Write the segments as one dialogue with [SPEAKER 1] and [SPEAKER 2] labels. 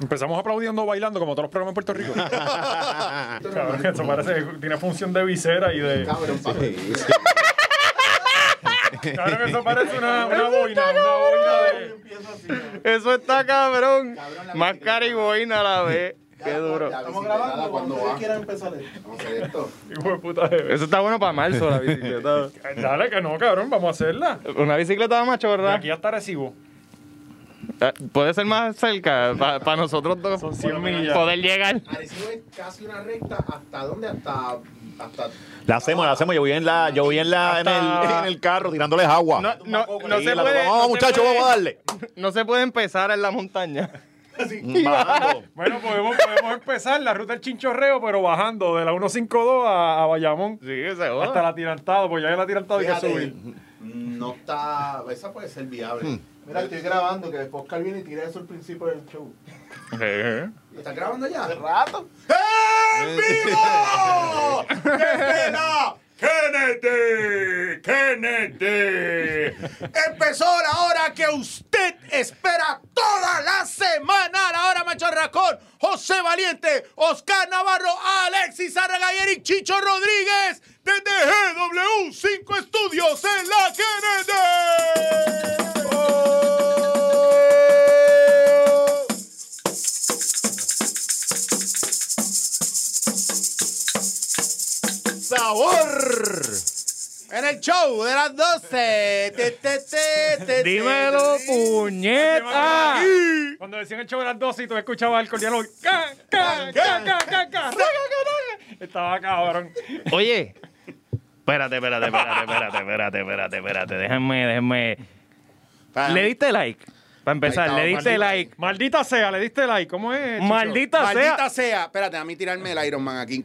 [SPEAKER 1] Empezamos aplaudiendo, bailando, como todos los programas en Puerto Rico. Cabrón, eso parece que tiene función de visera y de.
[SPEAKER 2] Cabrón, papi.
[SPEAKER 1] Cabrón, eso parece una, una boina, una boina de.
[SPEAKER 3] Eso está cabrón.
[SPEAKER 2] Cabrón, la
[SPEAKER 3] Máscara y boina a la vez. Qué duro.
[SPEAKER 2] Estamos grabando cuando va.
[SPEAKER 4] quieran empezar esto.
[SPEAKER 2] Vamos a hacer esto.
[SPEAKER 1] Hijo de puta de.
[SPEAKER 3] Eso está bueno para marzo, la bicicleta.
[SPEAKER 1] Dale, que no, cabrón, vamos a hacerla.
[SPEAKER 3] Una bicicleta
[SPEAKER 1] De
[SPEAKER 3] machorra.
[SPEAKER 1] aquí hasta recibo.
[SPEAKER 3] Eh, Puede ser más cerca para nosotros dos.
[SPEAKER 1] Son 100 millas.
[SPEAKER 3] Poder llegar.
[SPEAKER 2] Arecibo es casi una recta. ¿Hasta dónde? Hasta. hasta
[SPEAKER 5] La hacemos, la hacemos. Yo voy en la, yo voy en la, en el,
[SPEAKER 3] Hasta-
[SPEAKER 5] en el carro tirándoles agua.
[SPEAKER 3] No, no, no
[SPEAKER 5] Sí,
[SPEAKER 3] se
[SPEAKER 5] la-
[SPEAKER 3] puede.
[SPEAKER 5] vamos,
[SPEAKER 3] no se
[SPEAKER 5] muchachos,
[SPEAKER 3] puede-
[SPEAKER 5] vamos a darle.
[SPEAKER 3] No se puede empezar en la montaña.
[SPEAKER 5] Mm, Bajando.
[SPEAKER 1] Bueno, podemos, podemos empezar la ruta del chinchorreo, pero bajando de la 152 a, a Bayamón
[SPEAKER 3] Sí, ese
[SPEAKER 1] hasta la tirantado, pues ya en la tirantado hay que
[SPEAKER 2] Fíjate,
[SPEAKER 1] subir.
[SPEAKER 2] No está. Esa puede ser
[SPEAKER 5] Mm.
[SPEAKER 2] viable.
[SPEAKER 4] Mira, estoy grabando que después Oscar viene y tira eso al principio del show.
[SPEAKER 2] ¿Estás grabando ya?
[SPEAKER 4] Rato.
[SPEAKER 5] ¡En vivo! ¡Desde la Kennedy! ¡Kennedy! Empezó la hora que usted espera toda la semana. La hora machorra con José Valiente, Oscar Navarro, Alexis Arraga y Eric Chicho Rodríguez. Desde GW5 Estudios en la Kennedy. ¡Oh! sabor. En el show de las 12. Te, te, te, te,
[SPEAKER 3] Dímelo,
[SPEAKER 5] te, te.
[SPEAKER 3] puñeta.
[SPEAKER 1] Cuando decían el show de las 12 y tú escuchabas el cordial hoy. ¡Ca, ca, ca, ca, ca, ca! raca, ca, raca. Estaba cabrón.
[SPEAKER 3] Oye. Espérate, espérate, espérate, espérate, espérate, espérate, espérate. Déjenme, déjenme.
[SPEAKER 5] Para-
[SPEAKER 3] Le diste like. Para empezar,
[SPEAKER 2] Ahí está,
[SPEAKER 3] le diste like.
[SPEAKER 1] Maldita sea, le diste like. ¿Cómo es? Chicho?
[SPEAKER 3] Maldita sea.
[SPEAKER 5] Maldita sea. Espérate, a mí tirarme el Iron Man aquí.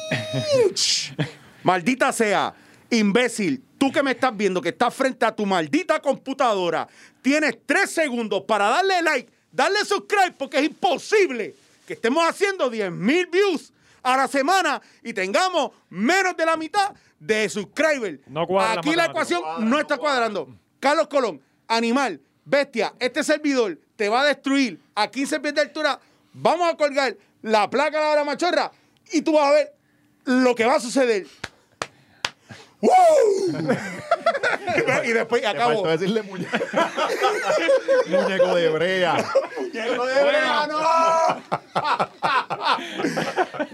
[SPEAKER 5] Maldita sea. Imbécil, tú que me estás viendo, que estás frente a tu maldita computadora, tienes tres segundos para darle like, darle subscribe, porque es imposible que estemos haciendo 10 mil views a la semana y tengamos menos de la mitad de subscribers.
[SPEAKER 1] No cuadra la
[SPEAKER 5] Aquí la
[SPEAKER 1] matemática.
[SPEAKER 5] ecuación no está cuadrando. Carlos Colón, animal, bestia, este servidor te va a destruir a 15 pies de altura. Vamos a colgar la placa de la hora machorra y tú vas a ver lo que va a suceder. ¡Wow! y después acabo.
[SPEAKER 2] Faltó decirle muñeco. muñeco de brea.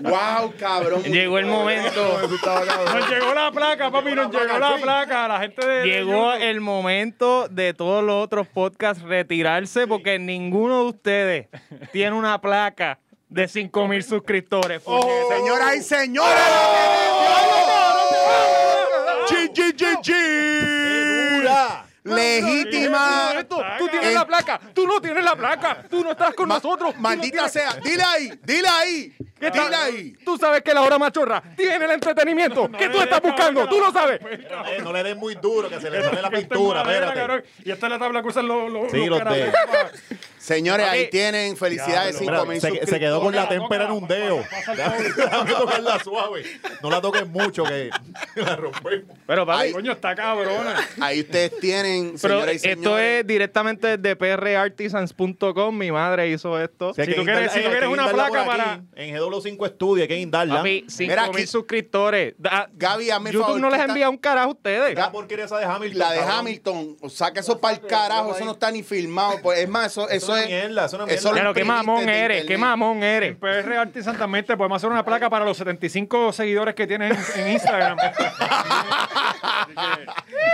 [SPEAKER 5] ¡Wow, cabrón!
[SPEAKER 3] Llegó el momento.
[SPEAKER 1] Nos llegó la placa, papi, nos llegó la placa. La gente de.
[SPEAKER 3] Llegó
[SPEAKER 1] de-
[SPEAKER 3] el momento de todos los otros podcasts retirarse porque ninguno de ustedes tiene una placa de 5 mil suscriptores. puñeta.
[SPEAKER 5] Señoras y señores,
[SPEAKER 1] ¡Oh!
[SPEAKER 5] ¡Chi, chi, chi, chi! Legítima.
[SPEAKER 1] Esto, Tú tienes la placa, tú no tienes la placa, tú no estás con
[SPEAKER 5] Eh, Ma-
[SPEAKER 1] nosotros. tú no
[SPEAKER 5] Maldita
[SPEAKER 1] tienes-
[SPEAKER 5] sea. Dile ahí, dile ahí.
[SPEAKER 1] ¿Qué tal?
[SPEAKER 5] Dile ahí.
[SPEAKER 1] Tú sabes que la hora machorra tiene el entretenimiento que tú estás buscando, tú lo sabes.
[SPEAKER 2] Eh, no le des muy duro que se le sale la
[SPEAKER 1] Esta es
[SPEAKER 2] pintura,
[SPEAKER 1] madera,
[SPEAKER 2] espérate.
[SPEAKER 1] cabrón. Y esta es la tabla que usan los. los
[SPEAKER 2] Sí, los
[SPEAKER 1] karatekas
[SPEAKER 2] de-
[SPEAKER 1] para-
[SPEAKER 5] Señores,
[SPEAKER 3] Ok.
[SPEAKER 5] ahí tienen. Felicidades,
[SPEAKER 2] Espérate,
[SPEAKER 5] 5 mil
[SPEAKER 2] se, se quedó con la témpera en un dedo.
[SPEAKER 1] Pasa el
[SPEAKER 2] Déjame tocarla suave. No la toques mucho que la rompemos.
[SPEAKER 3] Pero papi,
[SPEAKER 5] Ay,
[SPEAKER 1] Coño, está cabrona.
[SPEAKER 5] Ahí ustedes tienen,
[SPEAKER 3] pero
[SPEAKER 5] señoras y
[SPEAKER 3] esto
[SPEAKER 5] señores.
[SPEAKER 3] es directamente de prartisans.com. Mi madre hizo esto.
[SPEAKER 1] Si tú quieres- si tú quieres una placa para-
[SPEAKER 2] En GW5 Studio hay que guindarla.
[SPEAKER 3] Papi, 5
[SPEAKER 5] Mira aquí.
[SPEAKER 3] mil suscriptores. Da-
[SPEAKER 5] Gaby, hazme el
[SPEAKER 3] YouTube
[SPEAKER 5] favor, Eh,
[SPEAKER 3] no
[SPEAKER 5] que
[SPEAKER 3] les
[SPEAKER 5] está-
[SPEAKER 3] envía un carajo a ustedes.
[SPEAKER 2] La porquería esa de Hamilton.
[SPEAKER 5] La de
[SPEAKER 2] cabrón.
[SPEAKER 5] Hamilton, o saca eso para el carajo, eso no está ni filmado. pues, es más, eso, eso
[SPEAKER 2] una
[SPEAKER 5] es.
[SPEAKER 2] mierda, eso es una
[SPEAKER 5] eso
[SPEAKER 2] mierda.
[SPEAKER 5] lo
[SPEAKER 3] Claro, qué
[SPEAKER 5] imprimiste
[SPEAKER 3] mamón
[SPEAKER 5] de
[SPEAKER 3] eres, qué
[SPEAKER 5] internet.
[SPEAKER 3] mamón eres.
[SPEAKER 1] PR Artisan también te podemos hacer una placa para los 75 seguidores que tienes en, en Instagram.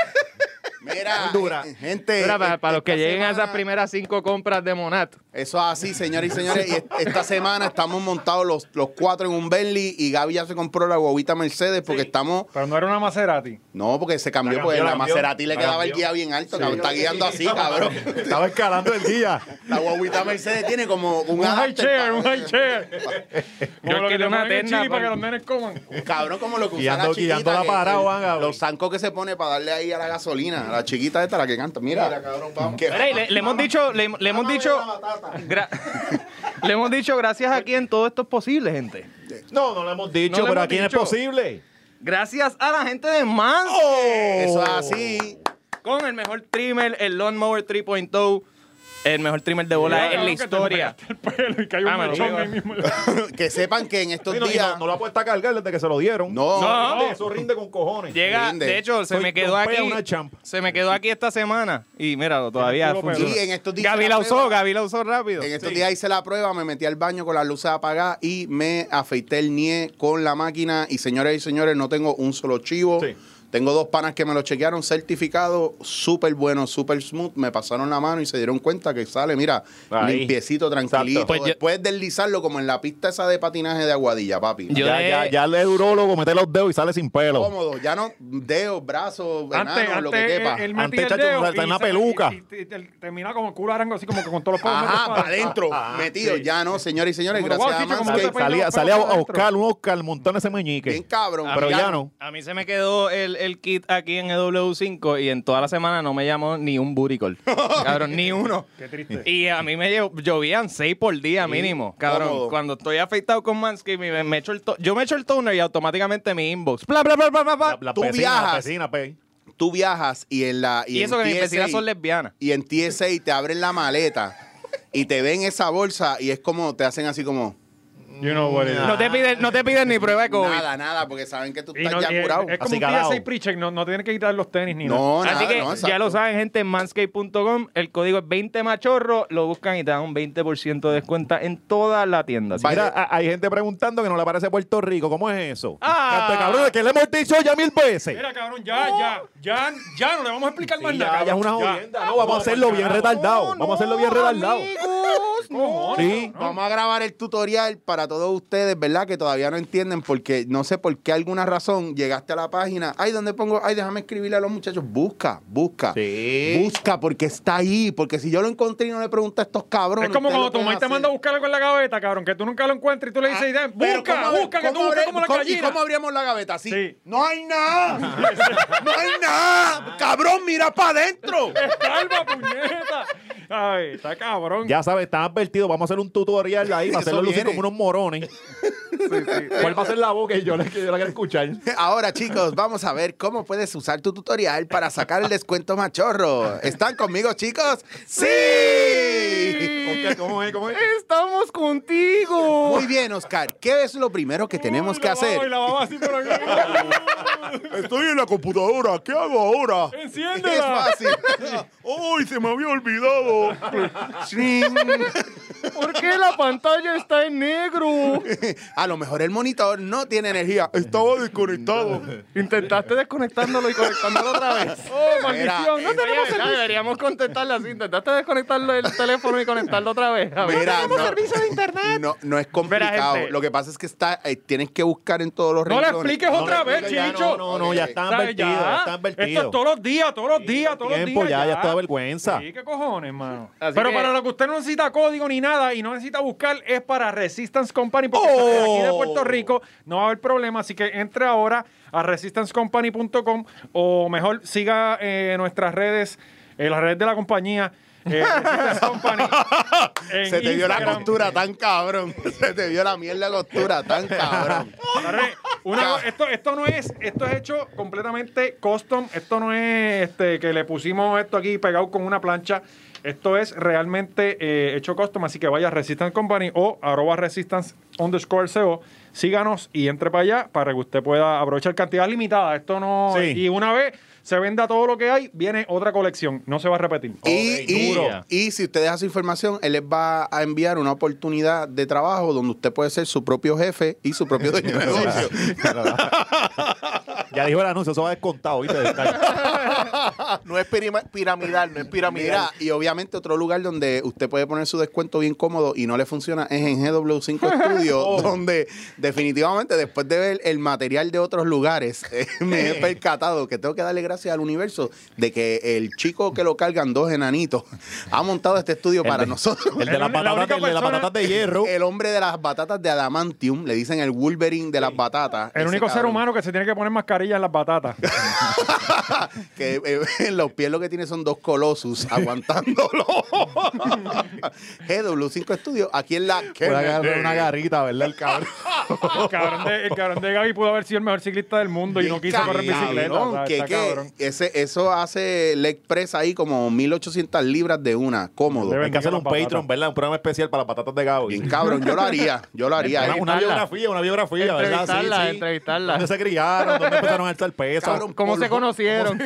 [SPEAKER 5] Mira,
[SPEAKER 2] Dura.
[SPEAKER 5] eh, gente.
[SPEAKER 3] Mira, para, para los que
[SPEAKER 5] esta
[SPEAKER 3] lleguen a esas
[SPEAKER 5] semana-
[SPEAKER 3] primeras 5 compras de Monat.
[SPEAKER 5] Eso es así, señores y señores. Y est- esta semana estamos montados los, los cuatro en un Bentley y Gaby ya se compró la guaguita Mercedes porque estamos.
[SPEAKER 1] Pero no era una Maserati.
[SPEAKER 5] No, porque se cambió,
[SPEAKER 2] La
[SPEAKER 5] porque
[SPEAKER 2] cambió,
[SPEAKER 5] la
[SPEAKER 2] la cambió.
[SPEAKER 5] Maserati le
[SPEAKER 2] La
[SPEAKER 5] quedaba el
[SPEAKER 2] cambió.
[SPEAKER 5] guía bien alto, cabrón. Está guiando así, cabrón.
[SPEAKER 2] Estaba escalando el guía.
[SPEAKER 5] La guaguita Mercedes tiene como un,
[SPEAKER 1] Un high
[SPEAKER 5] adapter,
[SPEAKER 1] chair,
[SPEAKER 5] cabrón.
[SPEAKER 1] un high chair. Como
[SPEAKER 3] Yo
[SPEAKER 1] lo que
[SPEAKER 3] quiero
[SPEAKER 1] le
[SPEAKER 3] una
[SPEAKER 1] ponen en
[SPEAKER 3] terna,
[SPEAKER 1] chili para que
[SPEAKER 3] pa-
[SPEAKER 1] los nenes coman.
[SPEAKER 5] Cabrón, como lo que usa
[SPEAKER 2] Guiando-
[SPEAKER 5] la chiquita.
[SPEAKER 2] guiando la
[SPEAKER 5] que-
[SPEAKER 2] parada,
[SPEAKER 5] que-
[SPEAKER 2] Juan, cabrón.
[SPEAKER 5] Los zancos que se pone para darle ahí a la gasolina. La chiquita esta, la que canta. Mira,
[SPEAKER 4] Mira, cabrón, vamos.
[SPEAKER 5] que-
[SPEAKER 3] Mira, y le, le hemos dicho, le, le hemos dicho, gra- le hemos dicho gracias a quien todo esto es posible, gente.
[SPEAKER 2] No, no lo hemos dicho,
[SPEAKER 3] No lo
[SPEAKER 2] pero
[SPEAKER 3] hemos
[SPEAKER 2] aquí no es
[SPEAKER 3] dicho.
[SPEAKER 2] posible.
[SPEAKER 3] Gracias a la gente de Mans
[SPEAKER 5] Eso es así.
[SPEAKER 3] con el mejor trimmer, el Lawnmower 3.0, oh, El mejor trimmer de bola en la
[SPEAKER 1] Cabrón, que te
[SPEAKER 3] historia.
[SPEAKER 1] pegaste el pelo y cayó
[SPEAKER 3] Ah,
[SPEAKER 1] un
[SPEAKER 3] me lo
[SPEAKER 1] mechón
[SPEAKER 3] llevo.
[SPEAKER 1] ahí mismo.
[SPEAKER 6] Que sepan que en estos
[SPEAKER 2] Sí, no, y
[SPEAKER 6] días.
[SPEAKER 2] no, no la puede estar cargar desde que se lo dieron.
[SPEAKER 6] no,
[SPEAKER 3] No.
[SPEAKER 2] Rinde, eso rinde con cojones.
[SPEAKER 3] Llega,
[SPEAKER 6] Grinde.
[SPEAKER 3] de hecho, se
[SPEAKER 2] Soy
[SPEAKER 3] me quedó
[SPEAKER 2] Don
[SPEAKER 3] aquí.
[SPEAKER 2] Pea, una champ.
[SPEAKER 3] Se me quedó aquí esta semana. Y míralo, todavía
[SPEAKER 1] culo
[SPEAKER 3] funciona.
[SPEAKER 6] Y en estos días.
[SPEAKER 3] Gaby la usó,
[SPEAKER 6] prueba-
[SPEAKER 3] Gaby la usó rápido.
[SPEAKER 6] En estos días hice la prueba, me metí al baño con las luces apagadas y me afeité el nie con la máquina. Y señores y señores, no tengo un solo chivo.
[SPEAKER 2] Sí.
[SPEAKER 6] Tengo dos panas que me lo chequearon, certificado, súper bueno, súper smooth. Me pasaron la mano y se dieron cuenta que sale, mira,
[SPEAKER 2] Ahí.
[SPEAKER 6] limpiecito, tranquilito.
[SPEAKER 2] Exacto.
[SPEAKER 3] Pues yo-
[SPEAKER 6] Después deslizarlo como en la pista esa de patinaje de aguadilla, papi.
[SPEAKER 3] Yo
[SPEAKER 2] Ya,
[SPEAKER 3] de-
[SPEAKER 2] ya, ya el urólogo mete los dedos y sale sin pelo.
[SPEAKER 6] Cómodo, ya no dedos, brazos,
[SPEAKER 1] Antes,
[SPEAKER 6] enanos, lo que
[SPEAKER 1] antes,
[SPEAKER 6] quepa.
[SPEAKER 1] él- él metía
[SPEAKER 2] Antes,
[SPEAKER 1] el
[SPEAKER 2] chacho,
[SPEAKER 1] dedo
[SPEAKER 2] salta
[SPEAKER 1] y
[SPEAKER 2] una
[SPEAKER 1] sa-
[SPEAKER 2] peluca.
[SPEAKER 1] y- y- y- y Termina como culo arango, así como que con todos los pelos
[SPEAKER 6] Ajá,
[SPEAKER 1] medio
[SPEAKER 2] ah,
[SPEAKER 6] para
[SPEAKER 1] para-
[SPEAKER 6] adentro, metido.
[SPEAKER 1] Ah, sí.
[SPEAKER 6] Ya no, señores y señores,
[SPEAKER 1] Como
[SPEAKER 6] gracias
[SPEAKER 1] guau,
[SPEAKER 6] a
[SPEAKER 1] chicho, como
[SPEAKER 6] Manscaped.
[SPEAKER 1] te peinado,
[SPEAKER 2] Salía,
[SPEAKER 1] pero
[SPEAKER 2] salía a
[SPEAKER 1] para adentro.
[SPEAKER 2] buscar un Oscar, montón ese meñique.
[SPEAKER 6] Bien cabrón.
[SPEAKER 2] Pero ya no.
[SPEAKER 3] A mí se me quedó el, el kit aquí en EW5 y en toda la semana no me llamó ni un buricol. cabrón, ni uno.
[SPEAKER 1] Qué triste.
[SPEAKER 3] Y a mí me lle- llovían seis por día mínimo, cabrón.
[SPEAKER 6] cómodo.
[SPEAKER 3] Cuando estoy afeitado con Manscaped, me, me echo el to- yo me echo el toner y automáticamente mi inbox. Bla, bla, bla, bla, bla, bla.
[SPEAKER 2] La
[SPEAKER 6] Tú
[SPEAKER 2] vecina,
[SPEAKER 6] viajas.
[SPEAKER 2] la vecina, pe.
[SPEAKER 6] Tú viajas y en la.
[SPEAKER 3] y
[SPEAKER 6] en
[SPEAKER 3] eso que mis
[SPEAKER 6] TSA
[SPEAKER 3] vecinas son lesbianas.
[SPEAKER 6] Y en TSA te abren la maleta y te ven esa bolsa y es como, te hacen así como.
[SPEAKER 1] You know what it is.
[SPEAKER 3] No te piden, no te piden ni prueba de COVID.
[SPEAKER 6] Ah. Nada, nada, porque saben que tú
[SPEAKER 1] Y
[SPEAKER 6] estás
[SPEAKER 1] no- y
[SPEAKER 6] ya
[SPEAKER 1] es,
[SPEAKER 6] curado.
[SPEAKER 1] es como
[SPEAKER 2] Así
[SPEAKER 1] un
[SPEAKER 2] calado.
[SPEAKER 1] TSA pre-check, no, no tiene que quitar los tenis ni nada.
[SPEAKER 6] No, nada,
[SPEAKER 3] Así que
[SPEAKER 6] no,
[SPEAKER 3] ya
[SPEAKER 6] exacto.
[SPEAKER 3] lo saben, gente, en manscape.com, el código es 20 machorro, lo buscan y te dan un 20% de descuento en toda la tienda. Así que-
[SPEAKER 2] Mira, a- hay gente preguntando que no le aparece Puerto Rico. ¿Cómo es eso?
[SPEAKER 3] Ah.
[SPEAKER 2] Canto de cabrones, que le hemos dicho ya mil veces.
[SPEAKER 1] Mira, cabrón, ya, ya, ya, ya no le vamos a explicar más
[SPEAKER 2] Sí,
[SPEAKER 1] nada.
[SPEAKER 2] ya, ya es una
[SPEAKER 1] cabrón, ya. pues,
[SPEAKER 2] jodienda. No, vamos a hacerlo
[SPEAKER 1] para
[SPEAKER 2] bien
[SPEAKER 1] carajo.
[SPEAKER 2] retardado. Vamos a hacerlo bien retardado.
[SPEAKER 3] Amigos, no.
[SPEAKER 1] Cojones,
[SPEAKER 2] Sí.
[SPEAKER 1] cabrón.
[SPEAKER 6] Vamos a grabar el tutorial para todos ustedes, ¿verdad? Que todavía no entienden porque no sé por qué alguna razón llegaste a la página. Ay, ¿dónde pongo? Ay, déjame escribirle a los muchachos. Busca, busca.
[SPEAKER 2] Sí.
[SPEAKER 6] Busca porque está ahí. Porque si yo lo encontré y no le pregunté a estos cabrones.
[SPEAKER 1] Es como
[SPEAKER 6] ustedes
[SPEAKER 1] cuando
[SPEAKER 6] lo
[SPEAKER 1] tu
[SPEAKER 6] pueden
[SPEAKER 1] mamá te
[SPEAKER 6] hacer.
[SPEAKER 1] manda a buscar algo en la gaveta, cabrón, que tú nunca lo encuentras y tú le dices, "Ven,
[SPEAKER 6] Pero
[SPEAKER 1] busca,
[SPEAKER 6] ¿cómo abri-
[SPEAKER 1] busca, que tú
[SPEAKER 6] cómo
[SPEAKER 1] buscas
[SPEAKER 6] abri-
[SPEAKER 1] como la
[SPEAKER 6] cómo- ¿Y
[SPEAKER 1] gallina.
[SPEAKER 6] cómo abríamos la gaveta? Así.
[SPEAKER 1] Sí.
[SPEAKER 6] No hay nada. no hay nada. Cabrón, mira para adentro.
[SPEAKER 1] Calma, puñeta. Ay, está cabrón.
[SPEAKER 2] Ya sabes, están advertidos. Vamos a hacer un tutorial ahí para
[SPEAKER 6] Eso
[SPEAKER 2] hacerlo lucir
[SPEAKER 6] viene.
[SPEAKER 2] como unos morones. ¿Cuál va a ser la voz que yo, le- que yo la quiero escuchar?
[SPEAKER 6] Ahora, chicos, vamos a ver cómo puedes usar tu tutorial para sacar el descuento machorro. ¿Están conmigo, chicos? ¡Sí!
[SPEAKER 2] Oscar, ¿cómo es? ¿Cómo es?
[SPEAKER 3] Estamos contigo.
[SPEAKER 6] Muy bien, Oscar. ¿Qué es lo primero que tenemos
[SPEAKER 1] Uy,
[SPEAKER 6] que
[SPEAKER 1] la baba y la baba así
[SPEAKER 6] hacer?
[SPEAKER 1] por aquí.
[SPEAKER 6] Estoy en la computadora. ¿Qué hago ahora? Es
[SPEAKER 1] Enciéndela.
[SPEAKER 6] fácil. ¡Uy, se me había olvidado!
[SPEAKER 3] ¿Por qué la pantalla está en negro?
[SPEAKER 6] A lo mejor el monitor no tiene energía. Estaba desconectado.
[SPEAKER 3] Intentaste desconectándolo y conectándolo otra vez.
[SPEAKER 1] Oh,
[SPEAKER 6] Mira,
[SPEAKER 1] maldición. No tenemos
[SPEAKER 3] Ya
[SPEAKER 1] el
[SPEAKER 3] deberíamos contestarle así. Intentaste desconectarlo del teléfono y conectarlo otra vez. A ver.
[SPEAKER 6] Mira, no,
[SPEAKER 3] de internet.
[SPEAKER 6] no, no
[SPEAKER 3] Mira,
[SPEAKER 6] es
[SPEAKER 3] gente.
[SPEAKER 6] complicado. lo que pasa es que está, eh, tienes que buscar en todos los
[SPEAKER 1] No la
[SPEAKER 6] rincones.
[SPEAKER 1] expliques otra vez,
[SPEAKER 2] Ya, no,
[SPEAKER 1] Chicho.
[SPEAKER 2] No, no, ya está
[SPEAKER 1] ¿Sabes?
[SPEAKER 2] advertido.
[SPEAKER 1] Ya.
[SPEAKER 2] Ya está
[SPEAKER 1] Esto es
[SPEAKER 2] advertido.
[SPEAKER 1] todos los días, todos los días, todos los
[SPEAKER 2] Tiempo,
[SPEAKER 1] días.
[SPEAKER 2] ya, ya está vergüenza.
[SPEAKER 1] Sí, qué cojones, mano.
[SPEAKER 3] Así
[SPEAKER 1] Pero
[SPEAKER 3] que-
[SPEAKER 1] para lo que usted no necesita código ni nada y no necesita buscar es para Resistance Company porque está de aquí de
[SPEAKER 6] Oh.
[SPEAKER 1] Puerto Rico no va a haber problema, así que entre ahora a resistancecompany.com o mejor siga eh, nuestras redes, eh, las redes de la compañía. eh, Resistance Company en
[SPEAKER 6] Se te dio la
[SPEAKER 1] Instagram.
[SPEAKER 6] costura tan cabrón. Se te dio la mierda costura tan cabrón.
[SPEAKER 1] Arre, una- esto, esto no es, esto es hecho completamente custom. Esto no es este, que le pusimos esto aquí pegado con una plancha. Esto es realmente eh, hecho custom. Así que vaya a Resistance Company o arroba resistance underscore CO. Síganos y entre para allá para que usted pueda aprovechar cantidad limitada. Esto no.
[SPEAKER 2] Sí.
[SPEAKER 1] Y una vez se venda todo lo que hay, viene otra colección. No se va a repetir.
[SPEAKER 6] Y, y-
[SPEAKER 2] duro.
[SPEAKER 6] y si usted deja su información, él les va a enviar una oportunidad de trabajo donde usted puede ser su propio jefe y su propio dueño de negocio.
[SPEAKER 2] Ya dijo el anuncio, eso va descontado, ¿viste?
[SPEAKER 7] No es pirima- piramidal, no es
[SPEAKER 6] Mira,
[SPEAKER 7] piramidal.
[SPEAKER 6] y obviamente otro lugar donde usted puede poner su descuento bien cómodo y no le funciona es en GW5 Studio, donde definitivamente después de ver el material de otros lugares, eh, me he percatado que tengo que darle gracias al universo de que el chico que lo cargan dos enanitos ha montado este estudio para
[SPEAKER 2] de-
[SPEAKER 6] nosotros.
[SPEAKER 2] El de
[SPEAKER 1] la
[SPEAKER 2] las patatas,
[SPEAKER 1] única
[SPEAKER 2] el de las
[SPEAKER 1] persona-
[SPEAKER 2] patatas de hierro.
[SPEAKER 6] El hombre de las batatas de Adamantium, le dicen el Wolverine de las batatas.
[SPEAKER 1] El
[SPEAKER 6] Ese
[SPEAKER 1] único ser
[SPEAKER 6] cabrón
[SPEAKER 1] humano que se tiene que poner mascarilla en las batatas.
[SPEAKER 6] Que Porque eh, en los pies lo que tiene son dos Colossus aguantándolo. GW5 Studios, aquí en la
[SPEAKER 2] Puede
[SPEAKER 6] Kennedy.
[SPEAKER 2] agarrar una garrita, ¿verdad? El cabrón.
[SPEAKER 1] El cabrón, de, el cabrón de Gaby pudo haber sido el mejor ciclista del mundo y no quiso correr bicicleta.
[SPEAKER 6] Cabrón,
[SPEAKER 1] o sea,
[SPEAKER 6] que-
[SPEAKER 1] está
[SPEAKER 6] que
[SPEAKER 1] cabrón.
[SPEAKER 6] ese, eso hace Leg Press ahí como 1800 libras de una, cómodo.
[SPEAKER 1] Debe-
[SPEAKER 2] Hay que hacer un
[SPEAKER 1] Las patatas.
[SPEAKER 2] Patreon, ¿verdad? Un programa especial para las patatas de Gabo.
[SPEAKER 6] Bien cabrón, yo lo haría, yo lo haría.
[SPEAKER 2] Una,
[SPEAKER 6] Eh,
[SPEAKER 2] una biografía, una biografía, ¿verdad? Sí,
[SPEAKER 3] Entrevistarla,
[SPEAKER 2] sí.
[SPEAKER 3] entrevistarla.
[SPEAKER 2] ¿Dónde se criaron? ¿Dónde empezaron a alzar peso?
[SPEAKER 6] Cabrón,
[SPEAKER 3] ¿Cómo
[SPEAKER 6] por-
[SPEAKER 3] se conocieron?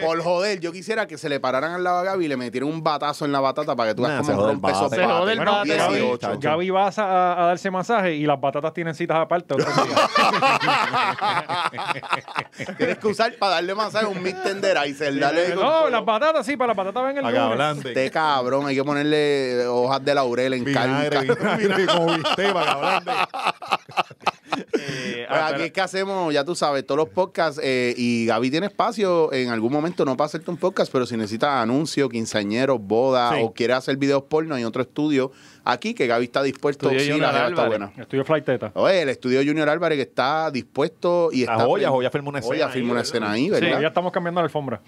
[SPEAKER 6] Por joder, yo quisiera que se le pararan al lado a Gaby y le metieran un batazo en la batata para que tú
[SPEAKER 2] Nah,
[SPEAKER 6] veas
[SPEAKER 2] se
[SPEAKER 6] cómo
[SPEAKER 2] jode el
[SPEAKER 6] rompe esos
[SPEAKER 2] bate.
[SPEAKER 3] Se jode el
[SPEAKER 6] bates.
[SPEAKER 3] bate,
[SPEAKER 1] Gaby-
[SPEAKER 6] 18.
[SPEAKER 1] Gaby, vas a, a darse masaje y las batatas tienen citas aparte. otro día.
[SPEAKER 6] Tienes que usar para darle masaje un mix tenderizer. Dale
[SPEAKER 1] no, las batatas sí, para las batatas ven el lunes.
[SPEAKER 2] Acá hablante.
[SPEAKER 6] Este cabrón, hay que ponerle hojas de laurel en carne.
[SPEAKER 2] Vinagre, vinagre, como viste, para hablante.
[SPEAKER 3] Eh,
[SPEAKER 6] Pues
[SPEAKER 3] ah,
[SPEAKER 6] aquí
[SPEAKER 3] pero-
[SPEAKER 6] es que hacemos, ya tú sabes, todos los podcasts. eh, y Gaby tiene espacio en algún momento, no para hacerte un podcast, pero si necesitas anuncio, quinceañeros, boda
[SPEAKER 2] Sí.
[SPEAKER 6] o quiere hacer videos porno, hay otro estudio aquí que Gaby está dispuesto.
[SPEAKER 3] Estudio
[SPEAKER 6] sí,
[SPEAKER 3] Junior
[SPEAKER 6] la jeva está
[SPEAKER 3] Álvarez.
[SPEAKER 6] buena.
[SPEAKER 1] Estudio Flight Teta.
[SPEAKER 6] Oye, el estudio Junior Álvarez que está dispuesto y
[SPEAKER 2] La
[SPEAKER 6] está.
[SPEAKER 2] joya, joya firma una escena.
[SPEAKER 6] Joya
[SPEAKER 2] ahí,
[SPEAKER 6] firma una
[SPEAKER 2] ¿verdad?
[SPEAKER 6] escena ahí,
[SPEAKER 1] Sí,
[SPEAKER 6] ¿verdad?
[SPEAKER 1] ya estamos cambiando la alfombra.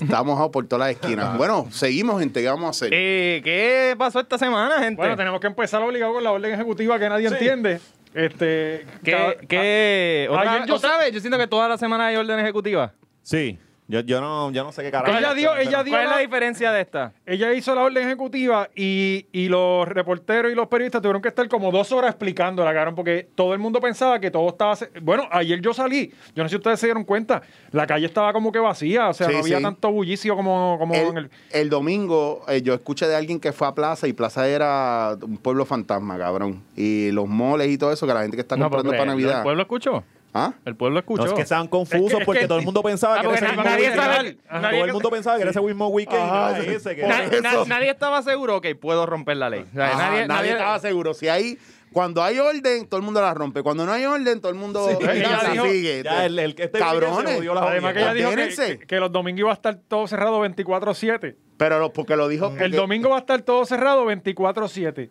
[SPEAKER 6] Estamos a por todas las esquinas. Bueno, seguimos, gente. ¿Qué vamos a hacer?
[SPEAKER 3] Eh, ¿Qué pasó esta semana, gente?
[SPEAKER 1] Bueno, tenemos que empezar obligado con la orden ejecutiva que nadie entiende. Este,
[SPEAKER 3] ¿Qué,
[SPEAKER 1] cada-
[SPEAKER 3] qué, otra,
[SPEAKER 1] ayer yo
[SPEAKER 3] otra vez? Ah, Yo siento que toda la semana hay orden ejecutiva.
[SPEAKER 2] Sí. Yo, yo, no, yo no sé qué carajo.
[SPEAKER 1] Ella dio- ella dio-
[SPEAKER 3] ¿Cuál es la
[SPEAKER 1] la-
[SPEAKER 3] diferencia de esta?
[SPEAKER 1] Ella hizo la orden ejecutiva y, y los reporteros y los periodistas tuvieron que estar como dos horas explicándola, cabrón, porque todo el mundo pensaba que todo estaba... se- Bueno, ayer yo salí, yo no sé si ustedes se dieron cuenta, la calle estaba como que vacía, o sea,
[SPEAKER 6] Sí,
[SPEAKER 1] no había
[SPEAKER 6] sí.
[SPEAKER 1] tanto bullicio como, como en
[SPEAKER 6] El,
[SPEAKER 1] el...
[SPEAKER 6] el domingo eh, yo escuché de alguien que fue a Plaza y Plaza era un pueblo fantasma, cabrón. Y los moles y todo eso, que la gente que está comprando para Navidad.
[SPEAKER 3] ¿El pueblo escuchó?
[SPEAKER 6] ¿Ah,
[SPEAKER 3] ¿El pueblo escuchó?
[SPEAKER 2] No, es que estaban confusos
[SPEAKER 1] Es que- es
[SPEAKER 2] porque
[SPEAKER 1] que-
[SPEAKER 2] todo el mundo pensaba
[SPEAKER 3] Ah,
[SPEAKER 2] que era
[SPEAKER 3] porque
[SPEAKER 2] ese
[SPEAKER 3] na-
[SPEAKER 2] mismo
[SPEAKER 3] nadie
[SPEAKER 2] weekend.
[SPEAKER 3] sabe- nadie-
[SPEAKER 2] Todo el mundo pensaba que era ese mismo weekend.
[SPEAKER 6] Ajá,
[SPEAKER 2] Ah, ese que
[SPEAKER 3] Na-
[SPEAKER 2] era-
[SPEAKER 3] na- nadie estaba seguro que puedo romper la ley. O sea,
[SPEAKER 6] Ajá,
[SPEAKER 3] nadie, nadie-
[SPEAKER 6] Ah, estaba seguro. Si hay, cuando hay orden, todo el mundo la rompe. Cuando no hay orden, todo el mundo
[SPEAKER 1] Ella
[SPEAKER 6] la
[SPEAKER 1] dijo-
[SPEAKER 6] sigue.
[SPEAKER 2] Ya, el, el, este weekend se
[SPEAKER 6] Cabrones.
[SPEAKER 2] jodió la
[SPEAKER 1] Además que ella dijo que-
[SPEAKER 6] Espérense.
[SPEAKER 1] que, que los domingos iba a estar todo cerrado 24-7.
[SPEAKER 6] Pero lo- porque lo dijo.
[SPEAKER 1] El
[SPEAKER 6] porque-
[SPEAKER 1] domingo va a estar todo cerrado 24-7.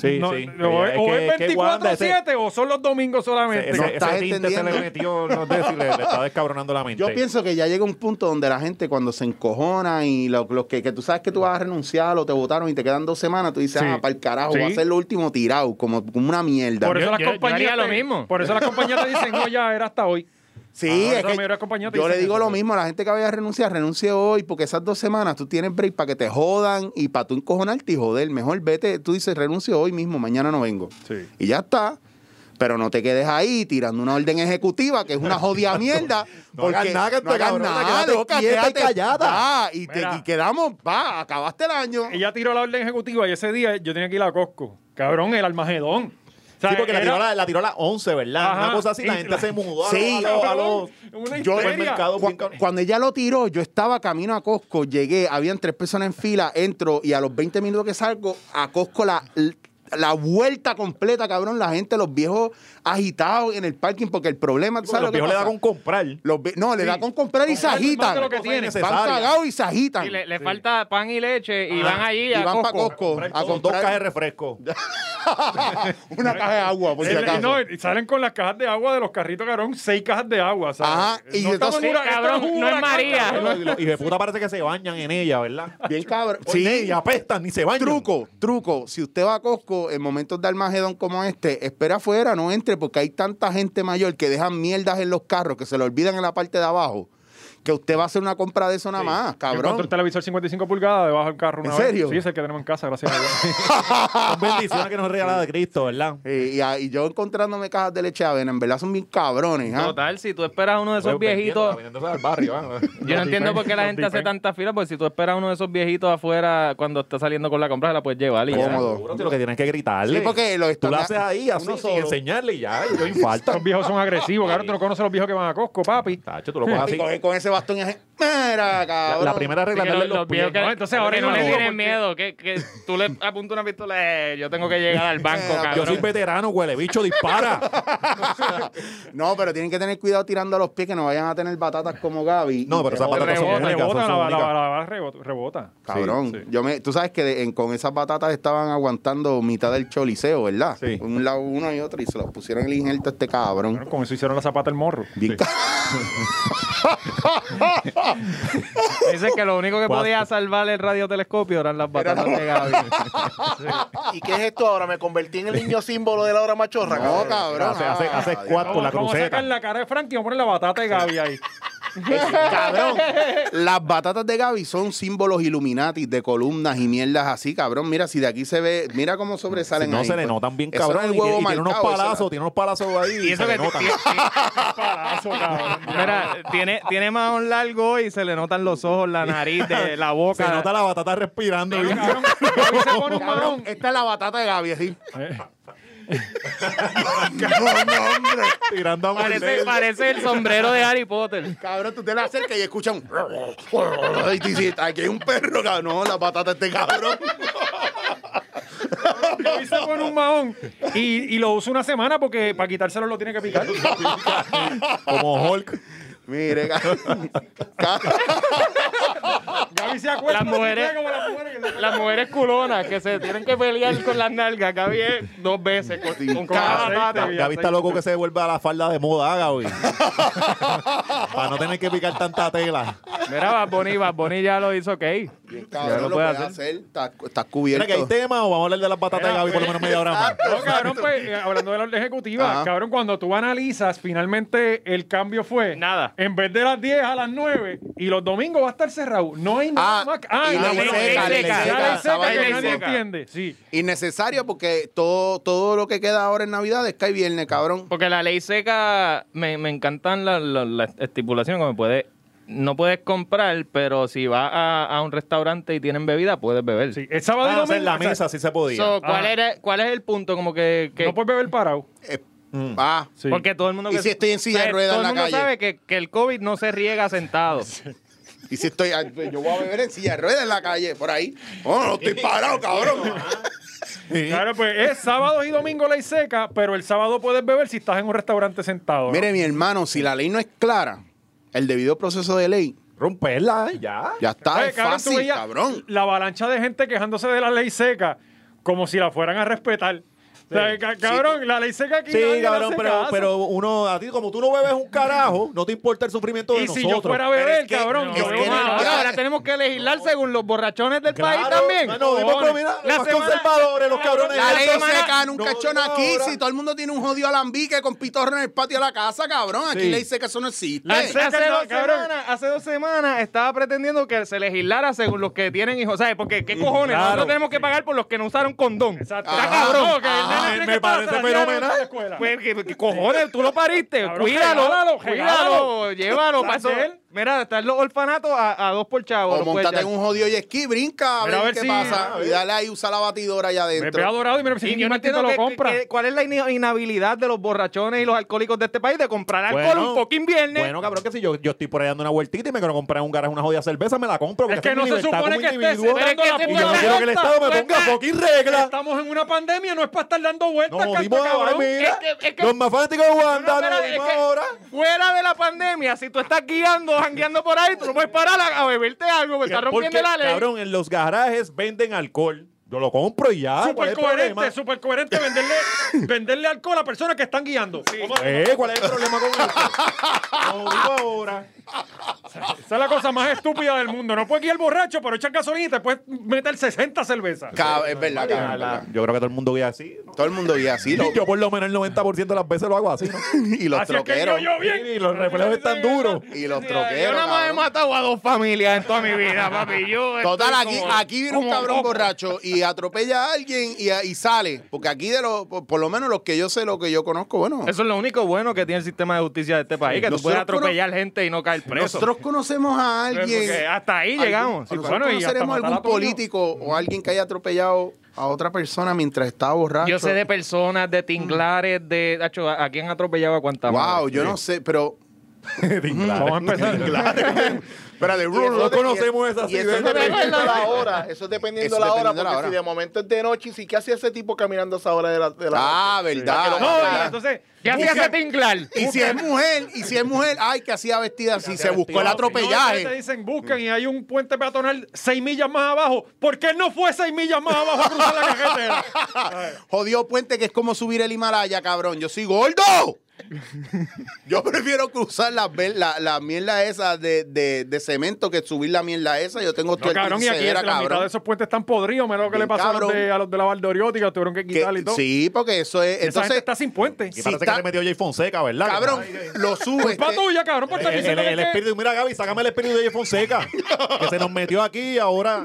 [SPEAKER 2] Sí,
[SPEAKER 1] No,
[SPEAKER 2] sí.
[SPEAKER 1] O
[SPEAKER 2] Es
[SPEAKER 1] es, o
[SPEAKER 2] que-
[SPEAKER 1] es
[SPEAKER 2] es que Wanda, ese-
[SPEAKER 1] 24-7 o son los domingos solamente.
[SPEAKER 2] Ese, ese,
[SPEAKER 6] No
[SPEAKER 2] ese
[SPEAKER 6] estás
[SPEAKER 2] tinte se
[SPEAKER 6] entendiendo.
[SPEAKER 2] le metió, no sé si le, le está descabronando la mente.
[SPEAKER 6] Yo pienso que ya llega un punto donde la gente cuando se encojona y lo- los que, que tú sabes que tú vas a renunciar o te votaron y te quedan dos semanas, tú dices,
[SPEAKER 1] Sí.
[SPEAKER 6] ah, para el carajo,
[SPEAKER 1] Sí.
[SPEAKER 6] voy a hacer lo último tirado, como, como una mierda.
[SPEAKER 1] Por eso
[SPEAKER 3] Yo-
[SPEAKER 1] las
[SPEAKER 3] yo- yo
[SPEAKER 1] compañías
[SPEAKER 3] haría lo
[SPEAKER 1] te-
[SPEAKER 3] mismo.
[SPEAKER 1] Por eso las compañías te dicen, no, ya era hasta hoy.
[SPEAKER 6] Sí,
[SPEAKER 1] Ah,
[SPEAKER 6] es
[SPEAKER 1] la
[SPEAKER 6] que
[SPEAKER 1] mayoría de compañías te
[SPEAKER 6] yo le
[SPEAKER 1] dicen
[SPEAKER 6] digo
[SPEAKER 1] eso.
[SPEAKER 6] lo mismo, la gente que vaya a renunciar, renuncie hoy, porque esas dos semanas tú tienes break para que te jodan y para tú encojonarte y joder, mejor vete, tú dices renuncio hoy mismo, mañana no vengo.
[SPEAKER 1] Sí.
[SPEAKER 6] Y ya está. Pero no te quedes ahí tirando una orden ejecutiva que es una jodida mierda.
[SPEAKER 2] No hagas nada, que
[SPEAKER 6] no
[SPEAKER 2] esta
[SPEAKER 6] hagas
[SPEAKER 2] cabrona,
[SPEAKER 6] nada,
[SPEAKER 2] quédate boca, quédate
[SPEAKER 6] quieta y
[SPEAKER 2] callada.
[SPEAKER 6] va, y, te,
[SPEAKER 1] Mira.
[SPEAKER 6] y quedamos, va, acabaste el año.
[SPEAKER 1] Ella tiró la orden ejecutiva y ese día yo tenía que ir a Costco. Cabrón, el Almagedón. O sea,
[SPEAKER 2] Sí, porque la
[SPEAKER 1] era-
[SPEAKER 2] tiró, a la, la tiró a las 11, ¿verdad?
[SPEAKER 1] Ajá.
[SPEAKER 2] Una cosa así, la
[SPEAKER 1] Y
[SPEAKER 2] gente
[SPEAKER 1] la-
[SPEAKER 2] se mudó a
[SPEAKER 6] Sí.
[SPEAKER 2] los- a los- a
[SPEAKER 1] Cabrón,
[SPEAKER 2] los-
[SPEAKER 1] una
[SPEAKER 6] Yo-
[SPEAKER 1] histeria.
[SPEAKER 2] el mercado
[SPEAKER 6] Cu- cuando ella lo tiró, yo estaba camino a Costco, llegué, habían tres personas en fila, entro y a los 20 minutos que salgo, a Costco la, la vuelta completa, cabrón, la gente, los viejos agitados en el parking, porque el problema, ¿tú
[SPEAKER 2] Los
[SPEAKER 6] ¿sabes lo que
[SPEAKER 2] viejos le da
[SPEAKER 6] pasa?
[SPEAKER 2] con comprar.
[SPEAKER 6] Los vie- no, le da con comprar y se
[SPEAKER 1] Comprar más de
[SPEAKER 6] agitan.
[SPEAKER 1] lo que tiene.
[SPEAKER 6] Van cagados y se agitan.
[SPEAKER 3] y le, le falta pan y leche y van allí a
[SPEAKER 6] Ah, y van para
[SPEAKER 3] Costco.
[SPEAKER 6] Costco a
[SPEAKER 2] con dos cajas de
[SPEAKER 6] comprar
[SPEAKER 2] refresco.
[SPEAKER 6] una caja de agua, por si
[SPEAKER 1] El-
[SPEAKER 6] acaso.
[SPEAKER 1] no, y salen con las cajas de agua de los carritos, cabrón, seis cajas de agua. ¿sabes?
[SPEAKER 6] Ajá, y
[SPEAKER 1] no
[SPEAKER 6] entonces-
[SPEAKER 1] estamos en una- esto
[SPEAKER 3] Cabrón,
[SPEAKER 1] un
[SPEAKER 3] no es
[SPEAKER 1] huracán,
[SPEAKER 3] María,
[SPEAKER 1] cabrón.
[SPEAKER 2] Y los- y de puta parece que se bañan en ella, ¿verdad?
[SPEAKER 6] Bien cabrón.
[SPEAKER 2] Oye, Y apestan, ni se bañan.
[SPEAKER 6] Truco, truco. Si usted va a Costco en momentos de Armagedón como este, espera afuera, no entre, porque hay tanta gente mayor que dejan mierdas en los carros que se le olvidan en la parte de abajo, que usted va a hacer una compra de eso nada más,
[SPEAKER 1] Yo encontré
[SPEAKER 6] cabrón.
[SPEAKER 1] un televisor 55 pulgadas debajo del carro. Una
[SPEAKER 6] ¿En
[SPEAKER 1] vez.
[SPEAKER 6] serio?
[SPEAKER 1] Sí, es el que tenemos en casa, gracias a Dios.
[SPEAKER 2] Son bendiciones que nos regala de Cristo, ¿verdad?
[SPEAKER 6] Eh, y, a- y yo encontrándome cajas de leche de avena, en verdad son bien cabrones, ¿ah?
[SPEAKER 3] Total, si tú esperas uno de esos viejitos.
[SPEAKER 2] pues, al barrio, ¿ah?
[SPEAKER 3] Yo no entiendo por qué la
[SPEAKER 1] los
[SPEAKER 3] gente hace
[SPEAKER 1] dipen.
[SPEAKER 3] tanta fila, porque si tú esperas uno de esos viejitos afuera cuando está saliendo con la compra, se la puedes llevar. Y ya.
[SPEAKER 6] Cómodo.
[SPEAKER 2] Seguro que Lo que tienes que gritarle.
[SPEAKER 6] Sí, porque lo
[SPEAKER 2] Tú lo
[SPEAKER 6] están-
[SPEAKER 2] haces ahí, así,
[SPEAKER 6] uno
[SPEAKER 2] sin
[SPEAKER 6] solo.
[SPEAKER 2] enseñarle y ya. Y yo infarta.
[SPEAKER 1] Los viejos son agresivos, cabrón. Tú no conoces a los viejos que van a Costco, papi.
[SPEAKER 2] Tacho, tú lo coges
[SPEAKER 6] Y
[SPEAKER 2] así.
[SPEAKER 6] coge con ese bastón y hace, mira,
[SPEAKER 2] La,
[SPEAKER 6] cabrón.
[SPEAKER 2] la primera
[SPEAKER 3] Así
[SPEAKER 2] regla
[SPEAKER 3] que
[SPEAKER 2] es
[SPEAKER 3] los-
[SPEAKER 2] darle
[SPEAKER 3] los
[SPEAKER 2] los
[SPEAKER 3] viejos
[SPEAKER 2] pies.
[SPEAKER 3] que-
[SPEAKER 1] No, entonces ahora
[SPEAKER 3] que no
[SPEAKER 1] yo
[SPEAKER 3] le
[SPEAKER 1] no,
[SPEAKER 3] tienen
[SPEAKER 1] porque-
[SPEAKER 3] miedo, que, que tú le apuntas una pistola, eh, yo tengo que llegar al banco,
[SPEAKER 6] Yo
[SPEAKER 2] Yo
[SPEAKER 3] cabrón.
[SPEAKER 2] soy veterano, huele bicho, dispara.
[SPEAKER 6] No, pero tienen que tener cuidado tirando a los pies que no vayan a tener batatas como Gaby.
[SPEAKER 2] No, pero esas
[SPEAKER 6] Joder,
[SPEAKER 2] patatas son
[SPEAKER 1] Rebota,
[SPEAKER 2] únicas. son-
[SPEAKER 1] rebota,
[SPEAKER 2] son
[SPEAKER 1] la bala,
[SPEAKER 2] únicas.
[SPEAKER 1] la bala rebota. rebota.
[SPEAKER 6] Cabrón,
[SPEAKER 1] Sí, sí.
[SPEAKER 6] yo me, tú sabes que de- en- con esas batatas estaban aguantando mitad del choliseo, ¿verdad?
[SPEAKER 2] Sí.
[SPEAKER 6] Un lado uno y otro y se los pusieron el injerto a este cabrón.
[SPEAKER 1] Bueno, con eso hicieron la zapata el morro.
[SPEAKER 6] Bien ca-
[SPEAKER 3] Dice que lo único que podía salvar el radiotelescopio eran las batatas de Gaby.
[SPEAKER 7] ¿Y qué es esto ahora? ¿Me convertí en el niño símbolo de la hora machorra?
[SPEAKER 6] No,
[SPEAKER 7] cabrón?
[SPEAKER 6] cabrón.
[SPEAKER 2] Hace, hace, hace
[SPEAKER 6] Ah,
[SPEAKER 2] squat por
[SPEAKER 1] Vamos a
[SPEAKER 2] la cruceta.
[SPEAKER 1] sacar la cara de Frankie y vamos a poner la batata de Gaby ahí.
[SPEAKER 6] Cabrón, las batatas de Gaby son símbolos Illuminati de columnas y mierdas así, cabrón. Mira, si de aquí se ve, mira cómo sobresalen.
[SPEAKER 2] Si no
[SPEAKER 6] ahí,
[SPEAKER 2] se le
[SPEAKER 6] pues.
[SPEAKER 2] notan bien,
[SPEAKER 6] Eso era
[SPEAKER 2] cabrón.
[SPEAKER 6] el
[SPEAKER 2] Y,
[SPEAKER 6] huevo
[SPEAKER 2] tiene- y tiene unos
[SPEAKER 6] marcado, eso era.
[SPEAKER 2] palazos, tiene unos palazos ahí.
[SPEAKER 3] Y
[SPEAKER 2] Y
[SPEAKER 3] eso
[SPEAKER 2] se le
[SPEAKER 3] que-
[SPEAKER 2] notan.
[SPEAKER 1] Palazo, cabrón.
[SPEAKER 3] Mira, tiene, tiene mahón largo y se le notan los ojos, la nariz, de, eh, la boca.
[SPEAKER 2] Se nota la batata respirando. bien.
[SPEAKER 1] Cabrón, Gaby se pone un
[SPEAKER 6] Cabrón,
[SPEAKER 1] marrón.
[SPEAKER 6] esta es la batata de Gaby, así.
[SPEAKER 2] Tirando a
[SPEAKER 3] Parece,
[SPEAKER 2] morder.
[SPEAKER 3] parece el sombrero de Harry Potter.
[SPEAKER 6] Cabrón, tú te la acercas y escuchas un... Y te dices, aquí hay un perro, cabrón. No, la batata de este cabrón.
[SPEAKER 1] Gaby se pone un mahón y, y lo usa una semana porque para quitárselo lo tiene que picar.
[SPEAKER 2] Como Hulk.
[SPEAKER 6] Mire, cabrón.
[SPEAKER 1] Gaby se acuesta.
[SPEAKER 3] Las mujeres-
[SPEAKER 1] como las mujeres que le-
[SPEAKER 3] Las mujeres culonas que se tienen que pelear con las nalgas. Gaby es dos veces con, con cada
[SPEAKER 1] aceite,
[SPEAKER 3] batata.
[SPEAKER 1] bien.
[SPEAKER 2] Gaby está loco que se devuelva a la falda de moda, ah, Gaby. Para no tener que picar tanta tela.
[SPEAKER 3] Mira, Bad Bunny, Bad Bunny ya lo hizo, ok.
[SPEAKER 6] Cabrón,
[SPEAKER 3] lo
[SPEAKER 6] lo
[SPEAKER 3] puede
[SPEAKER 6] puedes hacer. Estás estás cubierto.
[SPEAKER 2] Mira que hay tema o vamos a hablar de las batatas de Gaby por lo menos media hora más.
[SPEAKER 1] No, cabrón, pues, eh, hablando de la orden ejecutiva,
[SPEAKER 6] Ajá.
[SPEAKER 1] cabrón, cuando tú analizas, finalmente el cambio fue.
[SPEAKER 3] Nada.
[SPEAKER 1] En vez de las 10 a las 9 y los domingos va a estar cerrado. No hay nada
[SPEAKER 6] Ah,
[SPEAKER 1] más. Ah,
[SPEAKER 6] y
[SPEAKER 1] y
[SPEAKER 6] la ley seca,
[SPEAKER 1] ley
[SPEAKER 6] ley
[SPEAKER 1] seca,
[SPEAKER 6] seca,
[SPEAKER 1] la ley
[SPEAKER 6] sábado
[SPEAKER 1] seca
[SPEAKER 3] y
[SPEAKER 1] que
[SPEAKER 3] ley
[SPEAKER 1] nadie
[SPEAKER 3] seca.
[SPEAKER 1] entiende. Sí.
[SPEAKER 6] Innecesario porque todo, todo lo que queda ahora en Navidad es que hay viernes, cabrón.
[SPEAKER 3] Porque la ley seca, me, me encantan las la, la estipulación que me puede... No puedes comprar, pero si vas a, a un restaurante y tienen bebida, puedes beber.
[SPEAKER 1] Sí, el sábado y
[SPEAKER 2] Ah,
[SPEAKER 1] domingo.
[SPEAKER 2] hacer la
[SPEAKER 1] o sea,
[SPEAKER 2] misa, sí se podía.
[SPEAKER 3] So, ¿cuál,
[SPEAKER 1] Ajá.
[SPEAKER 3] era, ¿Cuál es el punto? Como que... que-
[SPEAKER 1] No puedes beber parado.
[SPEAKER 6] Eh,
[SPEAKER 2] Mm.
[SPEAKER 6] Ah,
[SPEAKER 1] Sí.
[SPEAKER 3] Porque todo el mundo...
[SPEAKER 6] ¿Y
[SPEAKER 3] que-
[SPEAKER 6] si estoy en silla de
[SPEAKER 3] o sea,
[SPEAKER 6] ruedas
[SPEAKER 3] Todo
[SPEAKER 6] en
[SPEAKER 3] el
[SPEAKER 6] la
[SPEAKER 3] mundo
[SPEAKER 6] calle?
[SPEAKER 3] sabe que, que el COVID no se riega sentado.
[SPEAKER 6] y si estoy, ah, yo voy a beber en silla de ruedas en la calle, por ahí. Oh, no estoy parado, cabrón.
[SPEAKER 1] Claro, pues es sábado y domingo ley seca, pero el sábado puedes beber si estás en un restaurante sentado. ¿no?
[SPEAKER 6] Mire, mi hermano, si la ley no es clara, el debido proceso de ley
[SPEAKER 2] Romperla, eh, ya.
[SPEAKER 6] ya está
[SPEAKER 1] Oye,
[SPEAKER 6] es
[SPEAKER 1] cabrón, Pues, tú
[SPEAKER 6] fácil,
[SPEAKER 1] veías
[SPEAKER 6] cabrón.
[SPEAKER 1] La avalancha de gente quejándose de la ley seca, como si la fueran a respetar. O sea, ca- cabrón, la ley seca aquí.
[SPEAKER 2] Sí,
[SPEAKER 1] nadie le
[SPEAKER 2] cabrón,
[SPEAKER 1] hace
[SPEAKER 2] pero,
[SPEAKER 1] caso.
[SPEAKER 2] pero uno, a ti, como tú no bebes un carajo, no te importa el sufrimiento de
[SPEAKER 1] Y si yo
[SPEAKER 2] nosotros.
[SPEAKER 1] fuera a beber,
[SPEAKER 2] Pero es que-
[SPEAKER 1] cabrón,
[SPEAKER 2] es
[SPEAKER 1] yo
[SPEAKER 2] que
[SPEAKER 1] bebo
[SPEAKER 2] no
[SPEAKER 1] más.
[SPEAKER 2] es
[SPEAKER 3] Ahora,
[SPEAKER 2] claro.
[SPEAKER 3] ahora tenemos que legislar según los borrachones del país
[SPEAKER 2] Claro,
[SPEAKER 3] también.
[SPEAKER 2] no, dimos
[SPEAKER 3] Cojones.
[SPEAKER 2] comida,
[SPEAKER 3] La
[SPEAKER 2] los
[SPEAKER 3] semana-
[SPEAKER 2] conservadores, los cabrones.
[SPEAKER 6] La
[SPEAKER 2] la
[SPEAKER 6] ley
[SPEAKER 2] semana-
[SPEAKER 6] seca nunca
[SPEAKER 2] no,
[SPEAKER 6] echó
[SPEAKER 2] no,
[SPEAKER 6] nada aquí.
[SPEAKER 2] ahora.
[SPEAKER 6] Si todo el mundo tiene un jodido alambique con pitorro en el patio de la casa, cabrón. Aquí
[SPEAKER 2] Sí.
[SPEAKER 6] ley seca eso no existe.
[SPEAKER 1] La
[SPEAKER 3] Hace,
[SPEAKER 1] seca
[SPEAKER 3] hace
[SPEAKER 1] no,
[SPEAKER 3] dos
[SPEAKER 1] cabrón.
[SPEAKER 3] semanas, hace dos semanas estaba pretendiendo que se legislara según los que tienen hijos. ¿Sabes? Porque, ¿qué cojones?
[SPEAKER 2] Claro.
[SPEAKER 3] Nosotros tenemos que pagar por los que no usaron condón.
[SPEAKER 1] Exacto.
[SPEAKER 3] Está
[SPEAKER 1] Ajá.
[SPEAKER 3] cabrón.
[SPEAKER 1] No, que el nene
[SPEAKER 2] Ajá.
[SPEAKER 1] tiene
[SPEAKER 2] Me
[SPEAKER 1] que estar
[SPEAKER 2] parece
[SPEAKER 1] hasta las diez de la
[SPEAKER 2] fenomenal.
[SPEAKER 1] noche en la escuela.
[SPEAKER 3] Pues, ¿qué, qué cojones? Tú lo pariste.
[SPEAKER 1] Cabrón,
[SPEAKER 3] cuídalo,
[SPEAKER 1] regálalo,
[SPEAKER 3] cuídalo,
[SPEAKER 1] regálalo.
[SPEAKER 3] llévalo.
[SPEAKER 1] Salte
[SPEAKER 3] Paso.
[SPEAKER 1] él.
[SPEAKER 3] Mira, están los orfanatos a, a dos por chavo.
[SPEAKER 6] o
[SPEAKER 3] no puedes
[SPEAKER 6] montate en
[SPEAKER 3] ya.
[SPEAKER 6] un jodido jet ski, brinca, a
[SPEAKER 1] Mira,
[SPEAKER 6] ver,
[SPEAKER 1] a ver
[SPEAKER 6] qué
[SPEAKER 1] si- a
[SPEAKER 6] pasa.
[SPEAKER 1] ver.
[SPEAKER 6] Y dale ahí, usa la batidora allá
[SPEAKER 1] Me pega
[SPEAKER 6] adentro.
[SPEAKER 1] dorado y mira, si
[SPEAKER 3] Y
[SPEAKER 1] Ricky
[SPEAKER 3] yo no
[SPEAKER 1] Martin te
[SPEAKER 3] entiendo
[SPEAKER 1] lo
[SPEAKER 3] que-
[SPEAKER 1] compra.
[SPEAKER 3] que- cuál es la ina- inhabilidad de los borrachones y los alcohólicos de este país de comprar alcohol
[SPEAKER 2] Bueno,
[SPEAKER 3] un fucking viernes.
[SPEAKER 2] Bueno, cabrón, que si yo, yo estoy por ahí dando una vueltita y me quiero comprar en un garaje una jodida cerveza, me la compro.
[SPEAKER 1] es
[SPEAKER 2] porque
[SPEAKER 1] que
[SPEAKER 2] esa
[SPEAKER 1] no
[SPEAKER 2] mi
[SPEAKER 1] se
[SPEAKER 2] libertad
[SPEAKER 1] supone
[SPEAKER 2] como
[SPEAKER 1] que estés
[SPEAKER 2] individuo.
[SPEAKER 3] Pero es Pues,
[SPEAKER 1] dando la
[SPEAKER 3] que te
[SPEAKER 2] Y
[SPEAKER 1] puta
[SPEAKER 2] yo no quiero que el Estado me
[SPEAKER 1] vuelta.
[SPEAKER 2] ponga fucking reglas.
[SPEAKER 1] Estamos en una pandemia, no es para estar dando vueltas,
[SPEAKER 2] No,
[SPEAKER 1] canto,
[SPEAKER 2] dimos ahora,
[SPEAKER 1] cabrón.
[SPEAKER 2] mira.
[SPEAKER 3] Es que- es que-
[SPEAKER 2] Los más fanáticos de
[SPEAKER 3] No,
[SPEAKER 2] Wanda,
[SPEAKER 3] no,
[SPEAKER 2] no,
[SPEAKER 3] espera,
[SPEAKER 2] dimos
[SPEAKER 3] es que
[SPEAKER 2] ahora.
[SPEAKER 3] Fuera de la pandemia, si tú estás guiando, jangueando por ahí, tú no puedes parar a, a beberte algo, porque estás rompiendo
[SPEAKER 2] Porque,
[SPEAKER 3] la ley.
[SPEAKER 2] Cabrón, en los garajes venden alcohol. Yo lo compro y
[SPEAKER 6] Ah,
[SPEAKER 2] ya. ¿cuál
[SPEAKER 6] pues
[SPEAKER 1] Súper
[SPEAKER 2] es el
[SPEAKER 1] coherente,
[SPEAKER 2] problema?
[SPEAKER 1] súper coherente venderle, venderle alcohol a personas que están guiando. Vamos a-
[SPEAKER 2] Eh, ¿Cuál es el problema con eso? No, digo ahora.
[SPEAKER 1] Esa es la cosa más estúpida del mundo. No puedes guiar borracho, pero echar gasolina y te puedes meter 60 cervezas.
[SPEAKER 6] Cab- es verdad, cabrón. es verdad.
[SPEAKER 2] Yo creo que todo el mundo guía así. ¿no?
[SPEAKER 6] Todo el mundo vive así. lo-
[SPEAKER 2] Yo por lo menos el 90% de las veces lo hago así, ¿no?
[SPEAKER 6] y los
[SPEAKER 1] Así es que yo,
[SPEAKER 6] troqueros.
[SPEAKER 1] yo bien.
[SPEAKER 2] Y los reflejos están duros.
[SPEAKER 6] Y los
[SPEAKER 3] Sí,
[SPEAKER 6] troqueros.
[SPEAKER 3] Yo nada más he
[SPEAKER 6] cabrón.
[SPEAKER 3] matado a dos familias en toda mi vida, papi. Yo
[SPEAKER 6] Total,
[SPEAKER 3] estoy
[SPEAKER 6] aquí,
[SPEAKER 3] como-
[SPEAKER 6] aquí viene un
[SPEAKER 3] como
[SPEAKER 6] cabrón
[SPEAKER 3] loco.
[SPEAKER 6] borracho y atropella a alguien y, y sale. Porque aquí, de los, por, por lo menos los que yo sé, los que yo conozco, bueno,
[SPEAKER 3] Eso es lo único bueno que tiene el sistema de justicia de este país, que tú
[SPEAKER 6] Nosotros
[SPEAKER 3] puedes atropellar gente y no caer preso.
[SPEAKER 6] nosotros conocemos a alguien.
[SPEAKER 3] Porque hasta ahí
[SPEAKER 6] algún-
[SPEAKER 3] llegamos.
[SPEAKER 1] Sí,
[SPEAKER 6] nosotros
[SPEAKER 1] bueno, y hasta
[SPEAKER 6] conoceremos
[SPEAKER 1] matar
[SPEAKER 6] algún
[SPEAKER 1] a Toño.
[SPEAKER 6] político o alguien que haya atropellado a otra persona mientras estaba borracho.
[SPEAKER 3] Yo sé de personas, de tinglares, de... Acho, ¿A a quién atropellaba cuánta
[SPEAKER 6] Wow,
[SPEAKER 3] madre?
[SPEAKER 6] yo no sé, pero.
[SPEAKER 2] Vamos a empezar.
[SPEAKER 6] Espérate,
[SPEAKER 7] Y eso
[SPEAKER 2] No
[SPEAKER 7] de-
[SPEAKER 2] conocemos esa
[SPEAKER 7] y eso es
[SPEAKER 2] idea.
[SPEAKER 7] dependiendo de la hora. Eso es dependiendo
[SPEAKER 6] Eso
[SPEAKER 7] de la hora.
[SPEAKER 6] dependiendo de
[SPEAKER 7] Porque
[SPEAKER 6] la hora.
[SPEAKER 7] si de momento es de noche, ¿y si qué hacía ese tipo caminando a esa hora de la, de la
[SPEAKER 6] Ah,
[SPEAKER 7] noche?
[SPEAKER 6] verdad.
[SPEAKER 1] No, y
[SPEAKER 6] verdad.
[SPEAKER 1] entonces
[SPEAKER 3] ¿Qué hacía ese tinglar?
[SPEAKER 6] Y si es mujer, y si es mujer, ay, que hacía vestida, si se buscó
[SPEAKER 1] No,
[SPEAKER 6] el
[SPEAKER 1] te
[SPEAKER 6] atropellaje.
[SPEAKER 1] dicen, buscan y hay un puente peatonal seis millas más abajo. ¿Por qué no fue seis millas más abajo a cruzar la carretera?
[SPEAKER 6] Jodido puente que es como subir el Himalaya, cabrón. Yo soy gordo. Yo prefiero cruzar las ver- la, la mierda esa de, de- de cemento que subir la mierda esa. Yo tengo
[SPEAKER 1] No,
[SPEAKER 6] todo
[SPEAKER 1] cabrón, y aquí
[SPEAKER 6] pincelera,
[SPEAKER 1] la mitad de esos puentes están podridos, menos lo que le
[SPEAKER 6] Bien,
[SPEAKER 1] pasó a los,
[SPEAKER 6] cabrón.
[SPEAKER 1] de, a los de la Valdoriotti, que tuvieron que
[SPEAKER 6] Que-
[SPEAKER 1] quitar y todo.
[SPEAKER 6] sí, porque eso es.
[SPEAKER 1] Esa gente
[SPEAKER 6] Entonces,
[SPEAKER 1] está sin puente.
[SPEAKER 2] Y
[SPEAKER 6] Sí,
[SPEAKER 2] parece
[SPEAKER 6] está-
[SPEAKER 2] que le metió Jay Fonseca, ¿verdad?
[SPEAKER 6] cabrón, lo subes. eh,
[SPEAKER 1] Culpa
[SPEAKER 6] te-
[SPEAKER 1] tuya, cabrón, por
[SPEAKER 2] eh, El,
[SPEAKER 1] estar
[SPEAKER 2] el-
[SPEAKER 1] diciendo
[SPEAKER 2] el
[SPEAKER 1] que-
[SPEAKER 2] espíritu, mira Gaby, sácame el espíritu de Jay Fonseca, que se nos metió aquí y ahora.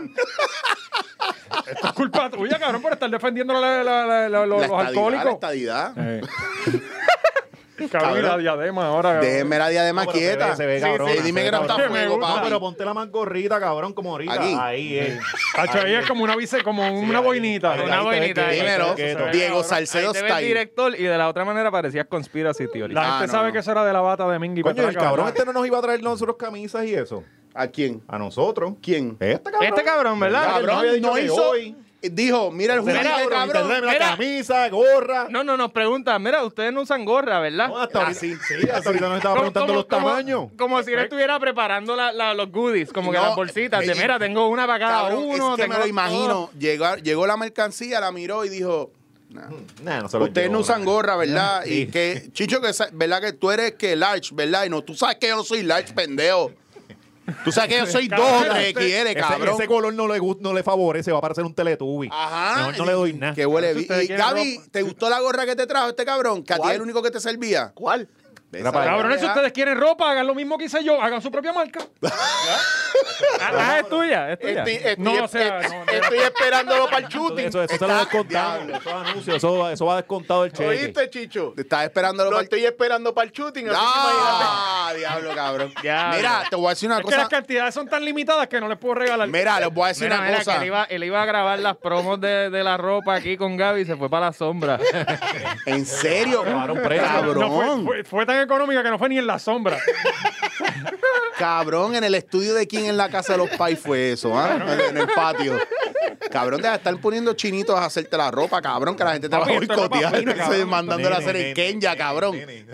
[SPEAKER 1] Esto es culpa tuya, cabrón, por estar defendiendo la- la- la- la- los,
[SPEAKER 6] la
[SPEAKER 1] los
[SPEAKER 6] estadidad, la
[SPEAKER 1] alcohólicos.
[SPEAKER 6] estadidad.
[SPEAKER 1] Eh. Cabrón, y la diadema ahora. cabrón.
[SPEAKER 6] Déjeme la diadema
[SPEAKER 2] No, pero se
[SPEAKER 6] quieta.
[SPEAKER 2] ve- se ve,
[SPEAKER 6] Sí,
[SPEAKER 2] cabrón,
[SPEAKER 6] sí,
[SPEAKER 2] se
[SPEAKER 6] dime
[SPEAKER 2] ve,
[SPEAKER 6] que no está
[SPEAKER 1] cabrón.
[SPEAKER 6] fuego,
[SPEAKER 1] Me gusta.
[SPEAKER 2] No,
[SPEAKER 6] papi.
[SPEAKER 2] pero ponte la más gorrita, cabrón, como ahorita.
[SPEAKER 6] Aquí.
[SPEAKER 2] Ahí, eh.
[SPEAKER 1] Tacho, ahí es como una bice, como una boinita.
[SPEAKER 3] ahí,
[SPEAKER 1] Una
[SPEAKER 3] ahí.
[SPEAKER 1] bo-
[SPEAKER 3] boinita,
[SPEAKER 6] Dímelo, Diego
[SPEAKER 3] Ahí
[SPEAKER 6] Salcedo
[SPEAKER 3] te ve el
[SPEAKER 6] Style.
[SPEAKER 3] director y de la otra manera parecías conspiracy theory.
[SPEAKER 1] La gente
[SPEAKER 6] no,
[SPEAKER 1] sabe
[SPEAKER 6] no.
[SPEAKER 1] que eso era de la bata de Mingy.
[SPEAKER 2] Coño, el
[SPEAKER 1] Petraca,
[SPEAKER 2] cabrón
[SPEAKER 1] ¿verdad?
[SPEAKER 2] este no nos iba a traer nosotros camisas y eso.
[SPEAKER 6] ¿A quién?
[SPEAKER 2] A nosotros.
[SPEAKER 6] ¿Quién?
[SPEAKER 2] Este cabrón.
[SPEAKER 3] Este cabrón, ¿verdad?
[SPEAKER 2] Cabrón, no había
[SPEAKER 6] Cabrón,
[SPEAKER 2] dicho
[SPEAKER 6] no
[SPEAKER 2] que
[SPEAKER 6] hizo.
[SPEAKER 2] hoy.
[SPEAKER 6] Eh, Dijo, mira el
[SPEAKER 2] Se
[SPEAKER 6] juguete,
[SPEAKER 2] le hizo por
[SPEAKER 6] cabrón.
[SPEAKER 2] internet, mira,
[SPEAKER 3] mira.
[SPEAKER 2] camisa, gorra.
[SPEAKER 3] No, no, nos pregunta, mira, ustedes no usan gorra, ¿verdad?
[SPEAKER 2] No, hasta ahorita, sí, hasta ahorita nos estaba
[SPEAKER 3] Como-
[SPEAKER 2] preguntando
[SPEAKER 3] como-
[SPEAKER 2] los
[SPEAKER 3] como-
[SPEAKER 2] tamaños.
[SPEAKER 3] Como si él estuviera preparando la- la- los goodies, como que
[SPEAKER 6] No,
[SPEAKER 3] las bolsitas. De
[SPEAKER 6] eh,
[SPEAKER 3] mira, tengo una para cada
[SPEAKER 6] Cabrón,
[SPEAKER 3] uno.
[SPEAKER 6] es que me
[SPEAKER 3] tengo
[SPEAKER 6] lo
[SPEAKER 3] todo".
[SPEAKER 6] imagino. Llegó, llegó la mercancía, la miró y dijo, "Nah,
[SPEAKER 2] Nah, no se los
[SPEAKER 6] ustedes
[SPEAKER 2] llevo,
[SPEAKER 6] no usan gorra, ¿verdad?
[SPEAKER 2] Sí.
[SPEAKER 6] Y que, Chicho, que sa- ¿verdad que tú eres que large, verdad? Y no, tú sabes que yo no soy large, pendejo. Tú sabes que yo soy dos
[SPEAKER 1] Cabrón,
[SPEAKER 6] te quiere,
[SPEAKER 2] Ese,
[SPEAKER 6] cabrón.
[SPEAKER 2] ese color no le, gust- no le favorece, va a parecer un teletubi.
[SPEAKER 6] Ajá.
[SPEAKER 2] Mejor no le doy nada.
[SPEAKER 6] Que huele
[SPEAKER 1] Entonces
[SPEAKER 6] bien.
[SPEAKER 1] ustedes
[SPEAKER 6] Y
[SPEAKER 1] quieren
[SPEAKER 6] Gaby,
[SPEAKER 1] ropa.
[SPEAKER 6] ¿te gustó la gorra que te trajo este cabrón? Que a ti
[SPEAKER 7] ¿Cuál?
[SPEAKER 6] es el único que te servía.
[SPEAKER 7] ¿Cuál?
[SPEAKER 6] Esa
[SPEAKER 2] para allá.
[SPEAKER 1] Cabrones, si
[SPEAKER 6] gorra.
[SPEAKER 1] ustedes quieren ropa, hagan
[SPEAKER 3] este-
[SPEAKER 1] lo mismo que hice yo, hagan su propia marca.
[SPEAKER 3] Ah, ah, es tuya, es tuya.
[SPEAKER 7] Estoy, estoy-
[SPEAKER 1] No, o sea,
[SPEAKER 7] est-
[SPEAKER 1] no, no.
[SPEAKER 7] estoy esperándolo para el
[SPEAKER 2] Eso,
[SPEAKER 7] shooting.
[SPEAKER 2] eso, eso se lo
[SPEAKER 7] Está-
[SPEAKER 2] descontamos. Eso es anuncio, eso, va- eso va descontado el cheque.
[SPEAKER 7] ¿Oíste, Chicho?
[SPEAKER 6] Te estás esperando
[SPEAKER 7] Lo
[SPEAKER 6] los
[SPEAKER 7] estoy esperando para el shooting. así que imagínate.
[SPEAKER 6] Ah, diablo, cabrón.
[SPEAKER 3] Diablo.
[SPEAKER 6] Mira, te voy a decir una
[SPEAKER 1] Es que las
[SPEAKER 6] cosa.
[SPEAKER 1] cantidades son tan limitadas que no les puedo regalar.
[SPEAKER 6] Mira, les voy a decir
[SPEAKER 3] Mira,
[SPEAKER 6] una
[SPEAKER 3] mira, que
[SPEAKER 6] cosa.
[SPEAKER 3] él iba, él iba a grabar las promos de, de la ropa aquí con Gaby y se fue para la sombra.
[SPEAKER 6] En serio,
[SPEAKER 2] Cabrón,
[SPEAKER 6] cabrón,
[SPEAKER 2] preso.
[SPEAKER 1] No, fue,
[SPEAKER 6] cabrón,
[SPEAKER 1] fue- fue tan económica que no fue ni en la sombra.
[SPEAKER 6] cabrón, en el estudio de quién en la casa de los pais fue eso, ¿ah? En el patio. Cabrón, deja de estar poniendo chinitos a hacerte la ropa, cabrón, que la gente te va a
[SPEAKER 1] Papi, esto es ropa
[SPEAKER 6] boicotear.
[SPEAKER 1] fina,
[SPEAKER 6] Eso es
[SPEAKER 1] cabrón.
[SPEAKER 6] mandándole a hacer
[SPEAKER 2] Nene,
[SPEAKER 6] el Kenya,
[SPEAKER 2] nene,
[SPEAKER 6] cabrón.
[SPEAKER 2] nene.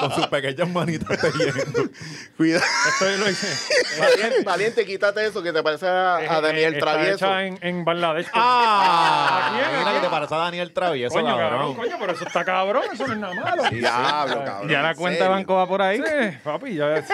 [SPEAKER 2] Con sus pequeñas manitas tejiendo.
[SPEAKER 6] Cuida.
[SPEAKER 7] Valiente, valiente, Este, quítate eso que te parece a, a Daniel
[SPEAKER 1] eh, Está
[SPEAKER 7] Travieso.
[SPEAKER 1] hecha en, en Bangladesh.
[SPEAKER 2] ¡Ah!
[SPEAKER 1] ¿A quién, a
[SPEAKER 2] Mira que
[SPEAKER 1] quién?
[SPEAKER 2] te parece a Daniel Travieso,
[SPEAKER 1] coño, cabrón,
[SPEAKER 2] cabrón.
[SPEAKER 1] coño, pero eso está cabrón, eso no es nada malo.
[SPEAKER 6] Diablo, cabrón.
[SPEAKER 3] ya la
[SPEAKER 6] en
[SPEAKER 3] cuenta de
[SPEAKER 6] serio.
[SPEAKER 3] banco va por ahí.
[SPEAKER 1] Sí, papi, ya es.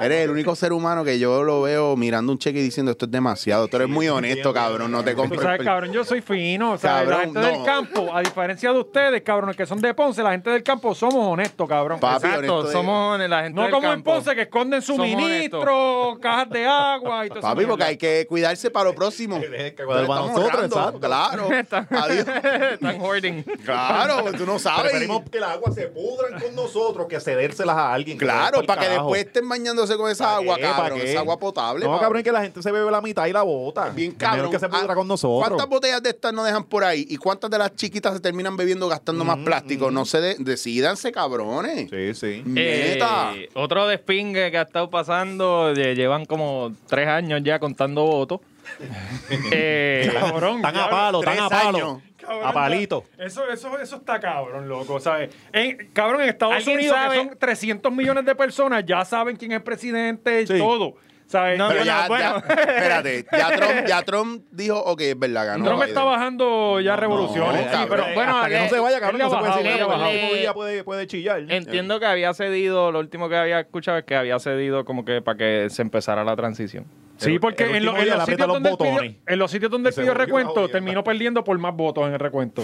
[SPEAKER 6] Eres el único ser humano que yo lo veo mirando un cheque y diciendo esto es demasiado. Tú eres muy honesto, cabrón. No te
[SPEAKER 1] Tú
[SPEAKER 6] compro.
[SPEAKER 1] sabes, cabrón, yo soy fino. ¿sabes? la
[SPEAKER 6] Cabrón,
[SPEAKER 1] gente
[SPEAKER 6] no.
[SPEAKER 1] del campo, a diferencia de ustedes, cabrón, que son de Ponce, la gente del campo somos honestos, cabrón.
[SPEAKER 6] Papi, honesto
[SPEAKER 3] Exacto,
[SPEAKER 6] de-
[SPEAKER 3] somos en la gente
[SPEAKER 1] no
[SPEAKER 3] del
[SPEAKER 1] como en
[SPEAKER 3] campo.
[SPEAKER 1] Ponce que esconden
[SPEAKER 3] Somos
[SPEAKER 1] suministros, cajas de agua y todo eso.
[SPEAKER 6] Papi, porque hay que cuidarse para lo próximo.
[SPEAKER 2] Hay que cuidar para
[SPEAKER 6] Estamos
[SPEAKER 2] nosotros,
[SPEAKER 6] ahorrando,
[SPEAKER 2] exacto.
[SPEAKER 6] Claro. Adiós.
[SPEAKER 3] Están hoarding.
[SPEAKER 6] Claro, tú no sabes.
[SPEAKER 2] Preferimos que el agua se pudran con nosotros que cedérselas a alguien.
[SPEAKER 6] Claro, para que
[SPEAKER 2] carajo.
[SPEAKER 6] después estén bañándose con esa agua,
[SPEAKER 2] ¿Para qué?
[SPEAKER 6] cabrón.
[SPEAKER 2] ¿Para qué?
[SPEAKER 6] Esa agua potable.
[SPEAKER 2] No,
[SPEAKER 6] pa-
[SPEAKER 2] cabrón, que la gente se bebe la mitad y la bota.
[SPEAKER 6] Bien
[SPEAKER 2] Que
[SPEAKER 6] cabrón.
[SPEAKER 2] mejor que se pudra
[SPEAKER 6] Ah,
[SPEAKER 2] con nosotros.
[SPEAKER 6] ¿Cuántas botellas de estas no dejan por ahí? ¿Y cuántas de las chiquitas se terminan bebiendo gastando más plástico? No se de- decidanse, cabrones.
[SPEAKER 2] Mm, Sí, sí.
[SPEAKER 6] Mm,
[SPEAKER 3] Eh,
[SPEAKER 6] Neta.
[SPEAKER 3] otro despingue que ha estado pasando, lle- llevan como tres años ya contando votos. Eh,
[SPEAKER 1] Cabrón,
[SPEAKER 2] Están a
[SPEAKER 1] diablo,
[SPEAKER 2] palo, están
[SPEAKER 6] tres
[SPEAKER 2] a palo.
[SPEAKER 6] años.
[SPEAKER 1] Cabrón,
[SPEAKER 2] A palito.
[SPEAKER 1] Eso, eso, eso está cabrón, loco, ¿sabes? En- cabrón, en Estados
[SPEAKER 3] ¿Alguien
[SPEAKER 1] Unidos,
[SPEAKER 3] sabe?
[SPEAKER 1] que son 300 millones de personas, ya saben quién es el presidente y
[SPEAKER 2] Sí.
[SPEAKER 1] todo. ¿Sabes?
[SPEAKER 3] No,
[SPEAKER 6] Pero
[SPEAKER 3] bueno,
[SPEAKER 6] ya,
[SPEAKER 3] bueno.
[SPEAKER 6] ya- espérate, ya Trump, ya Trump dijo, ok, es verdad, ganó.
[SPEAKER 1] Trump
[SPEAKER 6] Biden.
[SPEAKER 1] está bajando ya revoluciones.
[SPEAKER 6] no,
[SPEAKER 1] sí, pero
[SPEAKER 6] cabrón.
[SPEAKER 1] bueno,
[SPEAKER 2] Hasta que
[SPEAKER 3] le-
[SPEAKER 2] no se vaya, cabrón,
[SPEAKER 1] él Eh,
[SPEAKER 2] no
[SPEAKER 1] le ha
[SPEAKER 2] se puede decir
[SPEAKER 1] bajado,
[SPEAKER 2] nada,
[SPEAKER 1] le-
[SPEAKER 2] porque el último
[SPEAKER 3] le-
[SPEAKER 2] día puede, puede chillar.
[SPEAKER 3] Entiendo que había cedido, lo último que había escuchado es que había cedido como que para que se empezara la transición.
[SPEAKER 1] Sí, porque
[SPEAKER 2] El
[SPEAKER 1] en,
[SPEAKER 2] último
[SPEAKER 1] lo- en
[SPEAKER 2] día le
[SPEAKER 1] los
[SPEAKER 2] aprieta
[SPEAKER 1] sitios
[SPEAKER 2] los
[SPEAKER 1] donde él pidió-
[SPEAKER 2] botones.
[SPEAKER 1] en los sitios donde él
[SPEAKER 2] se
[SPEAKER 1] pidió
[SPEAKER 2] volvió una
[SPEAKER 1] recuento,
[SPEAKER 2] jodienda.
[SPEAKER 1] terminó perdiendo por más votos en el recuento.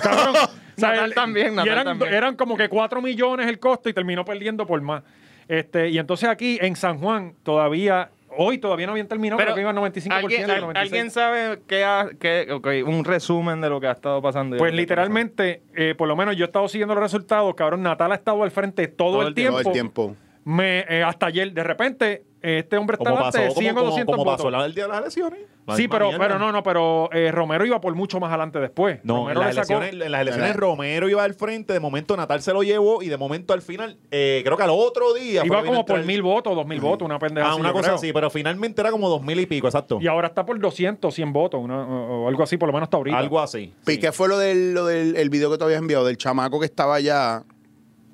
[SPEAKER 1] Cabrón. O sea,
[SPEAKER 3] Natal
[SPEAKER 1] él-
[SPEAKER 3] también,
[SPEAKER 1] y
[SPEAKER 3] Natal
[SPEAKER 1] eran,
[SPEAKER 3] también.
[SPEAKER 1] eran como que 4 millones el costo y terminó perdiendo por más. Este, y entonces aquí en San Juan todavía, hoy todavía no habían terminado, pero que iban 95%.
[SPEAKER 3] ¿alguien, al-
[SPEAKER 1] 96.
[SPEAKER 3] ¿alguien sabe qué ha- qué- ok, un resumen de lo que ha estado pasando?
[SPEAKER 1] Pues literalmente, eh, por lo menos yo he estado siguiendo los resultados, cabrón, Natal ha estado al frente todo, el, tiempo.
[SPEAKER 6] Todo el tiempo.
[SPEAKER 1] Me, eh, hasta ayer, de repente, este hombre
[SPEAKER 2] Como
[SPEAKER 1] estaba
[SPEAKER 2] pasó,
[SPEAKER 1] antes de 100
[SPEAKER 2] como,
[SPEAKER 1] o
[SPEAKER 2] como,
[SPEAKER 1] 200
[SPEAKER 2] como
[SPEAKER 1] votos.
[SPEAKER 2] pasó la del día de las elecciones.
[SPEAKER 1] Sí, pero,
[SPEAKER 2] Mañana.
[SPEAKER 1] pero no, no, pero eh, Romero iba por mucho más adelante después.
[SPEAKER 2] No, en
[SPEAKER 1] Romero
[SPEAKER 2] las,
[SPEAKER 1] le sacó-
[SPEAKER 2] elecciones, en las elecciones Romero iba al frente, de momento Natal se lo llevó y de momento al final, eh, creo que al otro día. fue
[SPEAKER 1] iba
[SPEAKER 2] que
[SPEAKER 1] como
[SPEAKER 2] vino a
[SPEAKER 1] por
[SPEAKER 2] entrar-
[SPEAKER 1] mil votos, dos mil votos, una pendeja.
[SPEAKER 2] Ah,
[SPEAKER 1] así,
[SPEAKER 2] una
[SPEAKER 1] yo
[SPEAKER 2] cosa
[SPEAKER 1] creo.
[SPEAKER 2] así, pero finalmente era como dos mil y pico, exacto.
[SPEAKER 1] Y ahora está por 200, 100 votos, una- o o algo así, por lo menos hasta ahorita.
[SPEAKER 2] Algo así.
[SPEAKER 6] ¿Y qué fue lo del, lo del el video que te habías enviado? Del chamaco que estaba allá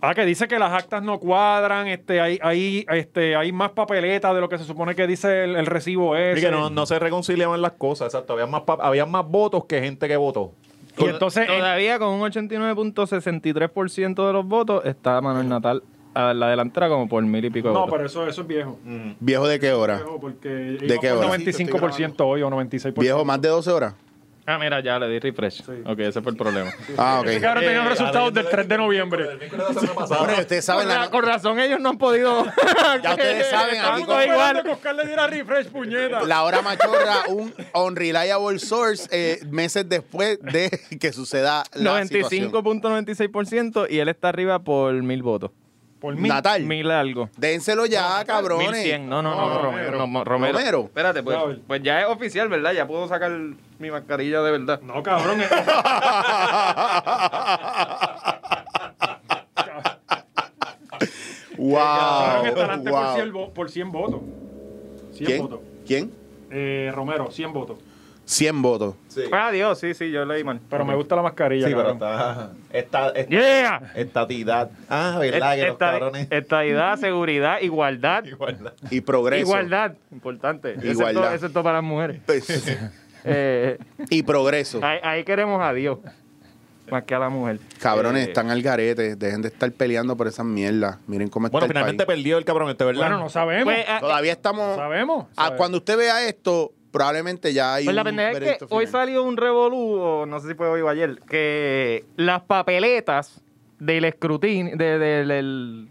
[SPEAKER 1] Ah, que dice que las actas no cuadran, este, hay, hay, este, hay más papeletas de lo que se supone que dice el, el recibo ese.
[SPEAKER 2] Y que no, no se reconciliaban las cosas, exacto. Había más, pa- había más votos que gente que votó.
[SPEAKER 1] Y entonces, eh, en-
[SPEAKER 3] Pues, Todavía con un 89.63% de los votos está Manuel Natal a la delantera como por mil y pico de
[SPEAKER 1] no,
[SPEAKER 3] votos.
[SPEAKER 1] pero eso, eso es viejo.
[SPEAKER 6] ¿Viejo de qué hora?
[SPEAKER 1] Viejo porque
[SPEAKER 6] ¿De qué hora?
[SPEAKER 1] 95% hoy o 96%.
[SPEAKER 6] ¿Viejo más de 12 horas?
[SPEAKER 3] Ah, mira, ya le di refresh. Ok, ese fue el problema.
[SPEAKER 6] Ah,
[SPEAKER 1] Ese
[SPEAKER 6] ok.
[SPEAKER 1] cabrón tenía los resultados Eh, del 3 de noviembre.
[SPEAKER 6] Bueno, ustedes saben
[SPEAKER 3] Con,
[SPEAKER 6] la
[SPEAKER 3] ra- con razón ellos no han podido...
[SPEAKER 6] Ya ustedes saben, aquí
[SPEAKER 1] Estamos
[SPEAKER 6] con-
[SPEAKER 1] igual. que Oscar le diera refresh, puñeta.
[SPEAKER 6] La hora machorra, un unreliable source eh, meses después de que suceda la situación.
[SPEAKER 3] 95.96% y él está arriba por mil votos.
[SPEAKER 1] Por mí.
[SPEAKER 6] Natal,
[SPEAKER 3] Mil algo.
[SPEAKER 6] dénselo ya, cabrones.
[SPEAKER 3] 1100. No, no, no,
[SPEAKER 1] No,
[SPEAKER 3] Romero.
[SPEAKER 1] Romero.
[SPEAKER 3] no, Romero.
[SPEAKER 6] Romero.
[SPEAKER 3] Espérate, pues,
[SPEAKER 1] Raúl.
[SPEAKER 3] pues ya es oficial, ¿verdad? Ya puedo sacar mi mascarilla de verdad.
[SPEAKER 1] No, cabrón. eh.
[SPEAKER 2] Ah,
[SPEAKER 1] Cabrón, está
[SPEAKER 6] wow.
[SPEAKER 1] adelante por, 100, vo- por 100 votos. 100
[SPEAKER 6] ¿Quién?
[SPEAKER 1] votos.
[SPEAKER 6] ¿Quién?
[SPEAKER 1] Eh, Romero, 100 votos.
[SPEAKER 6] 100 votos.
[SPEAKER 3] Ah, Dios, sí, sí, yo leí mal.
[SPEAKER 1] Pero me gusta la mascarilla,
[SPEAKER 2] Sí, pero
[SPEAKER 1] cabrón.
[SPEAKER 2] está. Esta, esta,
[SPEAKER 3] ¡Yeah!
[SPEAKER 2] estatidad. Ah, verdad, que los cabrones.
[SPEAKER 3] Estadidad, seguridad, igualdad.
[SPEAKER 2] Igualdad.
[SPEAKER 6] Y progreso.
[SPEAKER 3] Igualdad, importante. Excepto-
[SPEAKER 6] Igualdad.
[SPEAKER 3] Excepto para las mujeres.
[SPEAKER 6] Pues,
[SPEAKER 3] Eh,
[SPEAKER 6] y progreso.
[SPEAKER 3] ahí, ahí queremos a Dios, más que a la mujer.
[SPEAKER 6] Cabrones,
[SPEAKER 3] Eh,
[SPEAKER 6] están al garete. Dejen de estar peleando por esas mierdas. Miren cómo está
[SPEAKER 2] Bueno,
[SPEAKER 6] el
[SPEAKER 2] finalmente
[SPEAKER 6] país.
[SPEAKER 2] perdió el cabrón este, ¿verdad?
[SPEAKER 1] Bueno, no sabemos.
[SPEAKER 3] pues, ah,
[SPEAKER 6] Todavía estamos...
[SPEAKER 1] sabemos.
[SPEAKER 6] Ah,
[SPEAKER 1] sabemos.
[SPEAKER 6] cuando usted vea esto, probablemente ya hay
[SPEAKER 3] Pues la
[SPEAKER 6] un
[SPEAKER 3] pendeja es que
[SPEAKER 6] veredicto
[SPEAKER 3] hoy
[SPEAKER 6] final.
[SPEAKER 3] salió un revolú, o no sé si fue hoy o ayer, que las papeletas del escrutinio, de- de- del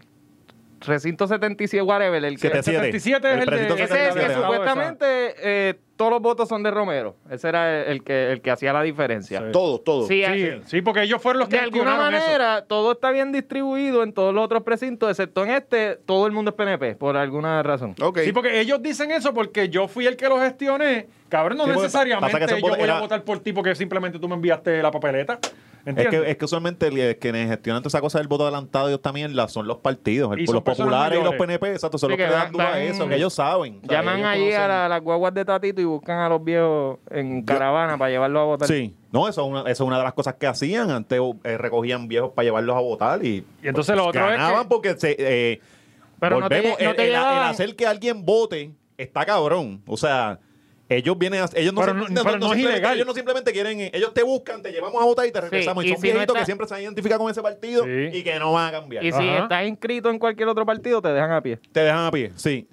[SPEAKER 3] recinto 77, whatever, el que...
[SPEAKER 1] 77 es el de-
[SPEAKER 2] precinto
[SPEAKER 1] ese
[SPEAKER 3] Ese es el que
[SPEAKER 2] 77.
[SPEAKER 1] Exacto,
[SPEAKER 3] supuestamente eh, todos los votos son de Romero. Ese era el, el que, el que hacía la diferencia.
[SPEAKER 1] Sí.
[SPEAKER 6] Todo, todo.
[SPEAKER 3] Sí,
[SPEAKER 1] Sí,
[SPEAKER 3] eh,
[SPEAKER 1] sí, porque ellos fueron los que
[SPEAKER 3] de alguna
[SPEAKER 1] accionaron eso.
[SPEAKER 3] manera, todo está bien distribuido en todos los otros precintos, excepto en este, todo el mundo es PNP, por alguna razón.
[SPEAKER 6] Ok.
[SPEAKER 1] Sí, porque ellos dicen eso porque yo fui el que lo gestioné. Cabrón, no
[SPEAKER 2] Sí, porque pasa que
[SPEAKER 1] necesariamente
[SPEAKER 2] son
[SPEAKER 1] yo voy
[SPEAKER 2] era-
[SPEAKER 1] a votar por ti porque simplemente tú me enviaste la papeleta.
[SPEAKER 2] Es
[SPEAKER 1] ¿Entiendes?
[SPEAKER 2] que, eh, es que usualmente el- quienes gestionan toda esa cosa del voto adelantado y esta mierda son los partidos, el-
[SPEAKER 1] Y son
[SPEAKER 2] los
[SPEAKER 1] personas
[SPEAKER 2] populares y los
[SPEAKER 1] mayores.
[SPEAKER 2] PNP, exacto,
[SPEAKER 3] Sí,
[SPEAKER 2] son los que
[SPEAKER 3] que
[SPEAKER 2] le dan
[SPEAKER 3] van-
[SPEAKER 2] duro a
[SPEAKER 3] van-
[SPEAKER 2] eso, que ellos saben. o sea,
[SPEAKER 3] Llaman
[SPEAKER 2] ellos
[SPEAKER 3] allí a,
[SPEAKER 2] conocen-
[SPEAKER 3] la- las guaguas de Tatito y buscan a los viejos en caravana para llevarlos a votar.
[SPEAKER 2] Sí, no, eso es, una, eso es una de las cosas que hacían. Antes eh, recogían viejos para llevarlos a votar y, pues,
[SPEAKER 1] Y entonces lo otro es
[SPEAKER 2] ganaban
[SPEAKER 1] que-
[SPEAKER 2] porque se, eh,
[SPEAKER 3] Pero no te
[SPEAKER 2] volvemos,
[SPEAKER 3] lle- no
[SPEAKER 2] el-
[SPEAKER 3] te
[SPEAKER 2] el, el
[SPEAKER 3] llevaban-
[SPEAKER 2] hacer que alguien vote está cabrón. O sea, ellos vienen a, ellos no,
[SPEAKER 1] Pero
[SPEAKER 2] sim-
[SPEAKER 1] no- pero no es
[SPEAKER 2] simplemente-
[SPEAKER 1] ilegal.
[SPEAKER 2] ellos no simplemente quieren, eh, ellos te buscan, te llevamos a votar y te regresamos.
[SPEAKER 3] y
[SPEAKER 2] y son
[SPEAKER 3] si no
[SPEAKER 2] viejitos
[SPEAKER 3] está-
[SPEAKER 2] que siempre se han identificado con ese partido
[SPEAKER 1] Sí.
[SPEAKER 2] y que no van a cambiar.
[SPEAKER 3] Y si
[SPEAKER 1] Ajá.
[SPEAKER 3] estás inscrito en cualquier otro partido, te dejan a pie.
[SPEAKER 2] Te dejan a pie, sí.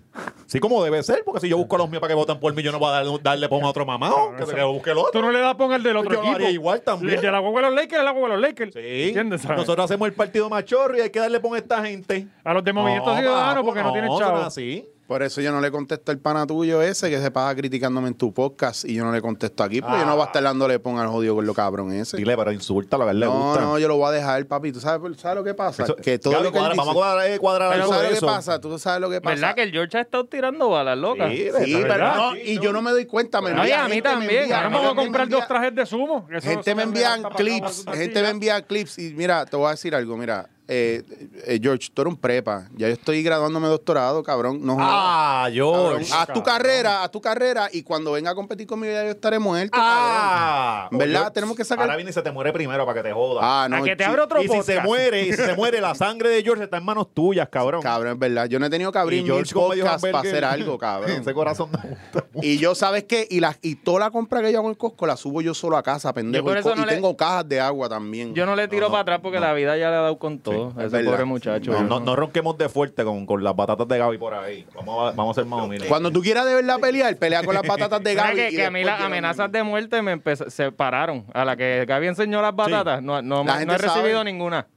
[SPEAKER 2] Sí, como debe ser, porque si yo busco a los míos para que voten por mí, yo no voy a dar- darle pon a otro mamado, que se que busque el
[SPEAKER 1] tú
[SPEAKER 2] otro.
[SPEAKER 1] no le das pon al del otro
[SPEAKER 2] Yo lo
[SPEAKER 1] equipo.
[SPEAKER 2] haría igual también.
[SPEAKER 1] El de la guagua de los Lakers, el de la guagua de los Lakers.
[SPEAKER 2] Sí.
[SPEAKER 1] ¿Entiendes? ¿Sabes?
[SPEAKER 2] Nosotros hacemos el partido machorro y hay que darle pon a esta gente.
[SPEAKER 1] A los de Movimiento
[SPEAKER 2] No,
[SPEAKER 1] Ciudadano
[SPEAKER 2] papo,
[SPEAKER 1] porque no, tienen
[SPEAKER 2] eso
[SPEAKER 1] chavo.
[SPEAKER 2] es así.
[SPEAKER 6] Por eso yo no le contesto al pana tuyo ese que se pasa criticándome en tu podcast y yo no le contesto aquí porque yo no voy a estar dándole ponga al jodido con lo cabrón ese.
[SPEAKER 2] Ah. Dile, pero insúltalo, a él le
[SPEAKER 6] no,
[SPEAKER 2] gusta.
[SPEAKER 6] no, yo lo voy a dejar, papi. ¿Tú sabes, sabes lo que pasa?
[SPEAKER 2] Eso-
[SPEAKER 6] que todo
[SPEAKER 2] Gaby,
[SPEAKER 6] lo que él
[SPEAKER 2] cuadra-
[SPEAKER 6] dice-
[SPEAKER 2] Vamos a cuadrar, eh, cuadrar
[SPEAKER 6] Pero
[SPEAKER 2] algo
[SPEAKER 6] ¿Sabes
[SPEAKER 2] de
[SPEAKER 6] lo que
[SPEAKER 2] eso.
[SPEAKER 6] pasa? ¿Tú sabes lo que pasa?
[SPEAKER 3] ¿Verdad que el George ha estado tirando balas locas?
[SPEAKER 2] Sí,
[SPEAKER 6] Sí, pero
[SPEAKER 2] está verdad.
[SPEAKER 6] no, y yo no me doy cuenta. Me
[SPEAKER 3] No, y a mí
[SPEAKER 6] gente me
[SPEAKER 3] también.
[SPEAKER 6] envía-
[SPEAKER 1] Ahora vamos a
[SPEAKER 6] gente me
[SPEAKER 1] comprar dos
[SPEAKER 6] envía-
[SPEAKER 1] trajes de sumo. que eso
[SPEAKER 6] Gente
[SPEAKER 1] se
[SPEAKER 6] me
[SPEAKER 1] me
[SPEAKER 6] envían
[SPEAKER 1] levanta para
[SPEAKER 6] clips,
[SPEAKER 1] acabar la
[SPEAKER 6] gente me
[SPEAKER 1] tortilla.
[SPEAKER 6] envía clips y mira, te voy a decir algo, mira, eh, eh, George, tú eres un prepa, ya yo estoy graduándome de doctorado, cabrón, no jodas.
[SPEAKER 2] Ah,
[SPEAKER 6] Cabrón,
[SPEAKER 2] George.
[SPEAKER 6] haz tu carrera, haz tu carrera y cuando venga a competir conmigo ya yo estaré muerto.
[SPEAKER 2] Ah,
[SPEAKER 6] cabrón. ¿Verdad?
[SPEAKER 2] George,
[SPEAKER 6] Tenemos que sacar-
[SPEAKER 2] Ahora viene y se te muere primero para que te joda.
[SPEAKER 6] cabrón. Ah, no.
[SPEAKER 3] a que te
[SPEAKER 6] sí.
[SPEAKER 3] abra otro
[SPEAKER 2] y si
[SPEAKER 3] podcast.
[SPEAKER 2] se muere, y si se muere, la sangre de George está en manos tuyas, cabrón.
[SPEAKER 6] Cabrón, es verdad. Yo no he tenido que abrir
[SPEAKER 2] Y
[SPEAKER 6] mil
[SPEAKER 2] George como medio
[SPEAKER 6] podcasts para
[SPEAKER 2] hamburger.
[SPEAKER 6] hacer algo, cabrón.
[SPEAKER 2] Ese corazón no me gusta.
[SPEAKER 6] y yo, ¿sabes qué? Y, la, y toda la compra que yo hago en Costco la subo yo solo a casa, pendejo.
[SPEAKER 3] por
[SPEAKER 6] Y,
[SPEAKER 3] eso
[SPEAKER 6] co-
[SPEAKER 3] no
[SPEAKER 6] y
[SPEAKER 3] le-
[SPEAKER 6] tengo cajas de agua también.
[SPEAKER 3] Yo no le tiro para atrás porque la vida ya le ha dado con todo.
[SPEAKER 6] es
[SPEAKER 3] ese
[SPEAKER 6] verdad.
[SPEAKER 3] pobre muchacho.
[SPEAKER 2] No, no- no ronquemos de fuerte con, con las batatas de Gaby por ahí. Vamos a, vamos a ser más humildes.
[SPEAKER 6] Cuando tú quieras de verdad pelear, pelea con las patatas de
[SPEAKER 3] Mira
[SPEAKER 6] Gaby.
[SPEAKER 3] que,
[SPEAKER 6] y
[SPEAKER 3] que a mí
[SPEAKER 6] después
[SPEAKER 3] las
[SPEAKER 6] llega-
[SPEAKER 3] amenazas de muerte me empezó- se pararon. A la que Gaby enseñó las batatas, no, no,
[SPEAKER 6] La
[SPEAKER 3] no
[SPEAKER 6] gente
[SPEAKER 3] he recibido
[SPEAKER 6] sabe.
[SPEAKER 3] ninguna.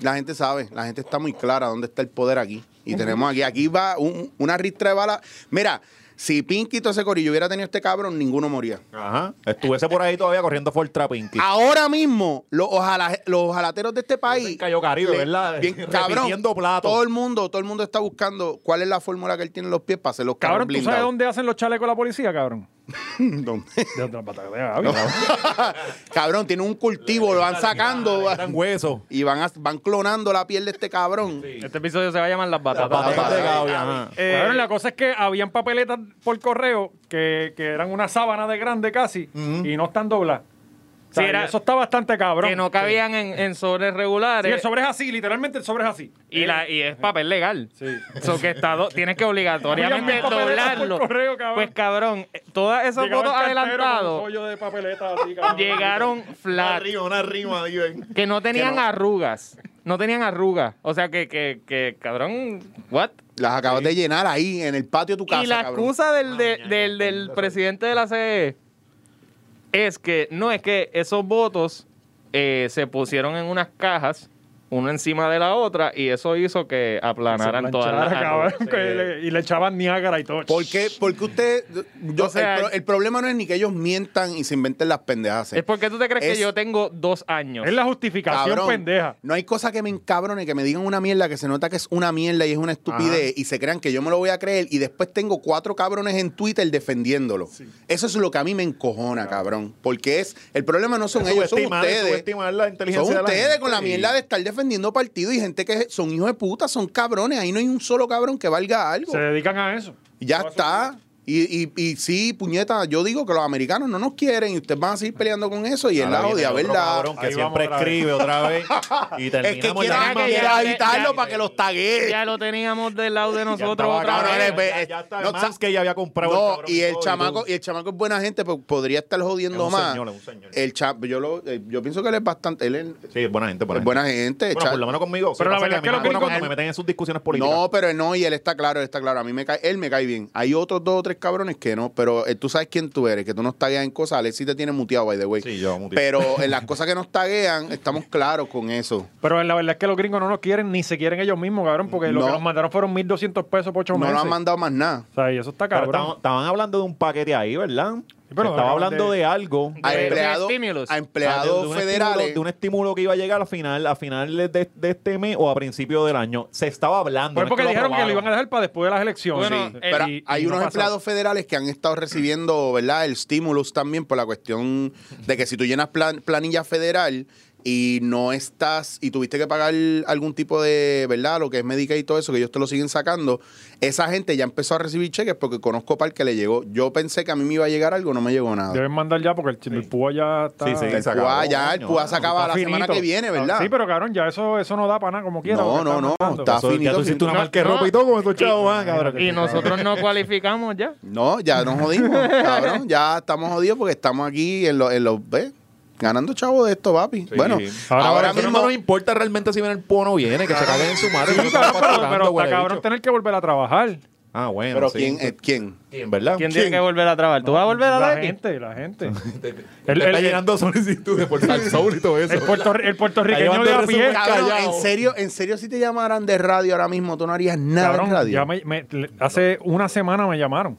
[SPEAKER 6] La gente sabe, la gente está muy clara dónde está el poder aquí. Y tenemos aquí, aquí va un- una ristra de balas. Mira, si Pinky y todo ese corillo hubiera tenido este cabrón, ninguno moría.
[SPEAKER 2] Ajá. Estuviese por ahí todavía corriendo for Pinky.
[SPEAKER 6] Ahora mismo, los, ojala- los ojalateros de este país.
[SPEAKER 2] en Cayo Caribe,
[SPEAKER 6] le-
[SPEAKER 2] ¿verdad?
[SPEAKER 6] Bien, cabrón.
[SPEAKER 2] Repitiendo platos.
[SPEAKER 6] Todo el mundo, todo el mundo está buscando cuál es la fórmula que él tiene en los pies para hacer los
[SPEAKER 1] Cabrón,
[SPEAKER 6] carros
[SPEAKER 1] ¿tú sabes
[SPEAKER 6] blindados.
[SPEAKER 1] dónde hacen los chalecos la policía, cabrón?
[SPEAKER 6] ¿Dónde?
[SPEAKER 1] De las batatas de Gaby.
[SPEAKER 6] cabrón, tiene un cultivo, lo van sacando
[SPEAKER 2] Tan hueso.
[SPEAKER 6] y van, a- van clonando la piel de este cabrón.
[SPEAKER 3] Este episodio se va a llamar Las Batatas.
[SPEAKER 2] Batatas de Gaby, ajá.
[SPEAKER 3] Eh,
[SPEAKER 1] Cabrón, la cosa es que habían papeletas por correo que, que eran una sábana de grande casi y no están dobladas. O sea,
[SPEAKER 3] Sí, era-
[SPEAKER 1] Eso está bastante cabrón.
[SPEAKER 3] que no cabían en, en sobres
[SPEAKER 1] Sí,
[SPEAKER 3] regulares.
[SPEAKER 1] el sobre es así, literalmente el sobre es así.
[SPEAKER 3] y, la, y es papel legal. So que está do- tienes que obligatoriamente
[SPEAKER 1] Oye, un papel era por
[SPEAKER 3] doblarlo.
[SPEAKER 1] correo, cabrón.
[SPEAKER 3] pues cabrón, eh, todas esas
[SPEAKER 1] Llegaba el cartero con
[SPEAKER 3] fotos
[SPEAKER 1] un
[SPEAKER 3] adelantados
[SPEAKER 1] rollo de papeleta así, cabrón.
[SPEAKER 3] llegaron flat.
[SPEAKER 2] Arriba, una rima, diven.
[SPEAKER 3] Que no tenían arrugas. No tenían arrugas. O sea que, que, que cabrón, what?
[SPEAKER 6] Las acabas de llenar ahí, en el patio de tu casa.
[SPEAKER 3] y la
[SPEAKER 6] cabrón.
[SPEAKER 3] excusa del, de- del, del presidente de la CE es que no es que esos votos eh, se pusieron en unas cajas una encima de la otra y eso hizo que aplanaran
[SPEAKER 1] Se
[SPEAKER 3] todas
[SPEAKER 1] planchara,
[SPEAKER 3] las
[SPEAKER 1] cabrón,
[SPEAKER 3] arrugas.
[SPEAKER 1] que le- Y le echaban Niágara y todo.
[SPEAKER 6] ¿Por qué, por qué usted.? yo-
[SPEAKER 3] O sea,
[SPEAKER 6] el, pro- el problema no es ni que ellos mientan y se inventen las pendejas.
[SPEAKER 3] Es porque tú te crees
[SPEAKER 6] Es-
[SPEAKER 3] que yo tengo dos años.
[SPEAKER 1] Es la justificación
[SPEAKER 6] Cabrón,
[SPEAKER 1] pendeja.
[SPEAKER 6] No hay cosa que me encabrone, que me digan una mierda, que se nota que es una mierda y es una estupidez y se crean que yo me lo voy a creer y después tengo cuatro cabrones en Twitter defendiéndolo. Eso es lo que a mí me encojona, cabrón. Porque es el problema no son ellos, son
[SPEAKER 2] Subestimar-
[SPEAKER 6] ustedes.
[SPEAKER 2] subestimar la inteligencia
[SPEAKER 6] Son
[SPEAKER 2] de la
[SPEAKER 6] ustedes
[SPEAKER 2] gente.
[SPEAKER 6] con la mierda de estar defendiendo partidos y gente que son hijos de puta, son cabrones. Ahí no hay un solo cabrón que valga algo.
[SPEAKER 1] Se dedican a eso.
[SPEAKER 6] Ya
[SPEAKER 1] Todo eso
[SPEAKER 6] está. Y, y, y sí, puñeta, yo digo que los americanos no nos quieren y ustedes van a seguir peleando con eso y es la
[SPEAKER 2] Ahora viene
[SPEAKER 6] jodida,
[SPEAKER 2] otro
[SPEAKER 6] ¿verdad?
[SPEAKER 2] cabrón que
[SPEAKER 1] Ahí vamos
[SPEAKER 2] siempre
[SPEAKER 1] otra vez.
[SPEAKER 2] escribe otra vez. Y
[SPEAKER 6] Es que
[SPEAKER 2] terminamos en
[SPEAKER 6] quiera,
[SPEAKER 2] la misma
[SPEAKER 3] que
[SPEAKER 6] quiera
[SPEAKER 3] ya-
[SPEAKER 6] agitarlo
[SPEAKER 3] ya-
[SPEAKER 6] para que los taguee.
[SPEAKER 3] Ya lo teníamos del lado de
[SPEAKER 2] Ya
[SPEAKER 3] nosotros
[SPEAKER 2] estaba
[SPEAKER 3] otra
[SPEAKER 2] cabrón,
[SPEAKER 3] vez.
[SPEAKER 2] él es- Ya, ya está,
[SPEAKER 6] No,
[SPEAKER 2] el Mans que ya había comprado
[SPEAKER 6] No,
[SPEAKER 2] cabrón
[SPEAKER 6] y el
[SPEAKER 2] todo,
[SPEAKER 6] chamaco, y el chamaco es buena gente, pero podría estar jodiendo
[SPEAKER 2] Es un
[SPEAKER 6] más.
[SPEAKER 2] señor, es un señor.
[SPEAKER 6] El cha- yo lo, eh, yo pienso que él es bastante, él es,
[SPEAKER 2] todo. Sí, buena gente, buena
[SPEAKER 6] es
[SPEAKER 2] gente.
[SPEAKER 6] buena gente.
[SPEAKER 2] Bueno,
[SPEAKER 6] cha-
[SPEAKER 2] por lo menos conmigo.
[SPEAKER 1] Pero la
[SPEAKER 2] pasa
[SPEAKER 1] verdad es que
[SPEAKER 2] a mí
[SPEAKER 1] los
[SPEAKER 2] me- bueno,
[SPEAKER 1] gringos-
[SPEAKER 2] cuando me meten en sus discusiones políticas.
[SPEAKER 6] no, pero no, y él está claro, él está claro. A mí me cae, él me cae bien. Hay otros dos o tres cabrones que no, pero eh, tú sabes quién tú eres, que tú nos tagueas en cosas. Alex sí te tiene muteado, by the way.
[SPEAKER 2] Sí, yo muteado.
[SPEAKER 6] pues, Pero en las cosas que nos taguean, estamos claros con eso.
[SPEAKER 1] Pero la verdad es que los gringos no nos quieren ni se quieren ellos mismos, cabrón, porque lo
[SPEAKER 6] No.
[SPEAKER 1] que nos mandaron fueron 1.200 pesos por 8
[SPEAKER 6] No
[SPEAKER 1] meses.
[SPEAKER 6] nos han mandado más nada.
[SPEAKER 1] O sea, y eso está
[SPEAKER 2] Pero
[SPEAKER 1] cabrón.
[SPEAKER 2] estaban, estaban hablando de un paquete ahí, ¿verdad?
[SPEAKER 1] pero
[SPEAKER 2] Estaba
[SPEAKER 1] acaban
[SPEAKER 2] hablando
[SPEAKER 1] de-
[SPEAKER 2] de, algo.
[SPEAKER 6] A
[SPEAKER 3] De-
[SPEAKER 6] empleados
[SPEAKER 3] de stimulus.
[SPEAKER 6] a
[SPEAKER 2] Ah, de- de
[SPEAKER 6] empleados
[SPEAKER 2] un
[SPEAKER 6] federales.
[SPEAKER 2] estímulo- de un estímulo que iba a llegar a final, a finales de, de este mes o a principio del año. Se estaba hablando.
[SPEAKER 1] Fue
[SPEAKER 2] no
[SPEAKER 1] Pues
[SPEAKER 2] es
[SPEAKER 1] porque
[SPEAKER 2] que lo
[SPEAKER 1] dijeron que lo
[SPEAKER 2] aprobaron.
[SPEAKER 1] iban a dejar para después de las elecciones.
[SPEAKER 3] Bueno,
[SPEAKER 1] Sí.
[SPEAKER 3] eh,
[SPEAKER 6] Pero
[SPEAKER 1] Y-
[SPEAKER 6] hay
[SPEAKER 1] y no
[SPEAKER 6] unos
[SPEAKER 1] pasó.
[SPEAKER 6] empleados federales que han estado recibiendo, ¿verdad? El stimulus también por la cuestión de que si tú llenas plan- planilla federal y no estás y tuviste que pagar algún tipo de, ¿verdad? Lo que es Medicaid y todo eso, que ellos te lo siguen sacando, esa gente ya empezó a recibir cheques porque conozco par que le llegó. Yo pensé que a mí me iba a llegar algo, no me llegó nada.
[SPEAKER 1] Deben mandar ya porque el, ch- el púa ya está.
[SPEAKER 2] Sí, sí,
[SPEAKER 6] El
[SPEAKER 2] se
[SPEAKER 6] PUA
[SPEAKER 2] acabó,
[SPEAKER 6] ya, el
[SPEAKER 2] coño,
[SPEAKER 6] PUA
[SPEAKER 2] no,
[SPEAKER 6] se acaba
[SPEAKER 1] está
[SPEAKER 6] la semana
[SPEAKER 1] finito. Ah,
[SPEAKER 6] que viene, ¿verdad?
[SPEAKER 1] Sí, pero cabrón, ya eso, eso no da para nada como quiera. lo que
[SPEAKER 6] No, no,
[SPEAKER 1] están
[SPEAKER 6] no,
[SPEAKER 1] mandando.
[SPEAKER 6] está-
[SPEAKER 2] Eso- ya
[SPEAKER 6] finito,
[SPEAKER 2] tú hiciste una
[SPEAKER 3] finito.
[SPEAKER 2] marca de
[SPEAKER 3] No,
[SPEAKER 2] ropa y todo con esos
[SPEAKER 3] y-
[SPEAKER 2] chavos, ah, cabrón.
[SPEAKER 3] Y nosotros no cualificamos ya.
[SPEAKER 6] No, ya nos jodimos, cabrón. Ya estamos jodidos porque estamos aquí en, los en los ¿ves? ganando chavo de esto, papi. Bueno,
[SPEAKER 1] Ahora-
[SPEAKER 6] ahora,
[SPEAKER 1] ahora
[SPEAKER 2] Pero
[SPEAKER 6] mismo
[SPEAKER 2] no nos importa realmente si viene el pono viene, que se caguen en su madre.
[SPEAKER 1] Sí, cabrón, pero, pero está cabrón este tener que volver a trabajar.
[SPEAKER 2] Ah, bueno.
[SPEAKER 6] Pero
[SPEAKER 2] sí.
[SPEAKER 6] quién, eh, quién.
[SPEAKER 2] ¿Quién, verdad?
[SPEAKER 3] ¿Quién, tiene que volver a trabajar? ¿Tú vas a volver a
[SPEAKER 1] La
[SPEAKER 3] la
[SPEAKER 1] gente, la gente.
[SPEAKER 2] Él
[SPEAKER 1] El-
[SPEAKER 2] está
[SPEAKER 1] el-
[SPEAKER 2] llenando solicitudes por Dark Soul y todo eso.
[SPEAKER 1] El, puerto- el puertorriqueño de a
[SPEAKER 2] Está llevando
[SPEAKER 1] pie.
[SPEAKER 2] resumen.
[SPEAKER 6] Cabrón,
[SPEAKER 2] Callao.
[SPEAKER 6] en serio, en serio, si te llamaran de radio ahora mismo, tú no harías nada
[SPEAKER 1] Cabrón,
[SPEAKER 6] en radio.
[SPEAKER 1] ya me- me- le- hace una semana me llamaron.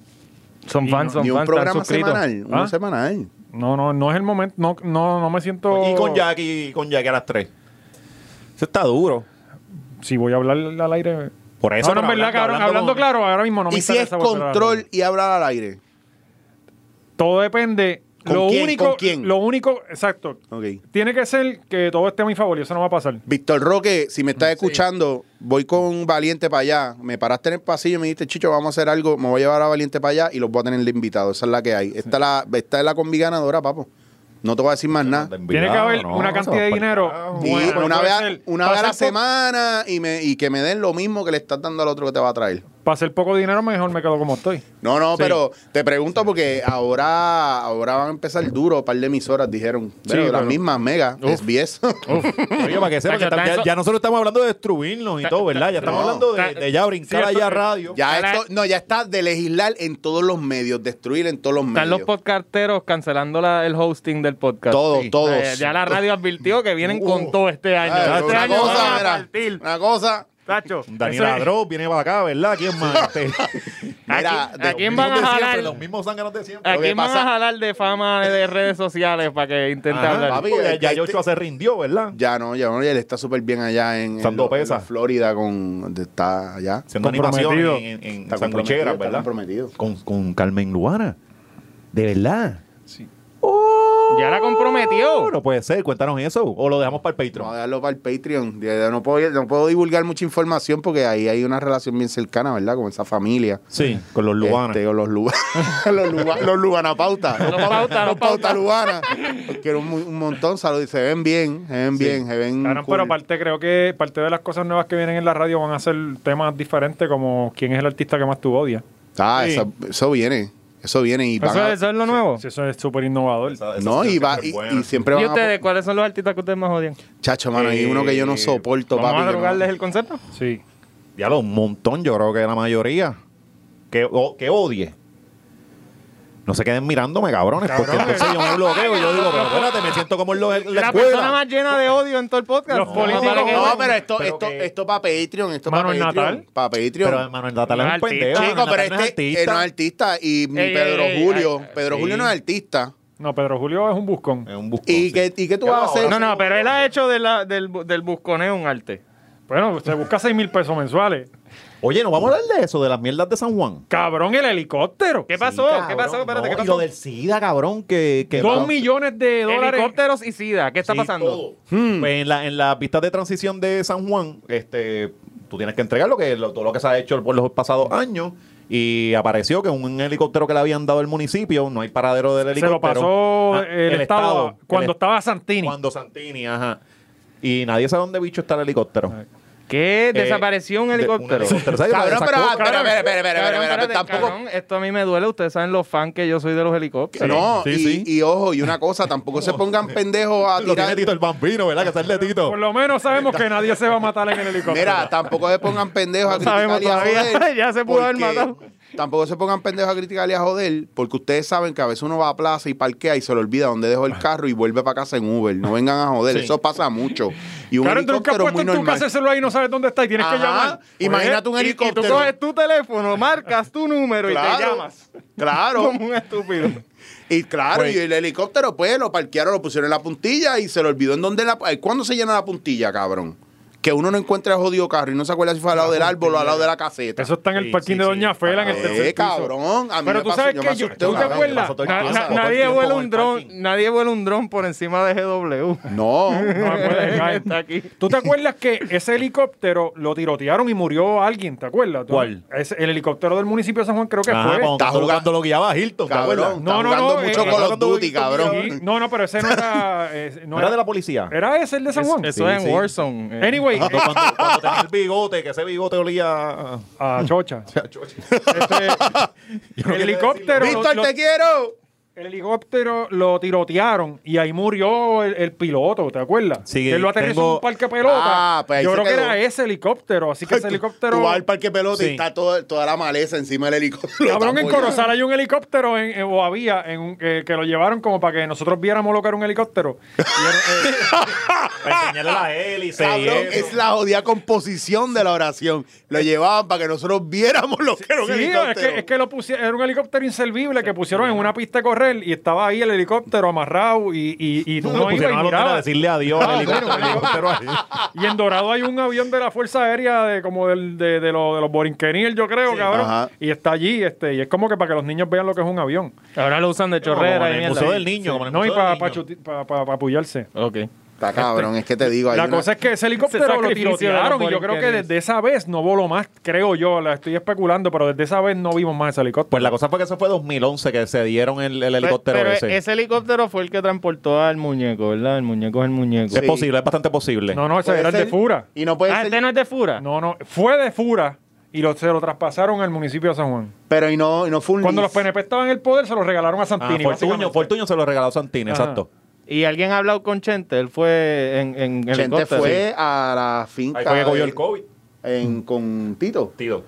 [SPEAKER 3] Son fans, son
[SPEAKER 6] Ni un
[SPEAKER 3] fans, están
[SPEAKER 6] programa
[SPEAKER 3] suscritos.
[SPEAKER 6] semanal, uno
[SPEAKER 1] ¿Ah?
[SPEAKER 6] semanal.
[SPEAKER 1] No, no, no es el momento. No, no, no me siento.
[SPEAKER 2] Y con Jackie, con Jackie a las 3. Eso está duro.
[SPEAKER 1] Si voy a hablar al aire.
[SPEAKER 2] Por eso,
[SPEAKER 1] No, no, en
[SPEAKER 2] pero
[SPEAKER 1] verdad,
[SPEAKER 2] hablando-
[SPEAKER 1] cabrón. Hablando,
[SPEAKER 2] hablando con-
[SPEAKER 1] claro, ahora mismo no me
[SPEAKER 6] y si es
[SPEAKER 1] interesa volver a la
[SPEAKER 6] control
[SPEAKER 1] radio.
[SPEAKER 6] y hablar al aire.
[SPEAKER 1] Todo depende.
[SPEAKER 6] ¿Con
[SPEAKER 1] lo
[SPEAKER 6] quién?
[SPEAKER 1] único.
[SPEAKER 6] ¿Con quién?
[SPEAKER 1] Lo único, exacto.
[SPEAKER 6] Ok.
[SPEAKER 1] Tiene que ser que todo esté a mi favor y eso no va a pasar.
[SPEAKER 6] Víctor Roque, si me estás escuchando, voy con Valiente para allá. Me paraste en el pasillo y me dijiste, Chicho, vamos a hacer algo. Me voy a llevar a Valiente para allá y los voy a tener de invitado. Esa es la que hay. Esta, es la, esta es la combi ganadora, papo. No te voy a decir más nada.
[SPEAKER 1] Tiene que haber una cantidad
[SPEAKER 2] pues,
[SPEAKER 1] de dinero.
[SPEAKER 6] Y
[SPEAKER 1] Bueno, pero
[SPEAKER 6] una
[SPEAKER 1] puede
[SPEAKER 6] vez, a-
[SPEAKER 1] ser.
[SPEAKER 6] una
[SPEAKER 1] Para
[SPEAKER 6] vez a la
[SPEAKER 1] hacer po-
[SPEAKER 6] semana y, me, y que me den lo mismo que le estás dando al otro que te va a traer.
[SPEAKER 1] Para hacer poco dinero, mejor me quedo como estoy.
[SPEAKER 6] No, no, pero te pregunto porque ahora, ahora van a empezar duro, un par de emisoras dijeron. Pero las
[SPEAKER 1] pero-
[SPEAKER 6] mismas mega, es 10.
[SPEAKER 2] Oye, para que sepan
[SPEAKER 3] Tacho,
[SPEAKER 2] que tam-
[SPEAKER 3] está
[SPEAKER 2] ya,
[SPEAKER 3] eso-
[SPEAKER 2] ya nosotros estamos hablando de destruirnos y todo, ¿verdad? Ya estamos
[SPEAKER 6] no.
[SPEAKER 2] hablando de,
[SPEAKER 3] Ta-
[SPEAKER 2] de ya brincar
[SPEAKER 3] sí, esto-
[SPEAKER 2] allá a radio.
[SPEAKER 6] ya
[SPEAKER 3] Ahora-
[SPEAKER 6] esto, no, ya está de legislar en todos los medios, destruir en todos los
[SPEAKER 3] Están los
[SPEAKER 6] medios.
[SPEAKER 3] podcasteros cancelando la- el hosting del podcast.
[SPEAKER 6] Todos, todos.
[SPEAKER 3] Eh, ya la radio advirtió que vienen con todo este año.
[SPEAKER 6] Ah,
[SPEAKER 3] este
[SPEAKER 6] una
[SPEAKER 3] año
[SPEAKER 6] cosa,
[SPEAKER 3] van a
[SPEAKER 6] mira,
[SPEAKER 3] partir.
[SPEAKER 6] una cosa.
[SPEAKER 3] Tacho, eso
[SPEAKER 2] Daniel
[SPEAKER 3] es-
[SPEAKER 2] Adro viene para acá, ¿verdad? ¿Quién más? Este,
[SPEAKER 6] Mira,
[SPEAKER 3] ¿A
[SPEAKER 6] de-
[SPEAKER 3] quién van
[SPEAKER 2] los
[SPEAKER 3] a
[SPEAKER 2] mismos de siempre,
[SPEAKER 3] jalar? Ah,
[SPEAKER 2] Los mismos zánganos de siempre.
[SPEAKER 3] ¿A
[SPEAKER 6] Lo que
[SPEAKER 3] quién van
[SPEAKER 6] pasa-
[SPEAKER 3] a jalar de fama de redes sociales para que intente
[SPEAKER 2] Ajá,
[SPEAKER 3] hablar?
[SPEAKER 6] papi,
[SPEAKER 2] porque
[SPEAKER 6] eh,
[SPEAKER 2] ya
[SPEAKER 6] este-
[SPEAKER 2] Yochoa se rindió, ¿verdad?
[SPEAKER 6] Ya no, ya no, ya él está súper bien allá en, en,
[SPEAKER 2] Sando
[SPEAKER 6] lo- en
[SPEAKER 2] pesa.
[SPEAKER 6] la Florida con está allá.
[SPEAKER 2] Haciendo
[SPEAKER 1] Comprometido.
[SPEAKER 2] animaciones en, en, en
[SPEAKER 6] comprometido,
[SPEAKER 2] sandwicheras,
[SPEAKER 6] está
[SPEAKER 2] ¿verdad?
[SPEAKER 6] comprometido.
[SPEAKER 2] Con, con Carmen Luana. De verdad.
[SPEAKER 1] Sí.
[SPEAKER 2] ¡Oh!
[SPEAKER 3] Ya la comprometió.
[SPEAKER 2] No puede ser, cuéntanos eso. O lo dejamos para el
[SPEAKER 6] Vamos a
[SPEAKER 2] Patreon.
[SPEAKER 6] dejarlo para el Patreon. Ya- ya No puedo, no puedo divulgar mucha información porque ahí hay una relación bien cercana, ¿verdad? Con esa familia.
[SPEAKER 2] Sí, con los lubanos.
[SPEAKER 6] Este, o los, Luba- los, Luba- los Lubanapautas.
[SPEAKER 3] Los pauta, los
[SPEAKER 6] Los pauta
[SPEAKER 3] pauta.
[SPEAKER 6] lubana. Los quiero un, un montón. Saludos. Y Se ven bien, se ven bien, se
[SPEAKER 3] Mm,
[SPEAKER 6] ven.
[SPEAKER 1] Claro,
[SPEAKER 6] cool.
[SPEAKER 1] pero aparte creo que parte de las cosas nuevas que vienen en la radio van a ser temas diferentes como quién es el artista que más tú odias.
[SPEAKER 6] Ah,
[SPEAKER 2] Sí.
[SPEAKER 6] eso, eso viene. Eso viene. Y van
[SPEAKER 3] Eso,
[SPEAKER 6] a-
[SPEAKER 3] eso es lo nuevo.
[SPEAKER 1] Sí, Eso es súper innovador.
[SPEAKER 6] no, y, va, y, y siempre
[SPEAKER 3] ¿Y
[SPEAKER 6] van
[SPEAKER 3] ustedes
[SPEAKER 6] a...
[SPEAKER 3] cuáles son los artistas que ustedes más odian?
[SPEAKER 6] Chacho, mano, hay uno que yo no
[SPEAKER 2] Eh,
[SPEAKER 6] soporto,
[SPEAKER 3] Vamos
[SPEAKER 6] papi.
[SPEAKER 3] a
[SPEAKER 6] que no-
[SPEAKER 3] drogarles el concepto.
[SPEAKER 1] Sí.
[SPEAKER 2] Ya lo, un montón, yo creo que la mayoría. Que, o- que odie. No se queden mirándome, cabrones, porque entonces yo me bloqueo y yo digo, pero espérate, me siento como en los- en la,
[SPEAKER 3] La
[SPEAKER 2] escuela.
[SPEAKER 3] persona más llena de odio en todo el podcast.
[SPEAKER 1] Los políticos
[SPEAKER 3] Para que-
[SPEAKER 6] No, pero esto,
[SPEAKER 2] Pero
[SPEAKER 6] esto,
[SPEAKER 2] que-
[SPEAKER 6] esto para Patreon, esto para
[SPEAKER 1] Manuel
[SPEAKER 6] Patreon.
[SPEAKER 1] Natal.
[SPEAKER 6] Para Patreon.
[SPEAKER 2] Pero Manuel Natal es
[SPEAKER 3] No
[SPEAKER 2] un
[SPEAKER 3] es artista.
[SPEAKER 2] pendejo.
[SPEAKER 6] Chico,
[SPEAKER 2] Manuel
[SPEAKER 6] pero
[SPEAKER 2] Natal no es
[SPEAKER 6] este eh, no es artista. Y mi
[SPEAKER 3] Ey, ey,
[SPEAKER 6] Pedro
[SPEAKER 3] ey,
[SPEAKER 6] Julio.
[SPEAKER 3] ay, ay,
[SPEAKER 6] Pedro
[SPEAKER 3] sí.
[SPEAKER 6] Julio no es artista.
[SPEAKER 1] No, Pedro Julio es un buscón.
[SPEAKER 2] Es un buscón,
[SPEAKER 6] ¿Y,
[SPEAKER 2] sí.
[SPEAKER 6] qué, ¿Y qué tú
[SPEAKER 2] Ya
[SPEAKER 6] vas a
[SPEAKER 2] lo
[SPEAKER 6] hacer?
[SPEAKER 3] No, no, pero él ha hecho de la- del, bu- del busconeo un arte.
[SPEAKER 1] Bueno, se busca 6 mil pesos mensuales.
[SPEAKER 2] Oye, no vamos a hablar de eso, de las mierdas de San Juan.
[SPEAKER 1] Cabrón, el helicóptero.
[SPEAKER 3] ¿Qué pasó?
[SPEAKER 2] Sí,
[SPEAKER 3] ¿Qué
[SPEAKER 2] cabrón,
[SPEAKER 3] pasó? Espérate,
[SPEAKER 2] no,
[SPEAKER 3] ¿qué
[SPEAKER 2] Y lo
[SPEAKER 3] pasó?
[SPEAKER 2] del SIDA, cabrón, que... que
[SPEAKER 1] Dos millones de dólares.
[SPEAKER 3] Helicópteros y SIDA. ¿Qué está
[SPEAKER 2] Sí, todo.
[SPEAKER 3] pasando?
[SPEAKER 1] Hmm.
[SPEAKER 2] Pues en, la, en las pistas de transición de San Juan, este, tú tienes que entregar lo que, lo- todo lo que se ha hecho por los pasados años. Y apareció que un helicóptero que le habían dado el municipio, no hay paradero del
[SPEAKER 1] Se
[SPEAKER 2] helicóptero.
[SPEAKER 1] lo pasó
[SPEAKER 2] Ah,
[SPEAKER 1] el, Estado,
[SPEAKER 2] el
[SPEAKER 1] cuando
[SPEAKER 2] est-
[SPEAKER 1] estaba Santini.
[SPEAKER 2] Cuando Santini, ajá. Y nadie sabe dónde bicho está el helicóptero.
[SPEAKER 3] ¿Qué?
[SPEAKER 2] Eh,
[SPEAKER 3] Desapareció un
[SPEAKER 2] de-
[SPEAKER 3] helicóptero.
[SPEAKER 2] ¿sabes?
[SPEAKER 6] Cabrón,
[SPEAKER 2] Sacó-
[SPEAKER 6] pero, ah,
[SPEAKER 1] cabrón,
[SPEAKER 6] espera, espera, espera, espera,
[SPEAKER 3] Cabrón,
[SPEAKER 6] espera,
[SPEAKER 3] espérate,
[SPEAKER 6] tampoco.
[SPEAKER 3] cabrón, esto a mí me duele. Ustedes saben lo fan que yo soy de los helicópteros.
[SPEAKER 6] No,
[SPEAKER 2] Sí,
[SPEAKER 6] y,
[SPEAKER 2] sí.
[SPEAKER 6] y ojo, y una cosa, tampoco se pongan pendejos a
[SPEAKER 2] Lo tiene
[SPEAKER 6] tirar.
[SPEAKER 2] Tito el vampiro, ¿verdad? Que está el de Tito.
[SPEAKER 1] Por lo menos sabemos que nadie se va a matar en el helicóptero.
[SPEAKER 6] Mira, tampoco se pongan pendejos a
[SPEAKER 3] No sabemos
[SPEAKER 6] criticar y a
[SPEAKER 3] todavía.
[SPEAKER 6] joder.
[SPEAKER 3] Ya se pudo haber
[SPEAKER 6] porque
[SPEAKER 3] matado.
[SPEAKER 6] Tampoco se pongan pendejos a criticar y a joder, porque ustedes saben que a veces uno va a plaza y parquea y se le olvida dónde dejó el carro y vuelve para casa en Uber. No vengan a joder, eso pasa mucho. Y un
[SPEAKER 1] Claro, tú nunca has
[SPEAKER 6] helicóptero es
[SPEAKER 1] puesto
[SPEAKER 6] muy
[SPEAKER 1] en tu
[SPEAKER 6] normal.
[SPEAKER 1] casa el celular y no sabes dónde está y tienes que
[SPEAKER 6] Ajá.
[SPEAKER 1] llamar.
[SPEAKER 6] Imagínate un
[SPEAKER 3] Y-
[SPEAKER 6] helicóptero.
[SPEAKER 3] Y, tú coges tu teléfono, marcas tu número y te
[SPEAKER 6] Claro.
[SPEAKER 3] llamas.
[SPEAKER 6] Claro.
[SPEAKER 3] Como un estúpido.
[SPEAKER 6] Y claro,
[SPEAKER 2] Pues-
[SPEAKER 6] y el helicóptero, pues, lo parquearon, lo pusieron en la puntilla y se le olvidó en dónde la. ay, ¿Cuándo se llena la puntilla, cabrón? Que uno no encuentra el jodido carro y no se acuerda si fue al lado del árbol o al lado de la caseta.
[SPEAKER 1] Eso está en el
[SPEAKER 2] Sí,
[SPEAKER 1] parking
[SPEAKER 2] sí,
[SPEAKER 1] de
[SPEAKER 2] sí.
[SPEAKER 1] Doña Fela en el
[SPEAKER 6] Eh,
[SPEAKER 1] tercer piso.
[SPEAKER 6] cabrón, a mí
[SPEAKER 1] Pero
[SPEAKER 6] me
[SPEAKER 1] tú
[SPEAKER 6] pasó-
[SPEAKER 1] sabes
[SPEAKER 6] yo
[SPEAKER 1] que
[SPEAKER 6] me
[SPEAKER 1] yo,
[SPEAKER 6] asusté
[SPEAKER 1] ¿tú
[SPEAKER 6] una
[SPEAKER 1] te
[SPEAKER 6] vez,
[SPEAKER 1] acuerdas?
[SPEAKER 2] pasó todo el
[SPEAKER 1] Na- na-
[SPEAKER 2] tiempo, pasó todo el
[SPEAKER 1] nadie
[SPEAKER 2] tiempo
[SPEAKER 1] vuela
[SPEAKER 2] en
[SPEAKER 1] un
[SPEAKER 2] el
[SPEAKER 1] dron.
[SPEAKER 2] parking.
[SPEAKER 3] Nadie vuela un dron por encima de GW.
[SPEAKER 6] No.
[SPEAKER 1] No me puede caer.
[SPEAKER 3] Está aquí.
[SPEAKER 1] ¿Tú te acuerdas que ese helicóptero lo tirotearon y murió alguien? ¿Te acuerdas? ¿Tú-
[SPEAKER 2] ¿Cuál? Ah,
[SPEAKER 1] Ese- el helicóptero del municipio de San Juan creo que
[SPEAKER 2] Ajá,
[SPEAKER 1] fue.
[SPEAKER 2] cuando
[SPEAKER 6] Está
[SPEAKER 2] está
[SPEAKER 6] jugando-
[SPEAKER 2] jugando lo guiaba Hilton, ¿te acuerdas?
[SPEAKER 6] Cabrón,
[SPEAKER 1] No,
[SPEAKER 6] está
[SPEAKER 1] no,
[SPEAKER 6] jugando
[SPEAKER 1] no,
[SPEAKER 6] mucho
[SPEAKER 1] eh,
[SPEAKER 6] Call of
[SPEAKER 2] jugando
[SPEAKER 6] Duty,
[SPEAKER 2] Victor
[SPEAKER 1] Sí,
[SPEAKER 6] cabrón.
[SPEAKER 1] no, no, pero ese no era... eh, no
[SPEAKER 2] ¿No era de la policía?
[SPEAKER 1] ¿Era ese el de San Juan?
[SPEAKER 3] Eso
[SPEAKER 2] Sí,
[SPEAKER 3] es en
[SPEAKER 2] sí.
[SPEAKER 3] Warzone. eh.
[SPEAKER 1] Anyway,
[SPEAKER 2] Cuando,
[SPEAKER 1] eh,
[SPEAKER 2] cuando- cuando tenía el bigote, que ese bigote olía a-
[SPEAKER 1] a ah, Chocha.
[SPEAKER 2] a chocha.
[SPEAKER 1] Este, el helicóptero... lo-
[SPEAKER 6] Víctor,
[SPEAKER 1] lo-
[SPEAKER 6] te quiero.
[SPEAKER 1] el helicóptero lo tirotearon y ahí murió el, el piloto, ¿te acuerdas?
[SPEAKER 2] Sí,
[SPEAKER 1] que él lo aterrizó
[SPEAKER 2] tengo-
[SPEAKER 1] en un parque pelota.
[SPEAKER 6] Ah, pues ahí
[SPEAKER 1] Yo
[SPEAKER 6] se
[SPEAKER 1] creo que
[SPEAKER 6] quedó.
[SPEAKER 1] era ese helicóptero, así que ese helicóptero...
[SPEAKER 6] Tú vas al parque pelota
[SPEAKER 2] Sí.
[SPEAKER 6] y está todo- toda la maleza encima del helicóptero.
[SPEAKER 1] Cabrón,
[SPEAKER 6] Está
[SPEAKER 1] en
[SPEAKER 6] apoyado.
[SPEAKER 1] Corozal hay un helicóptero, en, en- o había, en un- que, que lo llevaron como para que nosotros viéramos lo que era un helicóptero.
[SPEAKER 2] Para enseñarle la hélice y
[SPEAKER 6] Cabrón,
[SPEAKER 2] eso.
[SPEAKER 6] es la jodida composición de la oración. Lo llevaban para que nosotros viéramos lo que era un
[SPEAKER 1] Sí, es
[SPEAKER 6] helicóptero.
[SPEAKER 1] que, es que lo pusieron, era un helicóptero inservible que pusieron en una pista de correr y estaba ahí el helicóptero amarrado y, y, y tú
[SPEAKER 2] Lo
[SPEAKER 1] no ibas
[SPEAKER 2] pusieron
[SPEAKER 1] y
[SPEAKER 2] a los nenes a
[SPEAKER 1] mirabas.
[SPEAKER 2] decirle adiós al helicóptero.
[SPEAKER 1] bueno,
[SPEAKER 2] helicóptero ahí.
[SPEAKER 1] Y en Dorado hay un avión de la Fuerza Aérea de como del, de, de los, de los Borinquenil, yo creo, cabrón.
[SPEAKER 6] Ajá.
[SPEAKER 1] Y está allí, este, y es como que para que los niños vean lo que es un avión.
[SPEAKER 3] Ahora lo usan de
[SPEAKER 2] Como
[SPEAKER 3] chorrera
[SPEAKER 2] en
[SPEAKER 3] y
[SPEAKER 2] el
[SPEAKER 3] mierda.
[SPEAKER 2] Museo del Niño. como en el
[SPEAKER 1] No, y
[SPEAKER 2] Museo
[SPEAKER 1] para
[SPEAKER 2] del
[SPEAKER 1] pa
[SPEAKER 2] Niño.
[SPEAKER 1] chuti- pa- pa- pa apoyarse.
[SPEAKER 3] Ok.
[SPEAKER 6] Está cabrón, es que te digo. hay
[SPEAKER 1] este, La
[SPEAKER 6] una-
[SPEAKER 1] cosa es que ese helicóptero lo
[SPEAKER 3] sacrificio de los
[SPEAKER 1] tirotearon y yo creo que
[SPEAKER 3] borinquenes.
[SPEAKER 1] desde esa vez no voló más, creo yo, la estoy especulando, pero desde esa vez no vimos más ese helicóptero.
[SPEAKER 2] Pues la cosa fue que eso fue 2011 que se dieron el,
[SPEAKER 1] Pues,
[SPEAKER 2] el helicóptero
[SPEAKER 3] Pero
[SPEAKER 2] ese.
[SPEAKER 3] ese helicóptero fue el que transportó al muñeco, ¿verdad? El muñeco es el muñeco.
[SPEAKER 2] Es posible, es bastante posible.
[SPEAKER 1] No, no, ese
[SPEAKER 6] Puede
[SPEAKER 1] era el de
[SPEAKER 6] ser.
[SPEAKER 1] Fura.
[SPEAKER 6] Y no puede
[SPEAKER 3] ah,
[SPEAKER 6] ser.
[SPEAKER 3] este no es de Fura.
[SPEAKER 1] No, no, fue de Fura y lo, se lo traspasaron al municipio de San Juan.
[SPEAKER 6] Pero y no, y no fue un
[SPEAKER 1] Cuando los
[SPEAKER 6] lease.
[SPEAKER 1] PNP estaban en el poder, se lo regalaron a
[SPEAKER 2] Ah,
[SPEAKER 1] Santini.
[SPEAKER 2] Fortuño,
[SPEAKER 1] básicamente.
[SPEAKER 2] Fortuño se lo regaló a Santini,
[SPEAKER 1] Ajá.
[SPEAKER 2] exacto.
[SPEAKER 3] Y alguien ha hablado con Chente, él fue en, en
[SPEAKER 6] Chente
[SPEAKER 3] helicóptero.
[SPEAKER 6] fue a la finca.
[SPEAKER 2] Ahí fue que cogió
[SPEAKER 6] de-
[SPEAKER 2] el COVID.
[SPEAKER 6] en- con Tito.
[SPEAKER 2] Tito.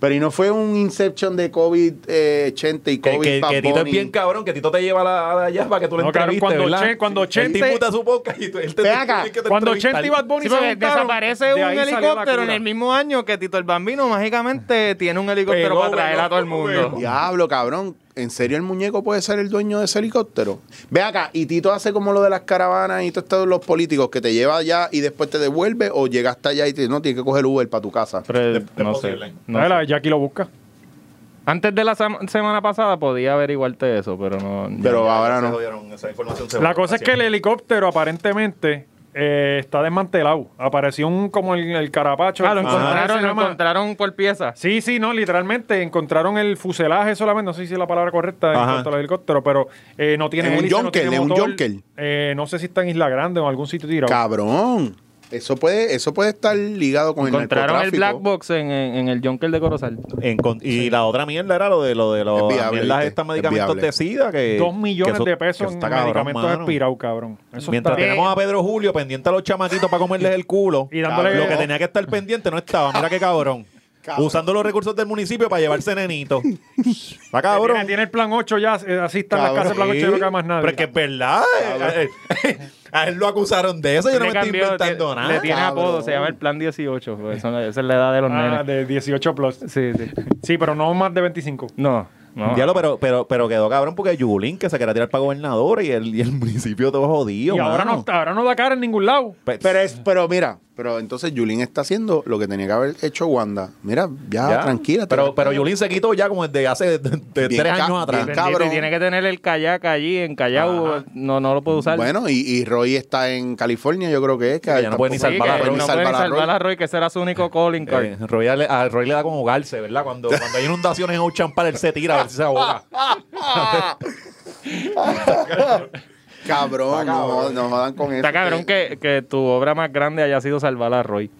[SPEAKER 6] Pero y no fue un inception de COVID, eh, Chente y
[SPEAKER 2] Que,
[SPEAKER 6] COVID.
[SPEAKER 2] que-
[SPEAKER 6] Bad
[SPEAKER 2] que Tito es
[SPEAKER 6] Bunny.
[SPEAKER 2] bien cabrón, que Tito te lleva a la, a la allá para que tú le
[SPEAKER 1] No, claro,
[SPEAKER 2] entrevistes,
[SPEAKER 1] cuando
[SPEAKER 2] ¿verdad?
[SPEAKER 1] Che- cuando
[SPEAKER 2] El
[SPEAKER 1] Chente-
[SPEAKER 2] tipo te su boca y tú- él te
[SPEAKER 6] Ven acá,
[SPEAKER 2] tiene que te
[SPEAKER 1] Cuando
[SPEAKER 2] entrevistar.
[SPEAKER 1] Chente y Bad Bunny
[SPEAKER 3] Sí,
[SPEAKER 1] se
[SPEAKER 3] porque
[SPEAKER 1] juntaron,
[SPEAKER 3] desaparece
[SPEAKER 1] de
[SPEAKER 3] un
[SPEAKER 1] ahí salió la
[SPEAKER 3] helicóptero
[SPEAKER 1] cura.
[SPEAKER 3] en el mismo año que Tito el Bambino mágicamente tiene un helicóptero
[SPEAKER 2] Pegó,
[SPEAKER 3] para traer
[SPEAKER 2] pegó,
[SPEAKER 3] a todo el
[SPEAKER 2] pegó,
[SPEAKER 3] mundo.
[SPEAKER 2] pegó.
[SPEAKER 6] Diablo, cabrón. ¿En serio el muñeco puede ser el dueño de ese helicóptero? Ve acá, ¿y Tito hace como lo de las caravanas y todos estos los políticos que te lleva allá y después te devuelve o llegas hasta allá y te no tienes que coger Uber para tu casa?
[SPEAKER 3] Pero,
[SPEAKER 2] De- de
[SPEAKER 3] no sé.
[SPEAKER 2] posible.
[SPEAKER 3] no
[SPEAKER 1] Dale,
[SPEAKER 3] sé.
[SPEAKER 1] la- Jackie lo busca.
[SPEAKER 3] Antes de la sem- semana pasada podía averiguarte eso, pero no.
[SPEAKER 6] Pero
[SPEAKER 2] Ya,
[SPEAKER 6] ahora
[SPEAKER 2] se
[SPEAKER 6] no.
[SPEAKER 2] jodieron, esa información se
[SPEAKER 1] La
[SPEAKER 2] borró,
[SPEAKER 1] cosa es que el helicóptero aparentemente eh, está desmantelado. Apareció un como el, el carapacho.
[SPEAKER 3] Ah, lo
[SPEAKER 1] el-
[SPEAKER 3] encontraron,
[SPEAKER 1] ese
[SPEAKER 3] lo
[SPEAKER 1] nada más.
[SPEAKER 3] encontraron por piezas.
[SPEAKER 1] Sí, sí, no, literalmente encontraron el fuselaje solamente, no sé si es la palabra correcta en
[SPEAKER 2] Ajá.
[SPEAKER 1] cuanto al helicóptero, pero eh, no tiene
[SPEAKER 6] En un
[SPEAKER 1] hélice, no
[SPEAKER 6] yonkel,
[SPEAKER 1] tiene
[SPEAKER 6] en un
[SPEAKER 1] motor.
[SPEAKER 6] yonkel.
[SPEAKER 1] Eh, no sé si está en Isla Grande o en algún sitio tirado.
[SPEAKER 6] Cabrón. Eso puede, eso puede estar ligado con el
[SPEAKER 3] Encontraron el
[SPEAKER 6] narcotráfico.
[SPEAKER 3] black box en, en- en el Junker de Corozal.
[SPEAKER 2] En con- y la otra mierda era lo de lo de los
[SPEAKER 6] Es viable,
[SPEAKER 2] mierdas
[SPEAKER 6] ¿viste?
[SPEAKER 2] estas
[SPEAKER 6] Es
[SPEAKER 2] medicamentos
[SPEAKER 6] viable.
[SPEAKER 2] de SIDA que
[SPEAKER 1] Dos millones
[SPEAKER 2] que eso-
[SPEAKER 1] de
[SPEAKER 2] que
[SPEAKER 1] pesos
[SPEAKER 2] eso
[SPEAKER 1] en
[SPEAKER 2] está cabrón,
[SPEAKER 1] medicamentos
[SPEAKER 2] mano.
[SPEAKER 1] expirados, cabrón. Eso
[SPEAKER 2] Mientras
[SPEAKER 1] está- Eh,
[SPEAKER 2] tenemos a Pedro Julio pendiente a los chamaquitos para comerles el culo,
[SPEAKER 1] Y dándole-
[SPEAKER 2] lo que tenía que estar pendiente no estaba. Mira qué cabrón. Usando los recursos del municipio para llevarse nenitos. Está cabrón.
[SPEAKER 1] tiene, tiene el plan 8 ya, eh, así está en la
[SPEAKER 6] Cabrón.
[SPEAKER 1] casa el plan 8 y no queda más nadie. Ah,
[SPEAKER 2] Pero es que es verdad. eh, eh, A él lo acusaron de eso. Yo no me
[SPEAKER 3] Le
[SPEAKER 2] estoy
[SPEAKER 3] cambió,
[SPEAKER 2] inventando
[SPEAKER 3] le-
[SPEAKER 2] nada.
[SPEAKER 3] le tiene apodo, se llama el Plan 18. pues, eso- esa es la edad de los
[SPEAKER 1] Ah,
[SPEAKER 3] nenes.
[SPEAKER 1] de 18 plus.
[SPEAKER 3] Sí, sí.
[SPEAKER 1] Sí, pero no más de 25.
[SPEAKER 3] No, no.
[SPEAKER 2] Diablo, pero, pero, pero quedó cabrón porque Yulín que se quería tirar para gobernador y el, y el municipio todo jodido.
[SPEAKER 1] y ahora
[SPEAKER 2] mano.
[SPEAKER 1] no, ahora no da cara en ningún lado.
[SPEAKER 2] Pe-
[SPEAKER 6] Pues, Pero es, pero mira, pero entonces Julín está haciendo lo que tenía que haber hecho Wanda. Mira, ya,
[SPEAKER 2] Ya.
[SPEAKER 6] Ah, tranquila.
[SPEAKER 2] Pero,
[SPEAKER 6] tranquila.
[SPEAKER 2] pero Yulín se quitó ya como desde hace de- de
[SPEAKER 6] Bien
[SPEAKER 2] tres
[SPEAKER 6] ca-
[SPEAKER 2] años atrás.
[SPEAKER 6] bien
[SPEAKER 3] Bendito, y
[SPEAKER 6] cabrón.
[SPEAKER 3] tiene que tener el kayak allí en Callao.
[SPEAKER 2] Ajá.
[SPEAKER 3] No, no lo puedo usar.
[SPEAKER 6] bueno, y, y Roy está en California, yo creo que es. Que
[SPEAKER 2] Que ya no puede ni
[SPEAKER 3] Sí, que
[SPEAKER 2] salvar a
[SPEAKER 3] no
[SPEAKER 2] Roy.
[SPEAKER 3] pueden
[SPEAKER 6] salvar a Roy.
[SPEAKER 3] salvar a Roy, que será su único calling card.
[SPEAKER 2] Eh, Roy le- a Roy le da como ahogarse, ¿verdad? Cuando, cuando hay inundaciones en Ochampal, él se tira a ver si se ahoga.
[SPEAKER 6] Cabrón, no, no jodan con eso.
[SPEAKER 3] Está cabrón que, que tu obra más grande haya sido salvar a Roy.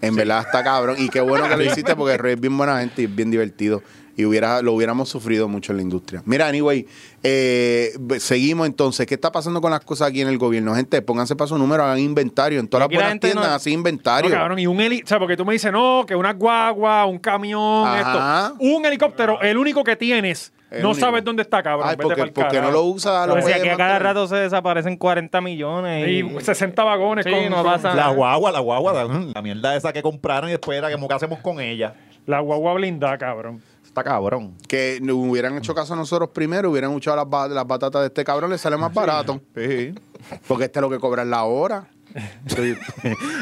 [SPEAKER 6] En verdad está cabrón. Y qué bueno que lo hiciste porque Roy es bien buena gente y es bien divertido. Y hubiera, lo hubiéramos sufrido mucho en la industria. Mira, anyway, eh, ve- seguimos entonces. ¿Qué está pasando con las cosas aquí en el gobierno? Gente, pónganse para su número, hagan inventario. En todas las
[SPEAKER 3] Aquí la
[SPEAKER 6] buenas
[SPEAKER 3] gente
[SPEAKER 6] tiendas,
[SPEAKER 3] no-
[SPEAKER 6] así inventario.
[SPEAKER 1] No, cabrón, y un heli... O sea, porque tú me dices, no, que una guagua, un camión,
[SPEAKER 6] Ajá.
[SPEAKER 1] esto. Un helicóptero, el único que tienes,
[SPEAKER 6] El
[SPEAKER 1] no
[SPEAKER 6] único.
[SPEAKER 1] sabes dónde está, cabrón.
[SPEAKER 6] Ay,
[SPEAKER 1] Vete
[SPEAKER 6] porque,
[SPEAKER 1] pa'l
[SPEAKER 6] porque no
[SPEAKER 1] carajo.
[SPEAKER 6] lo usa, lo
[SPEAKER 3] Pues si
[SPEAKER 6] puede
[SPEAKER 3] aquí a cada
[SPEAKER 6] mantener.
[SPEAKER 3] rato se desaparecen 40 millones. Y,
[SPEAKER 1] Y 60 vagones
[SPEAKER 3] Sí,
[SPEAKER 1] con,
[SPEAKER 3] no
[SPEAKER 1] con-
[SPEAKER 3] pasa.
[SPEAKER 2] La guagua, la guagua, la, la mierda esa que compraron y después era como que hacemos con ella.
[SPEAKER 1] la guagua blindada, cabrón.
[SPEAKER 2] Está cabrón.
[SPEAKER 6] Que no hubieran hecho caso a nosotros primero, hubieran echado las, ba- las batatas de este cabrón, le sale más barato. Porque este es lo que cobran la hora.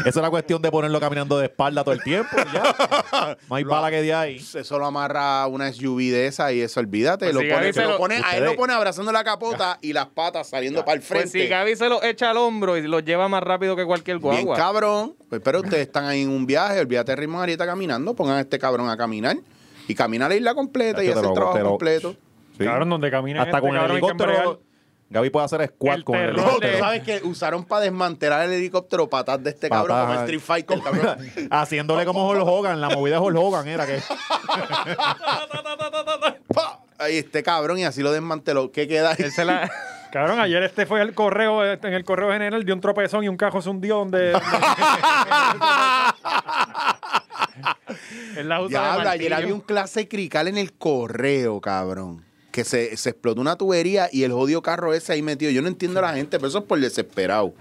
[SPEAKER 2] Esa era cuestión de ponerlo caminando de espalda todo el tiempo. y ya. No hay bala que de ahí.
[SPEAKER 6] Eso lo amarra a una SUV de esa y eso, olvídate.
[SPEAKER 3] Pues
[SPEAKER 6] lo
[SPEAKER 3] sí,
[SPEAKER 6] pone,
[SPEAKER 3] Gaby,
[SPEAKER 6] se
[SPEAKER 3] pero
[SPEAKER 6] lo pone- a él
[SPEAKER 2] ustedes-
[SPEAKER 6] lo pone abrazando la capota y las patas saliendo para el
[SPEAKER 3] pues si
[SPEAKER 6] frente.
[SPEAKER 3] Gaby se los echa al hombro y los lleva más rápido que cualquier
[SPEAKER 6] Bien
[SPEAKER 3] guagua.
[SPEAKER 6] cabrón. Pues, pero ustedes están ahí en un viaje, olvídate de Ritmo Arieta caminando, pongan a este cabrón a caminar y camina la isla completa y hace
[SPEAKER 2] Hacho, te
[SPEAKER 6] el
[SPEAKER 2] lo-
[SPEAKER 6] trabajo
[SPEAKER 2] te lo-
[SPEAKER 6] completo.
[SPEAKER 1] Cabrón, donde camina
[SPEAKER 2] Hasta
[SPEAKER 1] gente,
[SPEAKER 2] con el
[SPEAKER 1] cabrón, hay que
[SPEAKER 2] helicóptero. Gaby puede hacer squat
[SPEAKER 1] El
[SPEAKER 2] con el
[SPEAKER 1] terror
[SPEAKER 6] No,
[SPEAKER 1] de-
[SPEAKER 6] tú
[SPEAKER 2] helicóptero.
[SPEAKER 6] sabes que usaron para desmantelar el helicóptero patas de este cabrón
[SPEAKER 2] Patas.
[SPEAKER 6] como el Street Fighter, cabrón.
[SPEAKER 2] Haciéndole como Hulk Hogan, la movida de Hulk Hogan era que.
[SPEAKER 6] ¡Pa! Ahí este cabrón y así lo desmanteló. ¿Qué queda ahí?
[SPEAKER 3] Él se la-
[SPEAKER 1] embrear. Cabrón, ayer este fue al correo, este, en el correo general, dio un tropezón y un cajo se hundió donde...
[SPEAKER 3] él la usa de
[SPEAKER 6] Diablo, ayer
[SPEAKER 3] martillo.
[SPEAKER 6] había un clase crical en el correo, cabrón. Que se, se explotó una tubería y el jodido carro ese ahí metido. Yo no entiendo a la gente, pero eso es por desesperado.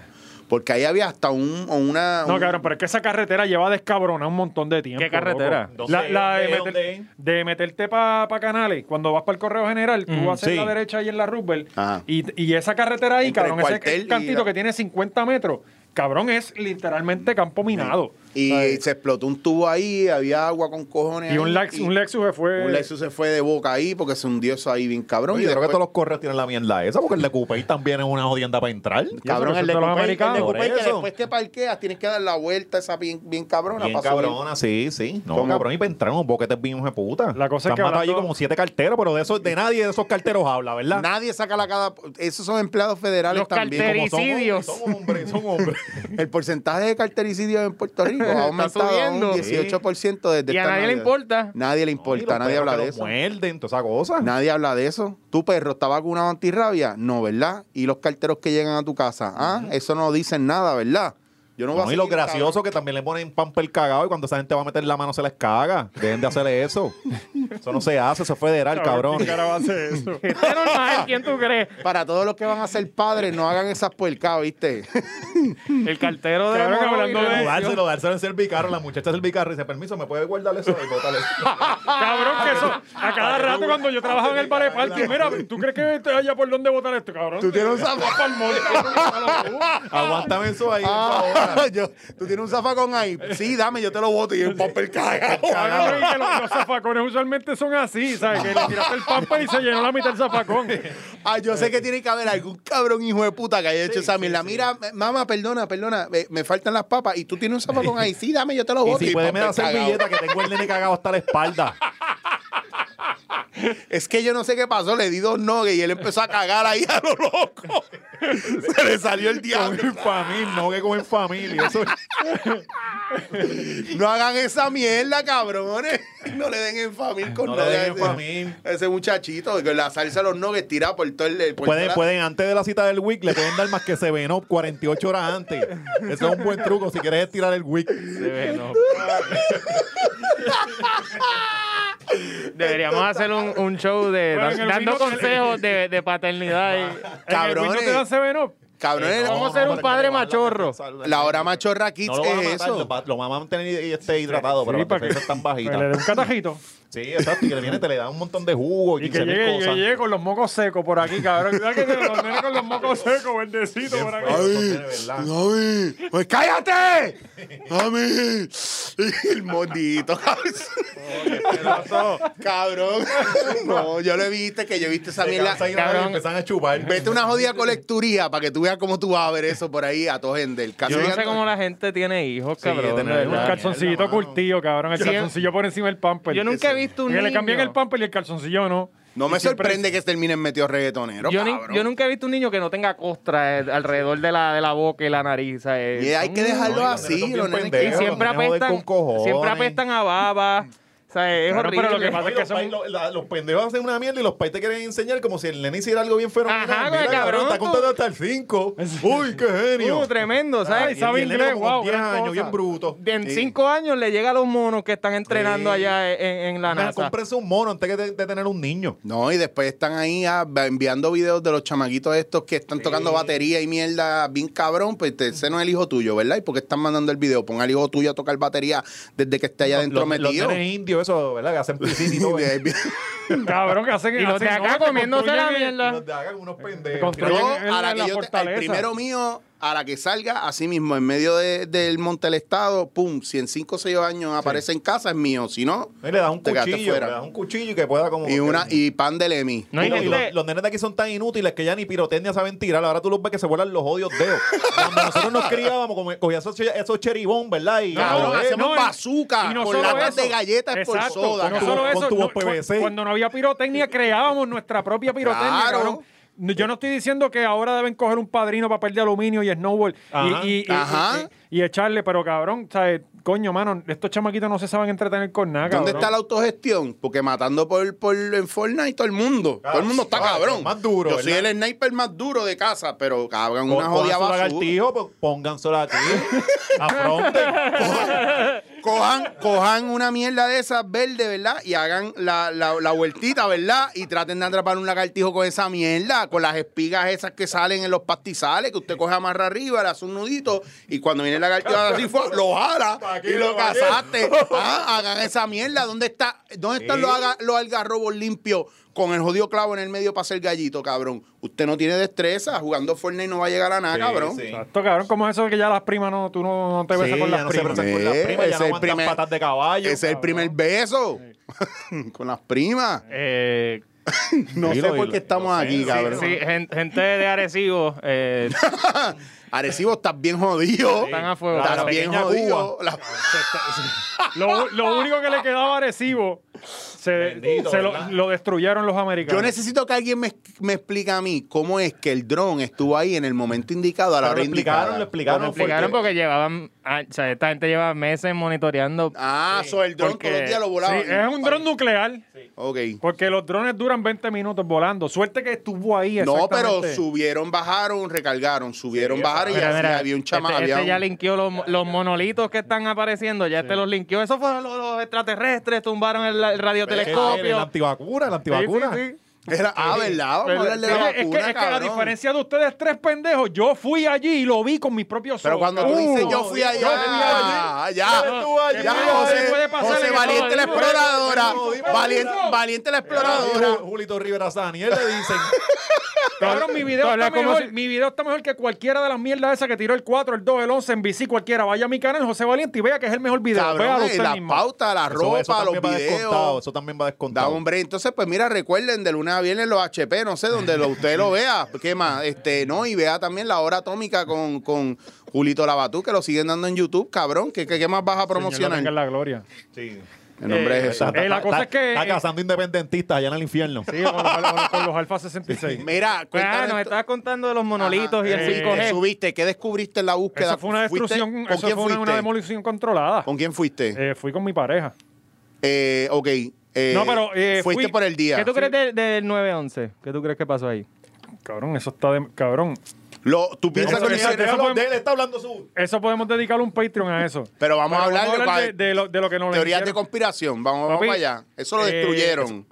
[SPEAKER 6] Porque ahí había hasta un, o una.
[SPEAKER 1] No,
[SPEAKER 6] un-
[SPEAKER 1] cabrón, pero es que esa carretera lleva descabrona un montón de tiempo.
[SPEAKER 3] ¿Qué carretera?
[SPEAKER 1] loco.
[SPEAKER 2] No
[SPEAKER 1] La,
[SPEAKER 2] sé,
[SPEAKER 1] la de,
[SPEAKER 2] ¿de
[SPEAKER 1] meter-
[SPEAKER 2] dónde?
[SPEAKER 1] de meterte para Canales, cuando vas para el Correo General, tú haces
[SPEAKER 2] sí.
[SPEAKER 1] la derecha ahí en la Roosevelt
[SPEAKER 6] Ajá.
[SPEAKER 1] y, y esa carretera ahí,
[SPEAKER 6] Entre el
[SPEAKER 1] cabrón, ese
[SPEAKER 6] cuartel y
[SPEAKER 1] cantito
[SPEAKER 6] la-
[SPEAKER 1] que tiene 50 metros, cabrón, es literalmente campo minado.
[SPEAKER 6] Y
[SPEAKER 3] eh,
[SPEAKER 6] se explotó un tubo ahí, había agua con cojones.
[SPEAKER 1] Y un,
[SPEAKER 6] ahí,
[SPEAKER 1] Lex- un Lexus se fue...
[SPEAKER 6] un Lexus se fue de boca ahí porque se hundió eso ahí bien cabrón. Y
[SPEAKER 2] Yo creo que
[SPEAKER 6] después-
[SPEAKER 2] todos los correos tienen la mierda esa, porque el de Coupey también es una jodienda para entrar.
[SPEAKER 6] Cabrón,
[SPEAKER 1] eso
[SPEAKER 6] el
[SPEAKER 1] es
[SPEAKER 6] de
[SPEAKER 1] de los
[SPEAKER 6] Coupé, el de
[SPEAKER 1] americanos,
[SPEAKER 6] Coupé,
[SPEAKER 2] por
[SPEAKER 6] que
[SPEAKER 2] eso.
[SPEAKER 6] después que parqueas tienes que dar la vuelta esa bien, bien cabrona.
[SPEAKER 2] Bien
[SPEAKER 6] pa' subir.
[SPEAKER 2] cabrona, sí, sí. No,
[SPEAKER 6] ¿Cómo?
[SPEAKER 2] cabrón, y para entrar unos boquetes bien de puta.
[SPEAKER 1] La cosa es
[SPEAKER 2] Se
[SPEAKER 1] que
[SPEAKER 2] han matado
[SPEAKER 1] hablando-
[SPEAKER 2] allí como siete carteros, pero de esos, de nadie de esos carteros habla, ¿verdad?
[SPEAKER 6] Nadie saca la cada. Esos son empleados federales
[SPEAKER 3] Los
[SPEAKER 6] también.
[SPEAKER 3] carteristas.
[SPEAKER 2] Como son hombres,
[SPEAKER 3] Homicidios.
[SPEAKER 2] Son hombres, son hombres.
[SPEAKER 6] El porcentaje de cartericidios en Puerto Rico ha aumentado a un
[SPEAKER 3] subiendo.
[SPEAKER 6] 18% desde
[SPEAKER 3] Y a nadie
[SPEAKER 6] esta
[SPEAKER 3] le
[SPEAKER 6] Navidad.
[SPEAKER 3] importa.
[SPEAKER 6] Nadie le
[SPEAKER 2] Y los
[SPEAKER 6] importa, nadie
[SPEAKER 2] perros
[SPEAKER 6] habla
[SPEAKER 2] que
[SPEAKER 6] de
[SPEAKER 2] los
[SPEAKER 6] eso.
[SPEAKER 2] Muerden, toda esa cosa.
[SPEAKER 6] Nadie habla de eso. ¿Tu perro está vacunado antirrabia? No, ¿verdad? ¿Y los carteros que llegan a tu casa? Ah, eso no dicen nada, ¿verdad? Yo no, voy a
[SPEAKER 2] No, y lo
[SPEAKER 6] seguir,
[SPEAKER 2] gracioso que también le ponen pamper cagado y cuando esa gente va a meter la mano se les caga. Dejen de hacerle eso. eso no se hace, eso es federal, cabrón.
[SPEAKER 1] ¿Qué cara va a hacer eso?
[SPEAKER 3] Este normal, ¿quién tú crees?
[SPEAKER 6] cabrón. Para todos los que van a ser padres, no hagan esas puercas, ¿viste?
[SPEAKER 3] El cartero de
[SPEAKER 1] Cabrón,
[SPEAKER 3] Morovis
[SPEAKER 1] hablando de-
[SPEAKER 3] renunció.
[SPEAKER 2] Dárselo, dárselo en servicarro. La muchacha servicarro dice, permiso, ¿me puede guardar eso? Y botarle.
[SPEAKER 1] Ah, Cabrón, que eso,
[SPEAKER 6] Ah,
[SPEAKER 1] a cada rato cuando yo trabajaba en el bar de parking, mira, ¿tú crees que te haya por dónde botar esto, cabrón?
[SPEAKER 6] Tú tienes un
[SPEAKER 1] Vas pa'l monte, cabrón.
[SPEAKER 2] Aguántame eso ahí, por favor.
[SPEAKER 6] Ah, yo- tú tienes un zafacón ahí. Sí, dame, yo te lo boto y el papel caga.
[SPEAKER 1] Cabrón, y que los, los zafacones usualmente usualmente son así, ¿sabes? Que le tiraste el pamper y se llenó la mitad del zapacón.
[SPEAKER 6] Ah, yo
[SPEAKER 2] Eh.
[SPEAKER 6] sé que tiene que haber algún cabrón hijo de puta que haya hecho esa mierda. Mira, eh, mamá, perdona, perdona, me, me faltan las papas y tú tienes un zapacón ahí. Sí, dame, yo te lo
[SPEAKER 2] Y
[SPEAKER 6] boto.
[SPEAKER 2] si puede, me
[SPEAKER 6] pam,
[SPEAKER 2] da
[SPEAKER 6] cagao.
[SPEAKER 2] servilleta que tengo el nene cagado hasta la espalda.
[SPEAKER 6] Es que yo no sé qué pasó, le di dos nogues y él empezó a cagar ahí a lo loco. Se le salió el
[SPEAKER 2] Como
[SPEAKER 6] diablo.
[SPEAKER 2] en familia, no que como en familia. Eso,
[SPEAKER 6] Pues No hagan esa mierda, cabrones. No le den en familia con
[SPEAKER 2] no le den
[SPEAKER 6] nuggets.
[SPEAKER 2] familia.
[SPEAKER 6] Ese muchachito, que la salsa de los nogues tirada por todo el. por
[SPEAKER 2] Pueden,
[SPEAKER 6] toda la-
[SPEAKER 2] pueden, antes de la cita del week, le pueden dar más que se venó 48 horas antes. Eso es un buen truco si quieres estirar el week.
[SPEAKER 3] Se ve, no. Deberíamos hacer un, un show de
[SPEAKER 1] Bueno, en el
[SPEAKER 3] dando
[SPEAKER 1] vino-
[SPEAKER 3] consejos de, de paternidad. y-
[SPEAKER 1] Cabrones.
[SPEAKER 6] Cabrones.
[SPEAKER 1] te dan CBNO?
[SPEAKER 6] Cabrones,
[SPEAKER 3] Vamos a ser un padre machorro.
[SPEAKER 6] la hora machorra kids
[SPEAKER 2] Eh, No lo van a
[SPEAKER 6] es
[SPEAKER 2] matar,
[SPEAKER 6] eso.
[SPEAKER 2] lo, va- lo van a mantener y- y esté hidratado, pero las
[SPEAKER 1] para que
[SPEAKER 2] defensas están
[SPEAKER 1] que Le dé
[SPEAKER 2] bajitas.
[SPEAKER 1] un catajito.
[SPEAKER 2] Sí, exacto. Y que le viene, te le dan un montón de jugo y,
[SPEAKER 1] Y que
[SPEAKER 2] 15 mil
[SPEAKER 1] llegue, que
[SPEAKER 2] cosas.
[SPEAKER 1] llegue con los mocos secos por aquí, cabrón. Cuidado que te los nenes con los mocos secos, bendecito por aquí.
[SPEAKER 2] Ay, ¿verdad?
[SPEAKER 6] ¡Mami! ¡Pues cállate! ¡Mami! El mordito, cabrón. cabrón. No, yo le viste que yo viste esa
[SPEAKER 2] Se
[SPEAKER 6] mierda.
[SPEAKER 2] cansan y nada,
[SPEAKER 3] Cabrón.
[SPEAKER 2] y empiezan a chupar.
[SPEAKER 6] Vete a una jodida colecturía para que tú veas cómo tú vas a ver eso por ahí a toda gente. El caso
[SPEAKER 3] Yo no
[SPEAKER 6] gigante-
[SPEAKER 3] sé cómo la gente tiene hijos, cabrón.
[SPEAKER 2] tener
[SPEAKER 3] de
[SPEAKER 2] un
[SPEAKER 1] Un
[SPEAKER 3] verdad.
[SPEAKER 1] calzoncillito
[SPEAKER 2] mierda, mano.
[SPEAKER 1] curtido, cabrón. El
[SPEAKER 3] Yo-
[SPEAKER 1] calzoncillo por encima del pamper.
[SPEAKER 3] Yo nunca he visto un
[SPEAKER 1] Que
[SPEAKER 3] niño.
[SPEAKER 1] le cambian el pamper y el calzoncillo no.
[SPEAKER 6] No
[SPEAKER 1] Y
[SPEAKER 6] me
[SPEAKER 1] siempre-
[SPEAKER 6] sorprende que terminen metidos reggaetoneros,
[SPEAKER 3] yo, ni-
[SPEAKER 6] cabrón.
[SPEAKER 3] yo nunca he visto un niño que no tenga costra eh, alrededor de la, de la boca y la nariz. ¿sabes?
[SPEAKER 6] Y hay que
[SPEAKER 3] Son-
[SPEAKER 6] dejarlo
[SPEAKER 2] No, y los nenes
[SPEAKER 6] así,
[SPEAKER 2] son bien
[SPEAKER 6] los nenes.
[SPEAKER 2] pendejos.
[SPEAKER 3] Y siempre
[SPEAKER 2] Los nenes joden
[SPEAKER 3] apestan,
[SPEAKER 2] con cojones.
[SPEAKER 3] siempre apestan a baba. O sea, es
[SPEAKER 1] Claro,
[SPEAKER 3] horrible.
[SPEAKER 1] pero lo que
[SPEAKER 2] No,
[SPEAKER 1] pasa-
[SPEAKER 2] y los,
[SPEAKER 1] son-
[SPEAKER 2] pais- lo- la- los pendejos hacen una mierda y los pais te quieren enseñar como si el nene hiciera algo bien fenomenal.
[SPEAKER 3] Ajá,
[SPEAKER 2] Mira,
[SPEAKER 3] güey, cabrón,
[SPEAKER 2] Está
[SPEAKER 3] tú-
[SPEAKER 2] contando hasta el 5. Uy, qué genio.
[SPEAKER 3] Uh, tremendo,
[SPEAKER 2] Ah,
[SPEAKER 3] ¿sabes?
[SPEAKER 2] y
[SPEAKER 1] Ay, sabe
[SPEAKER 2] el nene
[SPEAKER 1] inglés,
[SPEAKER 2] como con
[SPEAKER 1] wow,
[SPEAKER 2] 10
[SPEAKER 1] gran
[SPEAKER 2] años,
[SPEAKER 1] cosa.
[SPEAKER 2] bien bruto.
[SPEAKER 3] En cinco años le llega a los monos que están entrenando
[SPEAKER 2] Sí.
[SPEAKER 3] allá en, en la
[SPEAKER 2] Mira,
[SPEAKER 3] NASA.
[SPEAKER 2] cómprense un mono antes que de, de tener un niño.
[SPEAKER 6] No, y después están ahí ah, enviando videos de los chamaquitos estos que están tocando batería y mierda bien cabrón, pues te- ese no es el hijo tuyo, ¿verdad? ¿Y por qué están mandando el video? Pon al hijo tuyo a tocar batería desde que esté allá adentro
[SPEAKER 2] Los, los
[SPEAKER 6] metido.
[SPEAKER 2] nenes indios, eso, ¿verdad? Que hacen piscina y todo. eso.
[SPEAKER 1] Cabrón, que hacen
[SPEAKER 3] Y los de
[SPEAKER 1] hacen-
[SPEAKER 3] acá
[SPEAKER 1] no, te
[SPEAKER 3] comiéndose la
[SPEAKER 1] construyen el-
[SPEAKER 3] mierda.
[SPEAKER 2] Los de hagan unos pendejos.
[SPEAKER 1] construyen
[SPEAKER 6] Yo,
[SPEAKER 1] el-
[SPEAKER 6] a la que yo te- al
[SPEAKER 1] fortaleza.
[SPEAKER 6] primero mío, a la que salga, así mismo, en medio de- del monte del estado, pum, si en 5 o 6 años aparece en casa, es mío, si no,
[SPEAKER 2] Y Le das un
[SPEAKER 6] Te quedaste
[SPEAKER 2] cuchillo, le
[SPEAKER 6] fuera.
[SPEAKER 2] das un cuchillo y que pueda como...
[SPEAKER 6] y, una, y pan de Lemi.
[SPEAKER 3] No hay
[SPEAKER 2] Y los-
[SPEAKER 3] gente-
[SPEAKER 2] los, los nenes de aquí son tan inútiles que ya ni pirotecnia saben tirar. Ahora tú los ves que se vuelan los odios dedos. Cuando nosotros nos criábamos, como- cogían esos, che- esos cheribón, ¿verdad? Y
[SPEAKER 6] Cabrón,
[SPEAKER 2] joder,
[SPEAKER 6] hacemos
[SPEAKER 1] no, y-
[SPEAKER 6] bazooka
[SPEAKER 1] y no
[SPEAKER 6] con
[SPEAKER 1] solo
[SPEAKER 6] latas
[SPEAKER 1] eso.
[SPEAKER 6] de galletas por
[SPEAKER 1] Exacto,
[SPEAKER 6] soda.
[SPEAKER 1] No
[SPEAKER 2] con
[SPEAKER 6] cabrón.
[SPEAKER 1] solo eso,
[SPEAKER 2] tubos
[SPEAKER 1] no, cu-
[SPEAKER 2] PVC.
[SPEAKER 1] cuando no había pirotecnia, creábamos nuestra propia pirotecnia.
[SPEAKER 6] Claro.
[SPEAKER 1] cabrón. No, Yo no estoy diciendo que ahora deben coger un padrino, papel de aluminio y snowball y-
[SPEAKER 2] Ajá.
[SPEAKER 1] y, y-
[SPEAKER 6] Ajá.
[SPEAKER 1] y- y echarle, pero cabrón, ¿sabes? coño, mano, estos chamaquitos no se saben entretener con nada.
[SPEAKER 6] ¿Dónde
[SPEAKER 1] cabrón.
[SPEAKER 6] está la autogestión? Porque matando por, por en Fortnite todo el mundo. todo el mundo está
[SPEAKER 2] claro,
[SPEAKER 6] cabrón.
[SPEAKER 2] más duro,
[SPEAKER 6] Yo soy
[SPEAKER 2] ¿verdad?
[SPEAKER 6] el sniper más duro de casa, pero cabrón,
[SPEAKER 2] Con-
[SPEAKER 6] una jodida
[SPEAKER 2] cojan su
[SPEAKER 6] basura.
[SPEAKER 2] lagartijo, pues, pongan su lagartijo. Afronten.
[SPEAKER 6] Cojan, cojan una mierda de esas verde, ¿verdad? Y hagan la, la, la vueltita, ¿verdad? Y traten de atrapar un lagartijo con esa mierda, con las espigas esas que salen en los pastizales, que usted coge amarra arriba, le hace un nudito, y cuando viene el lagartijo así, fue, lo jala
[SPEAKER 2] aquí,
[SPEAKER 6] y lo
[SPEAKER 2] lo aquí.
[SPEAKER 6] cazaste. Ah, hagan esa mierda. ¿Dónde está, dónde están los, haga- los algarrobos limpios con el jodido clavo en el medio para ser gallito, cabrón? Usted no tiene destreza, jugando Fortnite no va a llegar a nada, cabrón.
[SPEAKER 2] Sí, sí.
[SPEAKER 1] Exacto, cabrón, ¿cómo es eso de que ya las primas no, tú no, no te besas
[SPEAKER 2] Sí,
[SPEAKER 1] con
[SPEAKER 2] ya
[SPEAKER 1] las
[SPEAKER 2] no se
[SPEAKER 1] primas?
[SPEAKER 2] besan con las
[SPEAKER 6] Eh,
[SPEAKER 2] primas, ya
[SPEAKER 6] ese
[SPEAKER 2] no
[SPEAKER 6] el
[SPEAKER 2] aguantan
[SPEAKER 6] primer-
[SPEAKER 2] patas de caballo.
[SPEAKER 6] Ese es el primer beso. con las primas.
[SPEAKER 3] Eh,
[SPEAKER 6] No
[SPEAKER 2] Dilo,
[SPEAKER 6] sé por
[SPEAKER 2] dilo.
[SPEAKER 6] qué estamos
[SPEAKER 2] No sé,
[SPEAKER 6] aquí,
[SPEAKER 2] sí,
[SPEAKER 6] cabrón. Ah,
[SPEAKER 3] sí, gen- gente de Arecibo eh,
[SPEAKER 6] Arecibo estás bien jodido.
[SPEAKER 3] están a fuego.
[SPEAKER 6] Estás
[SPEAKER 2] la
[SPEAKER 6] bien
[SPEAKER 2] pequeña
[SPEAKER 6] jodido. La-
[SPEAKER 1] Lo, lo único que le quedaba agresivo, se,
[SPEAKER 2] Bendito,
[SPEAKER 1] se lo,
[SPEAKER 2] ¿verdad?
[SPEAKER 1] lo destruyeron los americanos.
[SPEAKER 6] Yo necesito que alguien me, me explique a mí cómo es que el dron estuvo ahí en el momento indicado, a la
[SPEAKER 2] Pero
[SPEAKER 6] hora
[SPEAKER 2] lo explicaron,
[SPEAKER 6] indicada.
[SPEAKER 2] lo explicaron.
[SPEAKER 3] Me explicaron porque llevaron, o sea, esta gente lleva meses monitoreando.
[SPEAKER 6] Ah, so el dron
[SPEAKER 3] porque-
[SPEAKER 6] todos los días lo
[SPEAKER 1] Sí,
[SPEAKER 6] volaban.
[SPEAKER 1] es un dron nuclear,
[SPEAKER 6] Ok.
[SPEAKER 1] porque los drones duran 20 minutos volando. Suerte que estuvo ahí.
[SPEAKER 6] No, pero
[SPEAKER 1] exactamente.
[SPEAKER 6] subieron, bajaron, recargaron, subieron, bajaron y
[SPEAKER 3] Mira,
[SPEAKER 6] así
[SPEAKER 3] mira,
[SPEAKER 6] había un chama,
[SPEAKER 3] este,
[SPEAKER 6] había
[SPEAKER 3] este ya
[SPEAKER 6] un-
[SPEAKER 3] linkeó los, los monolitos que están apareciendo, ya este los linkeó. Eso fueron los, los extraterrestres, tumbaron el, el
[SPEAKER 2] Ah, La
[SPEAKER 3] radiotelescopio.
[SPEAKER 2] antivacuna, la
[SPEAKER 1] Sí, sí,
[SPEAKER 2] antivacuna.
[SPEAKER 1] sí.
[SPEAKER 6] Era- ah, ¿verdad? Vamos a
[SPEAKER 3] Pero-
[SPEAKER 6] hablar de la
[SPEAKER 1] Es que- es que,
[SPEAKER 6] vacuna,
[SPEAKER 1] es que la
[SPEAKER 6] cabrón.
[SPEAKER 1] diferencia de ustedes tres pendejos, yo fui allí y lo vi con mis propios ojos.
[SPEAKER 6] Pero cuando tú
[SPEAKER 1] cabrón.
[SPEAKER 6] dices
[SPEAKER 1] Uh,
[SPEAKER 6] yo fui
[SPEAKER 1] yo
[SPEAKER 6] allá,
[SPEAKER 1] fui allí.
[SPEAKER 6] ya,
[SPEAKER 2] Yo estuve allí.
[SPEAKER 6] ya
[SPEAKER 1] Yo
[SPEAKER 6] José,
[SPEAKER 1] puede pasar
[SPEAKER 6] José
[SPEAKER 1] en el
[SPEAKER 6] Valiente el
[SPEAKER 1] Rodrigo.
[SPEAKER 6] explorador exploradora.
[SPEAKER 2] Pero dime,
[SPEAKER 6] Valiente,
[SPEAKER 2] dime.
[SPEAKER 6] valiente la
[SPEAKER 2] Ahora,
[SPEAKER 6] exploradora.
[SPEAKER 2] Julito Rivera Sani, él le dicen.
[SPEAKER 1] Cabrón, mi video,
[SPEAKER 3] Tú
[SPEAKER 1] está
[SPEAKER 3] hablas como
[SPEAKER 1] mejor,
[SPEAKER 3] si-
[SPEAKER 1] mi video está mejor que cualquiera de las mierdas esas que tiró el 4, el 2, el 11, en bici cualquiera. Vaya a mi canal, José Valiente, y vea que es el mejor video.
[SPEAKER 6] Cabrón,
[SPEAKER 1] Véalo
[SPEAKER 6] eh,
[SPEAKER 1] usted
[SPEAKER 6] la
[SPEAKER 1] mismo.
[SPEAKER 6] pauta, la ropa,
[SPEAKER 2] también va
[SPEAKER 6] los
[SPEAKER 2] descontado,
[SPEAKER 6] videos.
[SPEAKER 2] Eso también va
[SPEAKER 6] Da
[SPEAKER 2] descontado.
[SPEAKER 6] hombre, entonces pues mira, recuerden de lunes a viernes los HP, no sé, donde lo, usted lo vea, ¿qué más? Este, no, y vea también la hora atómica con, con Julito Labatú, que lo siguen dando en YouTube, cabrón, ¿qué, qué, qué más vas a promocionar?
[SPEAKER 1] Señor, la tenga en la gloria.
[SPEAKER 2] Sí.
[SPEAKER 6] El nombre es Jesús.
[SPEAKER 1] Eh, la cosa es que-
[SPEAKER 2] Está cazando independentistas allá en el infierno.
[SPEAKER 1] Sí, con, con- con los Alfa 66.
[SPEAKER 6] Mira, cuéntanos
[SPEAKER 3] Ah, nos
[SPEAKER 6] esto-
[SPEAKER 3] estabas contando de los monolitos y el
[SPEAKER 1] eh,
[SPEAKER 3] 5G.
[SPEAKER 6] ¿Qué subiste? ¿Qué descubriste en la búsqueda?
[SPEAKER 1] Eso fue una
[SPEAKER 6] ¿Fuiste?
[SPEAKER 1] destrucción,
[SPEAKER 6] ¿Con
[SPEAKER 1] eso fue
[SPEAKER 6] quién
[SPEAKER 1] una,
[SPEAKER 6] fuiste?
[SPEAKER 1] una demolición controlada.
[SPEAKER 6] ¿Con quién fuiste?
[SPEAKER 1] Eh, fui con mi pareja.
[SPEAKER 6] Eh, ok. eh,
[SPEAKER 1] No, pero, eh,
[SPEAKER 6] fuiste
[SPEAKER 1] fui-
[SPEAKER 6] por el día.
[SPEAKER 3] ¿Qué tú crees del, del 911? ¿Qué tú crees que pasó ahí?
[SPEAKER 1] Cabrón, eso está de. Cabrón.
[SPEAKER 6] Lo- tú piensas
[SPEAKER 1] Eso-
[SPEAKER 6] que lo
[SPEAKER 1] eso-
[SPEAKER 6] hicieron-
[SPEAKER 1] eso fue-
[SPEAKER 2] De él está hablando su.
[SPEAKER 1] Eso podemos dedicarle un Patreon a eso.
[SPEAKER 6] Pero vamos a hablar de-
[SPEAKER 1] de, de lo, de lo que nos le
[SPEAKER 6] Teorías de
[SPEAKER 1] hicieron.
[SPEAKER 6] conspiración. Vamos,
[SPEAKER 1] Papi,
[SPEAKER 6] vamos allá. Eso lo
[SPEAKER 1] eh,
[SPEAKER 6] destruyeron.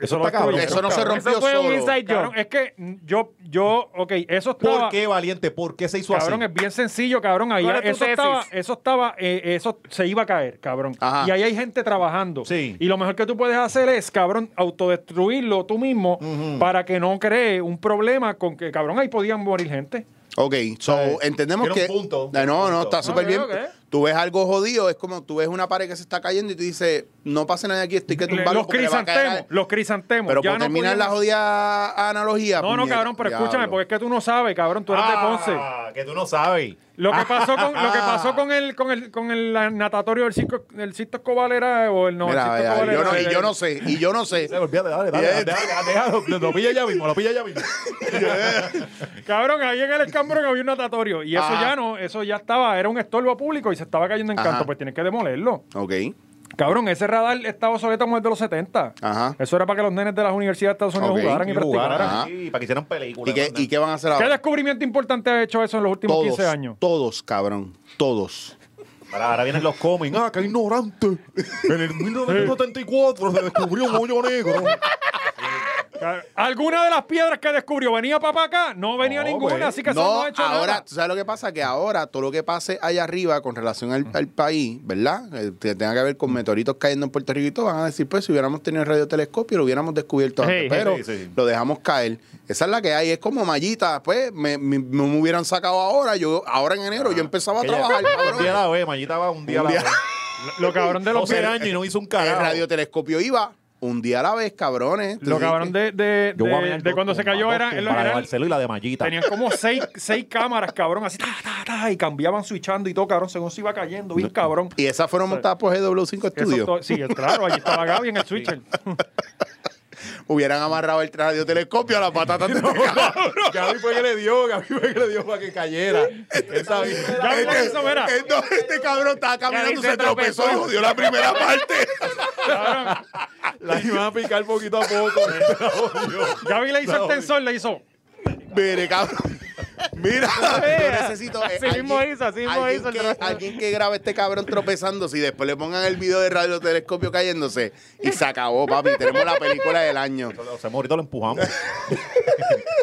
[SPEAKER 2] Eso
[SPEAKER 1] lo
[SPEAKER 2] está cabrón.
[SPEAKER 1] destruyeron,
[SPEAKER 6] eso no se
[SPEAKER 1] cabrón.
[SPEAKER 6] rompió
[SPEAKER 3] Eso fue un
[SPEAKER 6] solo.
[SPEAKER 3] inside job.
[SPEAKER 1] Cabrón, es que yo, yo, ok, eso estaba.
[SPEAKER 2] ¿Por qué, valiente? ¿Por qué se hizo
[SPEAKER 1] Cabrón, es
[SPEAKER 2] así?
[SPEAKER 1] bien sencillo, cabrón. Ahí
[SPEAKER 3] ¿Cuál es tu
[SPEAKER 1] eso
[SPEAKER 3] tesis?
[SPEAKER 1] estaba, eso estaba, eh, eso se iba a caer, cabrón.
[SPEAKER 6] Ajá.
[SPEAKER 1] Y ahí hay gente trabajando.
[SPEAKER 2] Sí.
[SPEAKER 1] Y lo mejor que tú puedes hacer es, cabrón, autodestruirlo tú mismo para que no cree un problema con que, cabrón, ahí podían morir gente.
[SPEAKER 6] Ok, so,
[SPEAKER 1] Eh,
[SPEAKER 6] entendemos
[SPEAKER 2] tiene
[SPEAKER 6] que.
[SPEAKER 2] un punto,
[SPEAKER 6] Eh, no,
[SPEAKER 2] un
[SPEAKER 6] no,
[SPEAKER 2] punto.
[SPEAKER 6] está
[SPEAKER 2] No,
[SPEAKER 6] súper bien.
[SPEAKER 3] ok, ok.
[SPEAKER 6] Tú ves algo jodido, es como tú ves una pared que se está cayendo y tú dices, no pasa nada aquí, estoy que tumbarlo.
[SPEAKER 1] Los
[SPEAKER 6] porque le va a caer a-
[SPEAKER 1] crisantemos, los crisantemos.
[SPEAKER 6] Pero
[SPEAKER 1] Ya
[SPEAKER 6] por
[SPEAKER 1] no
[SPEAKER 6] terminar la
[SPEAKER 1] podíamos-
[SPEAKER 6] jodida analogía.
[SPEAKER 1] No, no,
[SPEAKER 6] puñeta,
[SPEAKER 1] cabrón, pero escúchame,
[SPEAKER 6] diablo.
[SPEAKER 1] porque es que tú no sabes, cabrón, tú eres de Ponce.
[SPEAKER 2] Ah, que tú no sabes.
[SPEAKER 1] Lo que pasó con, lo que pasó con el, con el, con el natatorio del circo, el Sisto Escobar era, o el no, el
[SPEAKER 6] Mira,
[SPEAKER 1] Sisto
[SPEAKER 6] vea,
[SPEAKER 1] Escobar
[SPEAKER 6] yo
[SPEAKER 1] era-
[SPEAKER 6] no- y yo no sé, y yo no sé.
[SPEAKER 2] Se olvídate, dale, dale,
[SPEAKER 6] Y
[SPEAKER 2] dale,
[SPEAKER 6] este-
[SPEAKER 2] dale, déjalo, lo, lo pilla ya mismo, lo pilla ya mismo.
[SPEAKER 1] Cabrón, ahí en el escambrón había un natatorio. Y eso
[SPEAKER 6] Ajá.
[SPEAKER 1] ya no, eso ya estaba, era un estorbo público y se estaba cayendo en
[SPEAKER 6] Ajá.
[SPEAKER 1] canto. Pues tienes que demolerlo.
[SPEAKER 6] Ok.
[SPEAKER 1] Cabrón, ese radar estaba obsoleto como el de los 70.
[SPEAKER 6] Ajá.
[SPEAKER 1] Eso era para que los nenes de las universidades de Estados Unidos
[SPEAKER 6] Ok,
[SPEAKER 1] jugaran y
[SPEAKER 2] Y
[SPEAKER 1] practicaran.
[SPEAKER 2] jugaran,
[SPEAKER 6] Ajá.
[SPEAKER 2] sí, para que hicieran películas.
[SPEAKER 6] ¿Y qué,
[SPEAKER 2] ¿verdad?
[SPEAKER 6] ¿Y qué van a hacer
[SPEAKER 1] ¿Qué
[SPEAKER 6] ahora?
[SPEAKER 1] descubrimiento importante ha hecho eso en los últimos 15 años?
[SPEAKER 6] Todos, cabrón. Todos.
[SPEAKER 2] Ahora, ahora vienen los cómics. Ah, qué ignorante. En el 1974 se descubrió un hoyo negro.
[SPEAKER 1] Ca- ¿Alguna de las piedras que descubrió venía para acá? No venía
[SPEAKER 2] No,
[SPEAKER 1] ninguna,
[SPEAKER 2] güey.
[SPEAKER 1] así que eso no
[SPEAKER 6] No,
[SPEAKER 1] ha hecho
[SPEAKER 6] ahora,
[SPEAKER 1] nada.
[SPEAKER 6] ¿tú sabes lo que pasa? Que ahora todo lo que pase allá arriba con relación al, al país, ¿verdad? Eh, Que tenga que ver
[SPEAKER 1] Mm.
[SPEAKER 6] con meteoritos cayendo en Puerto Rico y todo, van a decir, pues si hubiéramos tenido el radiotelescopio lo hubiéramos descubierto antes,
[SPEAKER 3] Sí, sí,
[SPEAKER 6] pero
[SPEAKER 2] sí, sí.
[SPEAKER 6] lo dejamos caer. Esa es la que hay, es como mallita, pues me, me- no me hubieran sacado ahora, yo ahora en enero yo
[SPEAKER 1] Ah,
[SPEAKER 6] empezaba a
[SPEAKER 2] Ella-
[SPEAKER 6] trabajar,
[SPEAKER 2] Un día a
[SPEAKER 6] cabrón.
[SPEAKER 2] la vez, Mayita va un día a
[SPEAKER 6] Un
[SPEAKER 2] la
[SPEAKER 6] día-
[SPEAKER 2] vez.
[SPEAKER 1] Lo, lo cabrón de los
[SPEAKER 2] 12
[SPEAKER 1] piedras-
[SPEAKER 2] años y no hizo un
[SPEAKER 6] El
[SPEAKER 2] carajo.
[SPEAKER 6] radiotelescopio iba un día a la vez, cabrones.
[SPEAKER 1] Lo cabrón de, de-
[SPEAKER 2] Yo voy a
[SPEAKER 1] de-
[SPEAKER 2] mirar
[SPEAKER 1] de
[SPEAKER 2] dos
[SPEAKER 1] cuando se
[SPEAKER 2] tumbas,
[SPEAKER 1] cayó
[SPEAKER 2] dos
[SPEAKER 1] era,
[SPEAKER 2] tumbas, la de
[SPEAKER 1] era-
[SPEAKER 2] Barceló y la de Mallita.
[SPEAKER 1] Tenían como seis, seis cámaras, cabrón, así, ta, ta, ta, y cambiaban switchando y todo, cabrón, según se iba cayendo, bien cabrón.
[SPEAKER 6] Y esas fueron montadas por GW5
[SPEAKER 1] Eso
[SPEAKER 6] Studios.
[SPEAKER 1] to- sí, claro, allí estaba Gaby en el switcher.
[SPEAKER 6] Hubieran amarrado el radiotelescopio a las patatas de este cabrón.
[SPEAKER 2] Gaby fue que le dio, Gaby fue que le dio para que cayera. Esa
[SPEAKER 1] Ya
[SPEAKER 6] Este-
[SPEAKER 1] lo hizo, mira.
[SPEAKER 6] entonces este cabrón estaba
[SPEAKER 3] Ya
[SPEAKER 6] caminando,
[SPEAKER 3] ni se
[SPEAKER 6] se tropezó y
[SPEAKER 3] tropezó.
[SPEAKER 6] jodió la primera parte.
[SPEAKER 2] la iban a picar poquito a poco.
[SPEAKER 1] Gaby le hizo el tensor, le hizo.
[SPEAKER 6] Mire, cabrón. Mira, yo necesito. eh,
[SPEAKER 3] Así mismo hizo, así mismo
[SPEAKER 6] alguien
[SPEAKER 3] hizo el
[SPEAKER 6] Que,
[SPEAKER 3] trozo.
[SPEAKER 6] alguien que grabe este cabrón tropezándose y después le pongan el video de radiotelescopio cayéndose. Y se acabó, papi. Tenemos la película del año.
[SPEAKER 2] Se ahorita lo empujamos.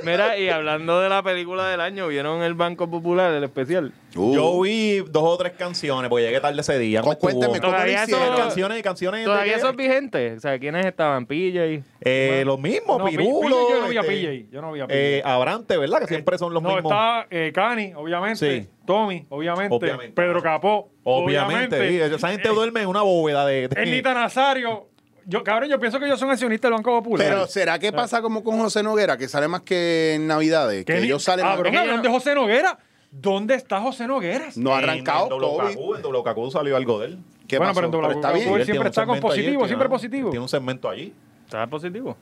[SPEAKER 3] Mira, y hablando de la película del año, ¿vieron el Banco Popular, el especial?
[SPEAKER 6] Uh,
[SPEAKER 2] Yo vi dos o tres canciones porque llegué tarde ese día.
[SPEAKER 6] pues, cuénteme
[SPEAKER 2] estuvo?
[SPEAKER 6] cómo lo
[SPEAKER 3] Todavía eso-
[SPEAKER 6] hicieron.
[SPEAKER 2] canciones y canciones. de
[SPEAKER 3] ¿Todavía
[SPEAKER 2] que-
[SPEAKER 3] eso es vigente? O sea, ¿quiénes estaban? Pilla y...
[SPEAKER 2] eh, Lo mismo,
[SPEAKER 1] No, Pi-
[SPEAKER 2] Pirulo.
[SPEAKER 1] Pilla yo no vi a
[SPEAKER 2] este,
[SPEAKER 1] PJ, yo no vi a PJ.
[SPEAKER 2] eh, Abrante, ¿verdad? Que siempre son los
[SPEAKER 1] No,
[SPEAKER 2] mismos.
[SPEAKER 1] estaba eh, Cani, obviamente.
[SPEAKER 2] Sí.
[SPEAKER 1] Tommy, obviamente.
[SPEAKER 2] Obviamente.
[SPEAKER 1] Pedro Capó,
[SPEAKER 2] Obviamente,
[SPEAKER 1] obviamente. Eh,
[SPEAKER 2] sí, esa gente duerme en una bóveda de. de-
[SPEAKER 6] Este,
[SPEAKER 1] Ernita Nazario. Yo, cabrón, yo pienso que ellos son accionistas del Banco Popular.
[SPEAKER 6] Pero ¿será que pasa como con José Noguera, que sale más que en Navidades? Que
[SPEAKER 1] Que ni-
[SPEAKER 6] ellos salen más-
[SPEAKER 1] Cabrón,
[SPEAKER 3] Es que
[SPEAKER 1] hablando de
[SPEAKER 3] yo no-
[SPEAKER 1] José Noguera. ¿Dónde está José Nogueras?
[SPEAKER 6] No ha arrancado
[SPEAKER 2] En WKQ,
[SPEAKER 6] COVID.
[SPEAKER 2] en WKQ salió algo de él.
[SPEAKER 6] ¿Qué
[SPEAKER 1] Bueno,
[SPEAKER 6] pasó?
[SPEAKER 1] pero en
[SPEAKER 6] Pero está
[SPEAKER 1] WKQ
[SPEAKER 6] bien.
[SPEAKER 1] él siempre
[SPEAKER 2] tiene un
[SPEAKER 1] está con
[SPEAKER 2] segmento allí,
[SPEAKER 1] positivo,
[SPEAKER 2] él
[SPEAKER 1] siempre
[SPEAKER 2] tiene-
[SPEAKER 1] positivo.
[SPEAKER 2] él Tiene un segmento allí.
[SPEAKER 3] ¿Estaba positivo?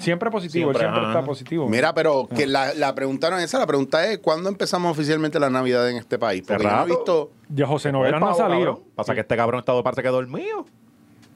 [SPEAKER 1] Siempre positivo, él
[SPEAKER 2] Siempre,
[SPEAKER 1] siempre
[SPEAKER 2] ajá.
[SPEAKER 1] está positivo.
[SPEAKER 6] Mira, pero que la, la pregunta no es esa, la pregunta es ¿cuándo empezamos oficialmente la Navidad en este país? Porque yo no he
[SPEAKER 2] Cerrado.
[SPEAKER 6] visto,
[SPEAKER 1] Ya José Noguera no ha
[SPEAKER 2] Pavo,
[SPEAKER 1] salido.
[SPEAKER 2] cabrón. Pasa que este cabrón está de parte que dormido.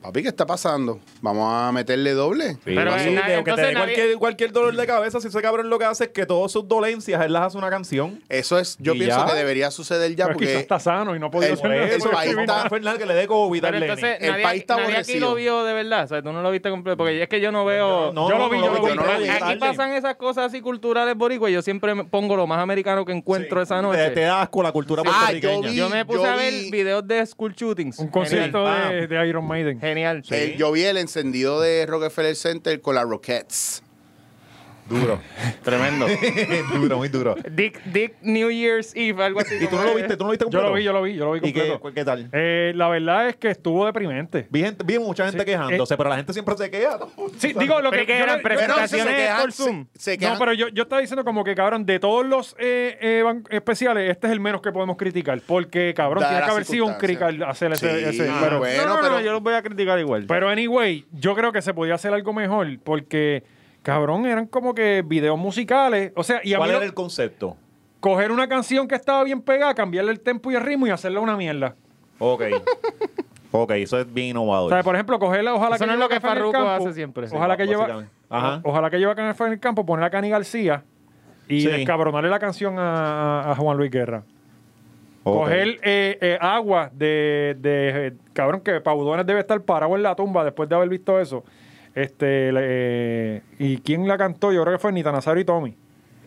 [SPEAKER 6] papi, ¿qué está pasando? Vamos a meterle doble.
[SPEAKER 3] Pero, eh,
[SPEAKER 2] Sí, de-
[SPEAKER 3] na-
[SPEAKER 2] aunque te
[SPEAKER 3] entonces
[SPEAKER 2] dé
[SPEAKER 3] nadie-
[SPEAKER 2] cualquier, cualquier dolor de cabeza, si ese cabrón lo que hace es que todas sus dolencias él las hace una canción.
[SPEAKER 6] Eso es, yo
[SPEAKER 2] ¿Y
[SPEAKER 6] pienso
[SPEAKER 2] ya?
[SPEAKER 6] que debería suceder ya
[SPEAKER 1] Pero quizás
[SPEAKER 6] porque
[SPEAKER 1] está sano y no ha podido
[SPEAKER 6] el-
[SPEAKER 1] hacer
[SPEAKER 2] Por
[SPEAKER 1] nada.
[SPEAKER 2] eso,
[SPEAKER 6] el
[SPEAKER 2] es
[SPEAKER 6] país
[SPEAKER 2] como
[SPEAKER 6] está-
[SPEAKER 2] Juan Fernández que le dé COVID al
[SPEAKER 3] Pero
[SPEAKER 2] Lenin.
[SPEAKER 3] entonces,
[SPEAKER 6] El
[SPEAKER 3] nadie,
[SPEAKER 6] país está
[SPEAKER 3] nadie aquí
[SPEAKER 6] aborrecido.
[SPEAKER 3] lo vio de verdad. O sea, tú no lo viste completo. Porque es que yo no veo.
[SPEAKER 2] no,
[SPEAKER 1] yo lo vi, yo lo vi,
[SPEAKER 6] yo no lo vi.
[SPEAKER 3] Aquí
[SPEAKER 2] Tarde.
[SPEAKER 3] pasan esas cosas así culturales boricuas. Yo siempre me pongo lo más americano que encuentro esa noche.
[SPEAKER 2] Te, te da asco la cultura
[SPEAKER 6] Ah, yo
[SPEAKER 2] puertorriqueña.
[SPEAKER 6] vi-
[SPEAKER 3] yo me puse
[SPEAKER 6] yo
[SPEAKER 3] a ver
[SPEAKER 6] vi-
[SPEAKER 3] videos de school shootings.
[SPEAKER 1] Un concierto de,
[SPEAKER 2] Genial.
[SPEAKER 1] de Iron Maiden.
[SPEAKER 3] Genial. genial.
[SPEAKER 6] Eh, yo vi el encendido de Rockefeller Center con las Rockettes.
[SPEAKER 2] Duro.
[SPEAKER 3] Tremendo.
[SPEAKER 2] duro, muy duro.
[SPEAKER 3] Dick, Dick New Year's Eve, algo así.
[SPEAKER 2] ¿Y tú
[SPEAKER 3] como
[SPEAKER 2] no lo
[SPEAKER 3] es.
[SPEAKER 2] viste? ¿Tú no lo viste
[SPEAKER 1] Yo
[SPEAKER 2] completo?
[SPEAKER 1] lo vi, yo lo vi, yo lo vi
[SPEAKER 2] ¿Y qué,
[SPEAKER 1] completo.
[SPEAKER 2] cu- qué tal?
[SPEAKER 1] Eh, la verdad es que estuvo deprimente.
[SPEAKER 2] Vi, gente- vi mucha gente
[SPEAKER 1] Sí, Eh,
[SPEAKER 2] quejándose, pero la gente siempre se queja.
[SPEAKER 1] Sí, digo lo
[SPEAKER 3] Pero
[SPEAKER 1] que,
[SPEAKER 3] que
[SPEAKER 1] yo-
[SPEAKER 3] eran
[SPEAKER 1] yo-
[SPEAKER 3] presentaciones
[SPEAKER 6] se quejan-
[SPEAKER 3] por
[SPEAKER 6] se-
[SPEAKER 3] Zoom.
[SPEAKER 6] se
[SPEAKER 1] No,
[SPEAKER 6] quejan-
[SPEAKER 1] pero yo, yo estaba diciendo como que, cabrón, de todos los eh, eh, ban- especiales, este es el menos que podemos criticar. Porque, cabrón,
[SPEAKER 6] Dadas
[SPEAKER 1] tiene que
[SPEAKER 6] las
[SPEAKER 1] haber sido un crick
[SPEAKER 6] circunstancias.
[SPEAKER 1] al hacer ese.
[SPEAKER 6] Sí,
[SPEAKER 1] ese-
[SPEAKER 6] ah,
[SPEAKER 1] pero,
[SPEAKER 6] bueno,
[SPEAKER 3] no, no, no,
[SPEAKER 6] pero-
[SPEAKER 3] yo los voy a criticar igual.
[SPEAKER 1] pero, anyway, yo creo que se podía hacer algo mejor. Porque, cabrón, eran como que videos musicales. O sea, y a mí
[SPEAKER 2] ¿Cuál
[SPEAKER 1] lo-
[SPEAKER 2] era el concepto?
[SPEAKER 1] coger una canción que estaba bien pegada, cambiarle el tempo y el ritmo y hacerla una mierda.
[SPEAKER 2] Ok. ok, eso es bien innovador.
[SPEAKER 1] O sea, por ejemplo, cogerla, ojalá
[SPEAKER 3] Eso
[SPEAKER 1] que
[SPEAKER 3] no es
[SPEAKER 1] lleva
[SPEAKER 3] lo que
[SPEAKER 1] Café en el
[SPEAKER 3] Farruko
[SPEAKER 1] campo,
[SPEAKER 3] hace siempre. Sí,
[SPEAKER 1] Ojalá que lleva,
[SPEAKER 2] básicamente. Ajá.
[SPEAKER 1] ojalá que lleva Café en el campo, poner a Cani García y
[SPEAKER 2] Sí.
[SPEAKER 1] descabronarle la canción a, a Juan Luis Guerra.
[SPEAKER 2] Ok.
[SPEAKER 1] Coger eh, eh, agua de, de- eh, cabrón que Paudones debe estar parado en la tumba después de haber visto eso. Este le- eh, y quién la cantó, yo creo que fue Nita Nazario y Tommy.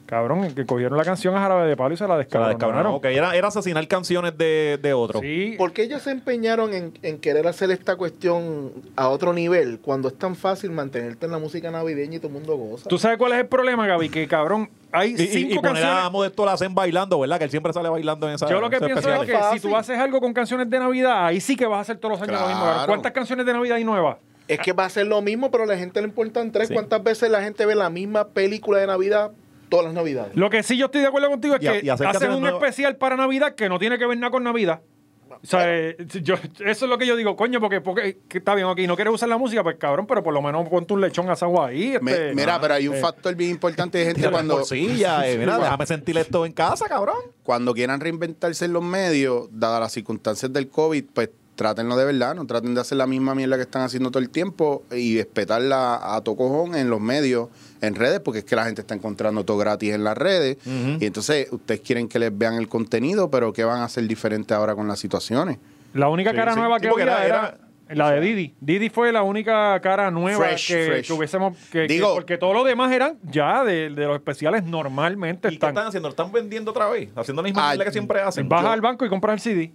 [SPEAKER 1] Cabrón, que cogieron la canción a Jarabe de Palo y se la
[SPEAKER 2] Se la
[SPEAKER 1] descabronaron.
[SPEAKER 2] descabronaron. Ok, era, era asesinar canciones de, de otro.
[SPEAKER 1] Sí.
[SPEAKER 7] ¿Por qué ellos se empeñaron en, en querer hacer esta cuestión a otro nivel cuando es tan fácil mantenerte en la música navideña y todo el mundo goza?
[SPEAKER 1] ¿Tú sabes cuál es el problema, Gaby? Que cabrón, hay
[SPEAKER 2] Y, y- y
[SPEAKER 1] cinco
[SPEAKER 2] poner
[SPEAKER 1] canciones.
[SPEAKER 2] a Modesto Lacen bailando, ¿verdad? Que él siempre sale bailando en esa
[SPEAKER 1] Yo lo que pienso es que si tú haces algo con canciones de Navidad, ahí sí que vas a hacer todos los años lo mismo.
[SPEAKER 6] Claro.
[SPEAKER 1] ¿Cuántas canciones de Navidad hay nuevas?
[SPEAKER 7] Es que va a ser lo mismo, pero a la gente le importan tres.
[SPEAKER 2] Sí.
[SPEAKER 7] ¿Cuántas veces la gente ve la misma película de Navidad todas las Navidades?
[SPEAKER 1] Lo que sí yo estoy de acuerdo contigo es
[SPEAKER 2] Y a-
[SPEAKER 1] que
[SPEAKER 2] y hacer
[SPEAKER 1] hacen
[SPEAKER 2] canciones
[SPEAKER 1] un
[SPEAKER 2] nuevas.
[SPEAKER 1] especial para Navidad que no tiene que ver nada con Navidad. O sea, eh, yo- eso es lo que yo digo, coño, porque, porque que está bien, ok, no quieres usar la música, pues cabrón, pero por lo menos pon tu lechón a agua ahí.
[SPEAKER 6] Me-
[SPEAKER 1] este,
[SPEAKER 6] mira,
[SPEAKER 1] ah,
[SPEAKER 6] pero hay un
[SPEAKER 1] eh,
[SPEAKER 6] factor bien importante de gente
[SPEAKER 2] Tira
[SPEAKER 6] cuando...
[SPEAKER 2] cuando... eh, mira, déjame sentir esto en casa, cabrón.
[SPEAKER 6] cuando quieran reinventarse en los medios, dadas las circunstancias del COVID, pues trátenlo de verdad, no traten de hacer la misma mierda que están haciendo todo el tiempo y respetarla a tocojón en los medios, en redes, porque es que la gente está encontrando todo gratis en las redes. Y entonces ustedes quieren que les vean el contenido, pero ¿qué van a hacer diferente ahora con las situaciones?
[SPEAKER 1] La única
[SPEAKER 2] Sí,
[SPEAKER 1] cara
[SPEAKER 2] sí.
[SPEAKER 1] nueva
[SPEAKER 2] Sí,
[SPEAKER 1] que
[SPEAKER 2] porque
[SPEAKER 1] había
[SPEAKER 2] era-
[SPEAKER 1] era, la de Didi. Didi fue la única cara nueva
[SPEAKER 6] Fresh,
[SPEAKER 1] que,
[SPEAKER 6] fresh.
[SPEAKER 1] que hubiésemos. Que, que-
[SPEAKER 6] Digo-
[SPEAKER 1] porque todos los demás eran ya de, de los especiales normalmente.
[SPEAKER 2] ¿Y qué
[SPEAKER 1] Están,
[SPEAKER 2] están haciendo? ¿Lo están vendiendo otra vez? Haciendo la misma
[SPEAKER 6] Ah,
[SPEAKER 2] mierda que siempre hacen.
[SPEAKER 1] Baja
[SPEAKER 2] Yo-
[SPEAKER 1] al banco y compras el CD.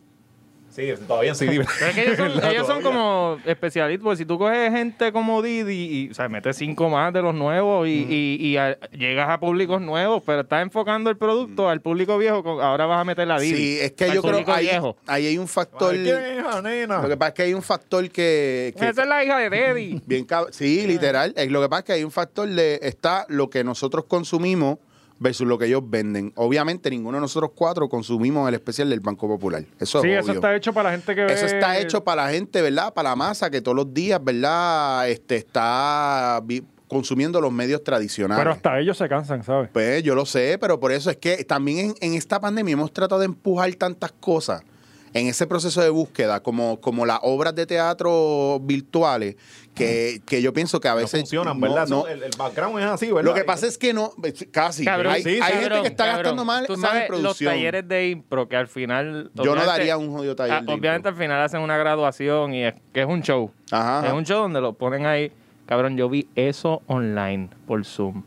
[SPEAKER 2] Sí, todavía en CD.
[SPEAKER 3] Pero es que ellos son,
[SPEAKER 2] Claro,
[SPEAKER 3] ellos son
[SPEAKER 2] todavía.
[SPEAKER 3] como especialistas, porque si tú coges gente como Didi y o sea, metes cinco más de los nuevos y, y- y a- llegas a públicos nuevos, pero estás enfocando el producto al público viejo, con- ahora vas a meter la Didi.
[SPEAKER 6] Sí, es que
[SPEAKER 3] al
[SPEAKER 6] yo creo
[SPEAKER 3] Ah, público
[SPEAKER 6] que ahí,
[SPEAKER 3] viejo.
[SPEAKER 6] ahí hay un factor...
[SPEAKER 2] Ay, ¿Quién es, nena?
[SPEAKER 6] Lo que pasa es que hay un factor que... que-
[SPEAKER 3] Esa es la hija de Teddy.
[SPEAKER 6] Bien cab- sí, literal. Es lo que pasa es que hay un factor de está lo que nosotros consumimos versus lo que ellos venden. Obviamente ninguno de nosotros cuatro consumimos el especial del Banco Popular. Eso
[SPEAKER 1] sí,
[SPEAKER 6] es
[SPEAKER 1] eso
[SPEAKER 6] obvio.
[SPEAKER 1] está hecho para la gente que ve.
[SPEAKER 6] Eso está hecho para la gente, ¿verdad? Para la masa que todos los días, ¿verdad? Este está vi- consumiendo los medios tradicionales.
[SPEAKER 1] Pero hasta ellos se cansan, ¿sabes?
[SPEAKER 6] Pues yo lo sé, pero por eso es que también en, en esta pandemia hemos tratado de empujar tantas cosas en ese proceso de búsqueda, como, como las obras de teatro virtuales, que, que yo pienso que a
[SPEAKER 2] No
[SPEAKER 6] veces...
[SPEAKER 2] funcionan,
[SPEAKER 6] no-
[SPEAKER 2] ¿verdad?
[SPEAKER 6] no.
[SPEAKER 2] Son- el, el background es así, ¿verdad?
[SPEAKER 6] Lo que pasa es que no, eh, casi,
[SPEAKER 3] Cabrón,
[SPEAKER 6] hay,
[SPEAKER 2] sí,
[SPEAKER 6] hay
[SPEAKER 2] cabrón,
[SPEAKER 6] gente que está gastando mal,
[SPEAKER 3] Tú
[SPEAKER 6] mal
[SPEAKER 3] sabes,
[SPEAKER 6] en
[SPEAKER 3] los
[SPEAKER 6] producción.
[SPEAKER 3] talleres de impro que al final...
[SPEAKER 6] yo no
[SPEAKER 3] obviamente-
[SPEAKER 6] daría un jodido taller.
[SPEAKER 3] Ah,
[SPEAKER 6] de
[SPEAKER 3] obviamente al final hacen una graduación y es que es un show.
[SPEAKER 6] impro. Ajá, ajá.
[SPEAKER 3] Es un show donde lo ponen ahí. Cabrón, yo vi eso online por Zoom.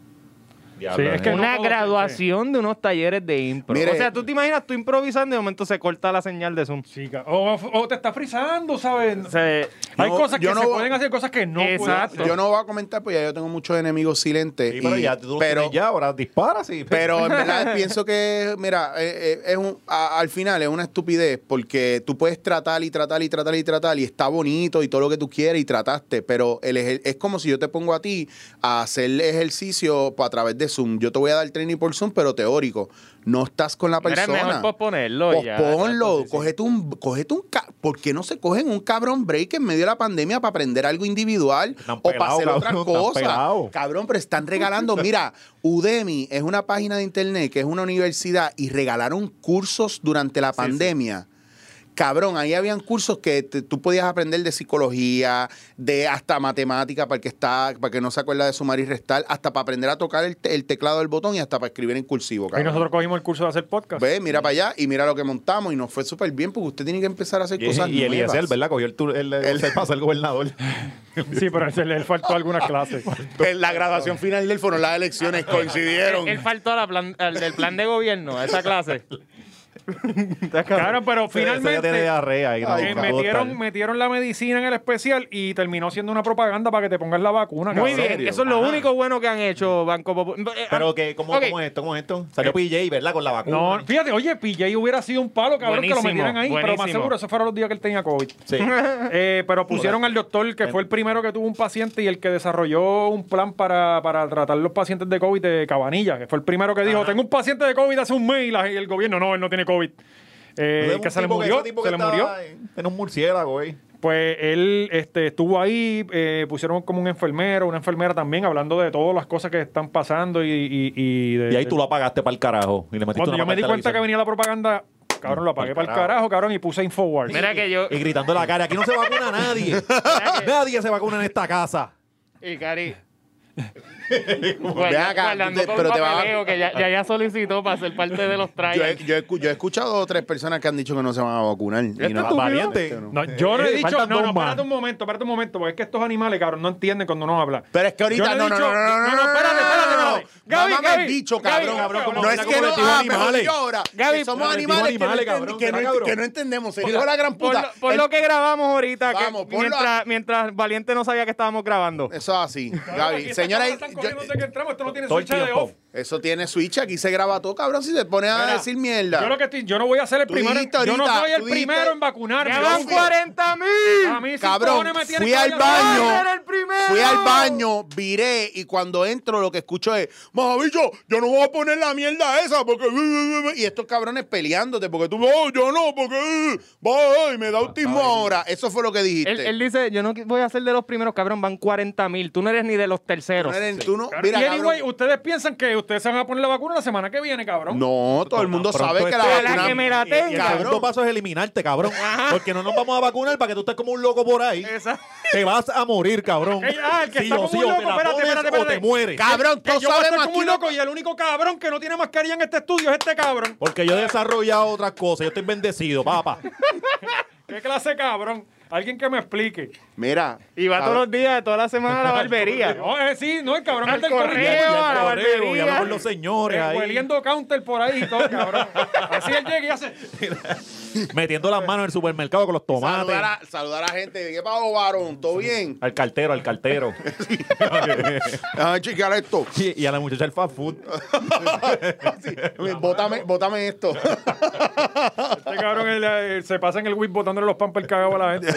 [SPEAKER 2] Diablo,
[SPEAKER 1] Sí, es
[SPEAKER 2] eh.
[SPEAKER 1] que- no
[SPEAKER 3] una
[SPEAKER 1] todo se
[SPEAKER 3] graduación de unos talleres de impro.
[SPEAKER 6] Mire-
[SPEAKER 3] o sea, tú te imaginas tú improvisando y de momento se corta la señal de Zoom.
[SPEAKER 1] Chica. O, o te está frizando, ¿sabes?
[SPEAKER 3] Se-
[SPEAKER 1] hay
[SPEAKER 6] No,
[SPEAKER 1] cosas que
[SPEAKER 6] yo
[SPEAKER 1] se
[SPEAKER 6] no voy-
[SPEAKER 1] pueden hacer, cosas que no pueden
[SPEAKER 3] Exacto.
[SPEAKER 1] hacer.
[SPEAKER 6] Yo no voy a comentar porque ya yo tengo muchos enemigos silentes.
[SPEAKER 2] Sí, pero
[SPEAKER 6] y-
[SPEAKER 2] ya tú los
[SPEAKER 6] pero-
[SPEAKER 2] tienes ya, ahora disparas y...
[SPEAKER 6] Pero en verdad pienso que, mira, eh, eh, es un- a- al final es una estupidez porque tú puedes tratar y tratar y tratar y tratar y está bonito y todo lo que tú quieres y trataste, pero el ejer- es como si yo te pongo a ti a hacer ejercicio a través de Zoom. Yo te voy a dar training por Zoom, pero teórico. No estás con la
[SPEAKER 3] Era
[SPEAKER 6] persona.
[SPEAKER 3] mejor posponerlo ya.
[SPEAKER 6] Posponlo,
[SPEAKER 3] Exacto, sí, sí.
[SPEAKER 6] cógete un, cógete un, ca- ¿por qué no se cogen un cabrón break en medio de la pandemia para aprender algo individual
[SPEAKER 2] Están
[SPEAKER 6] o para
[SPEAKER 2] pelados,
[SPEAKER 6] hacer otra
[SPEAKER 2] cabrón, están
[SPEAKER 6] cosa?
[SPEAKER 2] pelados.
[SPEAKER 6] Cabrón, pero están regalando, mira, Udemy es una página de internet que es una universidad y regalaron cursos durante la pandemia. Cabrón, ahí habían cursos que te- tú podías aprender de psicología, de hasta matemática para el que está, para el que no se acuerda de sumar y restar, hasta para aprender a tocar el, te- el teclado del botón y hasta para escribir en cursivo,
[SPEAKER 1] Y
[SPEAKER 6] cabrón.
[SPEAKER 1] nosotros cogimos el curso de hacer podcast.
[SPEAKER 6] Ve, Pues, mira para allá y mira lo que montamos y nos fue súper bien porque usted tiene que empezar a hacer
[SPEAKER 2] Y,
[SPEAKER 6] cosas
[SPEAKER 2] y el
[SPEAKER 6] nuevas.
[SPEAKER 2] ISL, ¿verdad? Cogió el, tour- el, el, el paso del gobernador.
[SPEAKER 1] Sí, pero se le faltó algunas clases.
[SPEAKER 6] En la graduación final del fueron las elecciones
[SPEAKER 3] Él,
[SPEAKER 6] coincidieron.
[SPEAKER 3] él faltó a la plan- al del plan de gobierno, a esa clase. Claro,
[SPEAKER 1] Claro, pero
[SPEAKER 2] Ese ya tiene
[SPEAKER 1] finalmente
[SPEAKER 2] diarrea ahí, no,
[SPEAKER 1] eh,
[SPEAKER 2] no,
[SPEAKER 1] metieron,
[SPEAKER 2] no,
[SPEAKER 1] metieron la medicina en el especial y terminó siendo una propaganda para que te pongas la vacuna.
[SPEAKER 3] Muy
[SPEAKER 1] cabrón.
[SPEAKER 3] bien, eso es lo único bueno que han hecho Banco Popular. Eh,
[SPEAKER 2] Pero
[SPEAKER 3] ah,
[SPEAKER 2] que, ¿cómo,
[SPEAKER 3] ok.
[SPEAKER 2] ¿cómo es esto? ¿Cómo es esto? Salió PJ, ¿verdad? Con la vacuna.
[SPEAKER 1] No, fíjate, oye, PJ hubiera sido un palo, cabrón, que
[SPEAKER 3] Buenísimo,
[SPEAKER 1] lo metieran ahí, pero más
[SPEAKER 3] buenísimo.
[SPEAKER 1] seguro, esos fueron los días que él tenía COVID.
[SPEAKER 2] Sí.
[SPEAKER 1] Eh, pero pusieron al doctor, que fue el primero que tuvo un paciente y el que desarrolló un plan para, para tratar los pacientes de COVID de Cabanilla, que fue el primero que dijo, tengo un paciente de COVID hace un mes y, la- y el gobierno, no, él no tiene COVID. Eh,
[SPEAKER 2] Hubo un
[SPEAKER 1] que se le
[SPEAKER 2] tipo
[SPEAKER 1] murió,
[SPEAKER 2] ese tipo
[SPEAKER 1] se
[SPEAKER 2] que
[SPEAKER 1] le murió.
[SPEAKER 2] estaba en- En un murciélago, güey.
[SPEAKER 1] Pues él este, estuvo ahí, eh, pusieron como un enfermero, una enfermera también, hablando de todas las cosas que están pasando y, y, y de-
[SPEAKER 2] Y ahí tú lo apagaste para el carajo. Y le metiste
[SPEAKER 1] Cuando
[SPEAKER 2] una
[SPEAKER 1] yo me
[SPEAKER 2] pata
[SPEAKER 1] di
[SPEAKER 2] al
[SPEAKER 1] cuenta que
[SPEAKER 2] televisor.
[SPEAKER 1] venía la propaganda, cabrón, lo apagué
[SPEAKER 2] Pa'l
[SPEAKER 1] para el carajo, cabrón, y puse InfoWars.
[SPEAKER 3] Mira que yo.
[SPEAKER 2] Y gritando en la cara, aquí no se vacuna nadie. nadie se vacuna en esta casa.
[SPEAKER 3] Y Cari.
[SPEAKER 6] Ven acá, tú te- pero
[SPEAKER 3] pero
[SPEAKER 6] te
[SPEAKER 3] te
[SPEAKER 6] va-
[SPEAKER 3] que ya, ya, ya solicitó para ser parte de los
[SPEAKER 6] Yo he,
[SPEAKER 3] trailers.
[SPEAKER 6] yo he escu- yo he escuchado tres personas que han dicho que no se van a vacunar. Y
[SPEAKER 1] Este
[SPEAKER 6] no-
[SPEAKER 1] estúpido.
[SPEAKER 2] Valiente.
[SPEAKER 1] No, yo no he
[SPEAKER 2] Eh,
[SPEAKER 1] dicho,
[SPEAKER 2] faltan
[SPEAKER 1] no, no,
[SPEAKER 2] dos más.
[SPEAKER 1] espérate un momento, espérate un momento, porque es que estos animales, cabrón, no entienden cuando uno habla.
[SPEAKER 6] Pero es que ahorita
[SPEAKER 1] Yo
[SPEAKER 6] no,
[SPEAKER 1] he
[SPEAKER 6] no,
[SPEAKER 1] dicho-
[SPEAKER 6] no, no, no, no,
[SPEAKER 1] espérate, espérate,
[SPEAKER 6] no, no,
[SPEAKER 1] espérate.
[SPEAKER 6] no.
[SPEAKER 1] Gaby,
[SPEAKER 6] Mámame el
[SPEAKER 1] Gaby,
[SPEAKER 6] bicho,
[SPEAKER 1] Gaby,
[SPEAKER 6] cabrón.
[SPEAKER 1] cabrón, como
[SPEAKER 6] no
[SPEAKER 1] habla
[SPEAKER 6] es
[SPEAKER 1] como
[SPEAKER 6] que no,
[SPEAKER 2] colectivo
[SPEAKER 6] ah,
[SPEAKER 2] animales.
[SPEAKER 6] mejor yo ahora.
[SPEAKER 3] Gaby,
[SPEAKER 6] que somos
[SPEAKER 2] colectivo
[SPEAKER 6] animales, que no enten-
[SPEAKER 2] animales, cabrón,
[SPEAKER 6] que, no,
[SPEAKER 2] está cabrón.
[SPEAKER 6] que no entendemos. El hijo de la gran
[SPEAKER 3] Por,
[SPEAKER 6] puta.
[SPEAKER 3] lo- por
[SPEAKER 6] El-
[SPEAKER 3] lo que grabamos ahorita, que
[SPEAKER 6] Vamos, ponlo
[SPEAKER 3] mientras, mientras Valiente no sabía que estábamos grabando.
[SPEAKER 6] Eso es así,
[SPEAKER 1] Aquí
[SPEAKER 6] Gaby.
[SPEAKER 1] estas
[SPEAKER 6] Señora,
[SPEAKER 1] cosas están corriendo
[SPEAKER 6] yo-
[SPEAKER 1] desde que entramos, esto no tiene
[SPEAKER 2] Todo el
[SPEAKER 1] switch de
[SPEAKER 2] tiempo.
[SPEAKER 1] off.
[SPEAKER 6] eso tiene switch, aquí se graba todo, cabrón, si se pone a
[SPEAKER 1] Mira,
[SPEAKER 6] decir mierda.
[SPEAKER 1] Yo lo que estoy, yo no voy a ser el
[SPEAKER 6] Tú
[SPEAKER 1] primero, en-
[SPEAKER 6] dijiste
[SPEAKER 1] yo no
[SPEAKER 6] ahorita,
[SPEAKER 1] soy el
[SPEAKER 6] tú dijiste-
[SPEAKER 1] primero en vacunarme.
[SPEAKER 3] ¡Ya
[SPEAKER 1] Yo
[SPEAKER 3] van
[SPEAKER 1] fui-
[SPEAKER 3] 40
[SPEAKER 1] A
[SPEAKER 3] mil!
[SPEAKER 1] mí sin
[SPEAKER 6] Cabrón,
[SPEAKER 1] cojones me tienen
[SPEAKER 6] fui
[SPEAKER 1] que
[SPEAKER 6] al
[SPEAKER 1] callar.
[SPEAKER 6] baño.
[SPEAKER 3] ¡Era el primero!
[SPEAKER 6] Fui al baño, viré y cuando entro lo que escucho es, mamabicho, yo no voy a poner la mierda esa porque... uh, Y estos cabrones peleándote porque tú, no, yo no, porque... uh, Voy, me da autismo ahora. Eso fue lo que dijiste.
[SPEAKER 3] Él, él dice, yo no qui- voy a ser de los primeros, cabrón, van 40 mil. Tú no eres ni de los
[SPEAKER 6] No
[SPEAKER 3] terceros.
[SPEAKER 6] eres- tú no-
[SPEAKER 1] Cabrón,
[SPEAKER 6] mira,
[SPEAKER 1] y
[SPEAKER 6] cabrón,
[SPEAKER 1] anyway, ustedes piensan que ustedes se van a poner la vacuna la semana que viene, cabrón.
[SPEAKER 6] No, todo el mundo
[SPEAKER 2] Pronto
[SPEAKER 6] sabe que la
[SPEAKER 2] este-
[SPEAKER 3] A la
[SPEAKER 6] vacuna...
[SPEAKER 3] que me la
[SPEAKER 2] Y el
[SPEAKER 3] tenga.
[SPEAKER 2] segundo paso es eliminarte, cabrón. Porque no nos vamos a vacunar para que tú estés como un loco por ahí. Te vas a morir, cabrón.
[SPEAKER 1] Ey, ah, el que está
[SPEAKER 2] o
[SPEAKER 1] como un
[SPEAKER 2] o te
[SPEAKER 1] loco,
[SPEAKER 2] la
[SPEAKER 1] espérate,
[SPEAKER 2] pones
[SPEAKER 1] espérate,
[SPEAKER 2] o te
[SPEAKER 1] espérate.
[SPEAKER 2] mueres.
[SPEAKER 6] Cabrón,
[SPEAKER 1] Que
[SPEAKER 6] todos
[SPEAKER 1] yo voy a estar
[SPEAKER 6] sabemos
[SPEAKER 1] como
[SPEAKER 6] aquí
[SPEAKER 1] un
[SPEAKER 6] lo-
[SPEAKER 1] loco y el único cabrón que no tiene mascarilla en este estudio es este cabrón.
[SPEAKER 2] Porque yo he desarrollado otras cosas. Yo estoy bendecido, papá.
[SPEAKER 1] ¿Qué clase de cabrón? Alguien que me explique.
[SPEAKER 6] Mira.
[SPEAKER 3] Y va todos
[SPEAKER 6] cabrón,
[SPEAKER 3] los días, toda la semana a la barbería.
[SPEAKER 1] No, eh, sí, no, el cabrón
[SPEAKER 3] Al
[SPEAKER 1] es del
[SPEAKER 2] Y al- y
[SPEAKER 3] correo, a
[SPEAKER 2] al
[SPEAKER 3] la
[SPEAKER 2] correo, y
[SPEAKER 3] barbería.
[SPEAKER 2] hablo con los señores
[SPEAKER 1] Eh,
[SPEAKER 2] ahí.
[SPEAKER 1] Hueliendo counter por ahí y todo, cabrón. Así él llega y hace.
[SPEAKER 2] Metiendo las manos en el supermercado con los tomates.
[SPEAKER 6] Saludar a, saludar a gente. ¿Qué pasó, varón? ¿Todo bien?
[SPEAKER 2] Al cartero, al cartero.
[SPEAKER 6] Ah, chequear esto.
[SPEAKER 2] y, y a la muchacha del fast food.
[SPEAKER 6] Sí, Bótame, bótame esto.
[SPEAKER 1] Este cabrón él, eh, se pasa en el whip botándole los pampers cagados a la gente.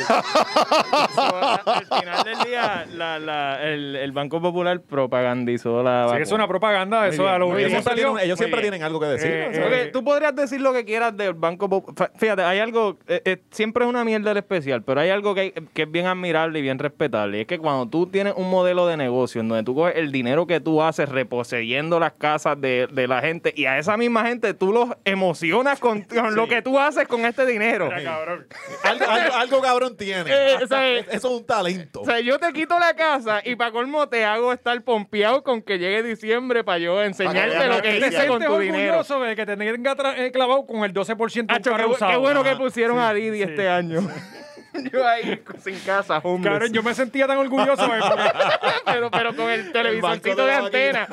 [SPEAKER 3] Al final del día, la- la- el, el Banco Popular propagandizó la
[SPEAKER 1] Sí,
[SPEAKER 3] vacuna.
[SPEAKER 1] es una propaganda, eso
[SPEAKER 3] bien,
[SPEAKER 1] a lo
[SPEAKER 3] muy
[SPEAKER 1] único
[SPEAKER 2] Ellos
[SPEAKER 1] que
[SPEAKER 2] siempre,
[SPEAKER 1] salió.
[SPEAKER 2] tienen, ellos siempre tienen algo que decir.
[SPEAKER 1] Eh,
[SPEAKER 2] o sea,
[SPEAKER 3] Ok, tú podrías decir lo que quieras del Banco Popular. Fíjate, hay algo, eh, eh, siempre es una mierda el especial, pero hay algo que, hay- que es bien admirable y bien respetable. Y es que cuando tú tienes un modelo de negocio en donde tú coges el dinero que tú haces reposeyendo las casas de, de la gente y a esa misma gente tú los emocionas con, con lo que tú haces con este dinero.
[SPEAKER 1] Mira, cabrón.
[SPEAKER 2] algo, algo- algo cabrón tiene.
[SPEAKER 3] Eh, o sea, eh,
[SPEAKER 2] Eso es un talento.
[SPEAKER 3] O sea, yo te quito la casa y para colmo te hago estar pompeado con que llegue diciembre para yo enseñarte
[SPEAKER 6] Para
[SPEAKER 3] lo que
[SPEAKER 6] que
[SPEAKER 1] Te
[SPEAKER 3] hice con
[SPEAKER 1] sientes
[SPEAKER 3] tu dinero.
[SPEAKER 1] este orgulloso de que te tenga tra- eh, clavado con el 12% de un
[SPEAKER 3] Acho, qué,
[SPEAKER 1] carro
[SPEAKER 3] bu-
[SPEAKER 1] usado.
[SPEAKER 3] qué bueno que
[SPEAKER 1] Ajá.
[SPEAKER 3] pusieron a Didi este año. yo ahí sin casa, homeless.
[SPEAKER 1] Cabrón, yo me sentía tan orgulloso de
[SPEAKER 3] pero, pero con el televisorcito
[SPEAKER 2] de
[SPEAKER 3] de
[SPEAKER 2] la
[SPEAKER 3] antena.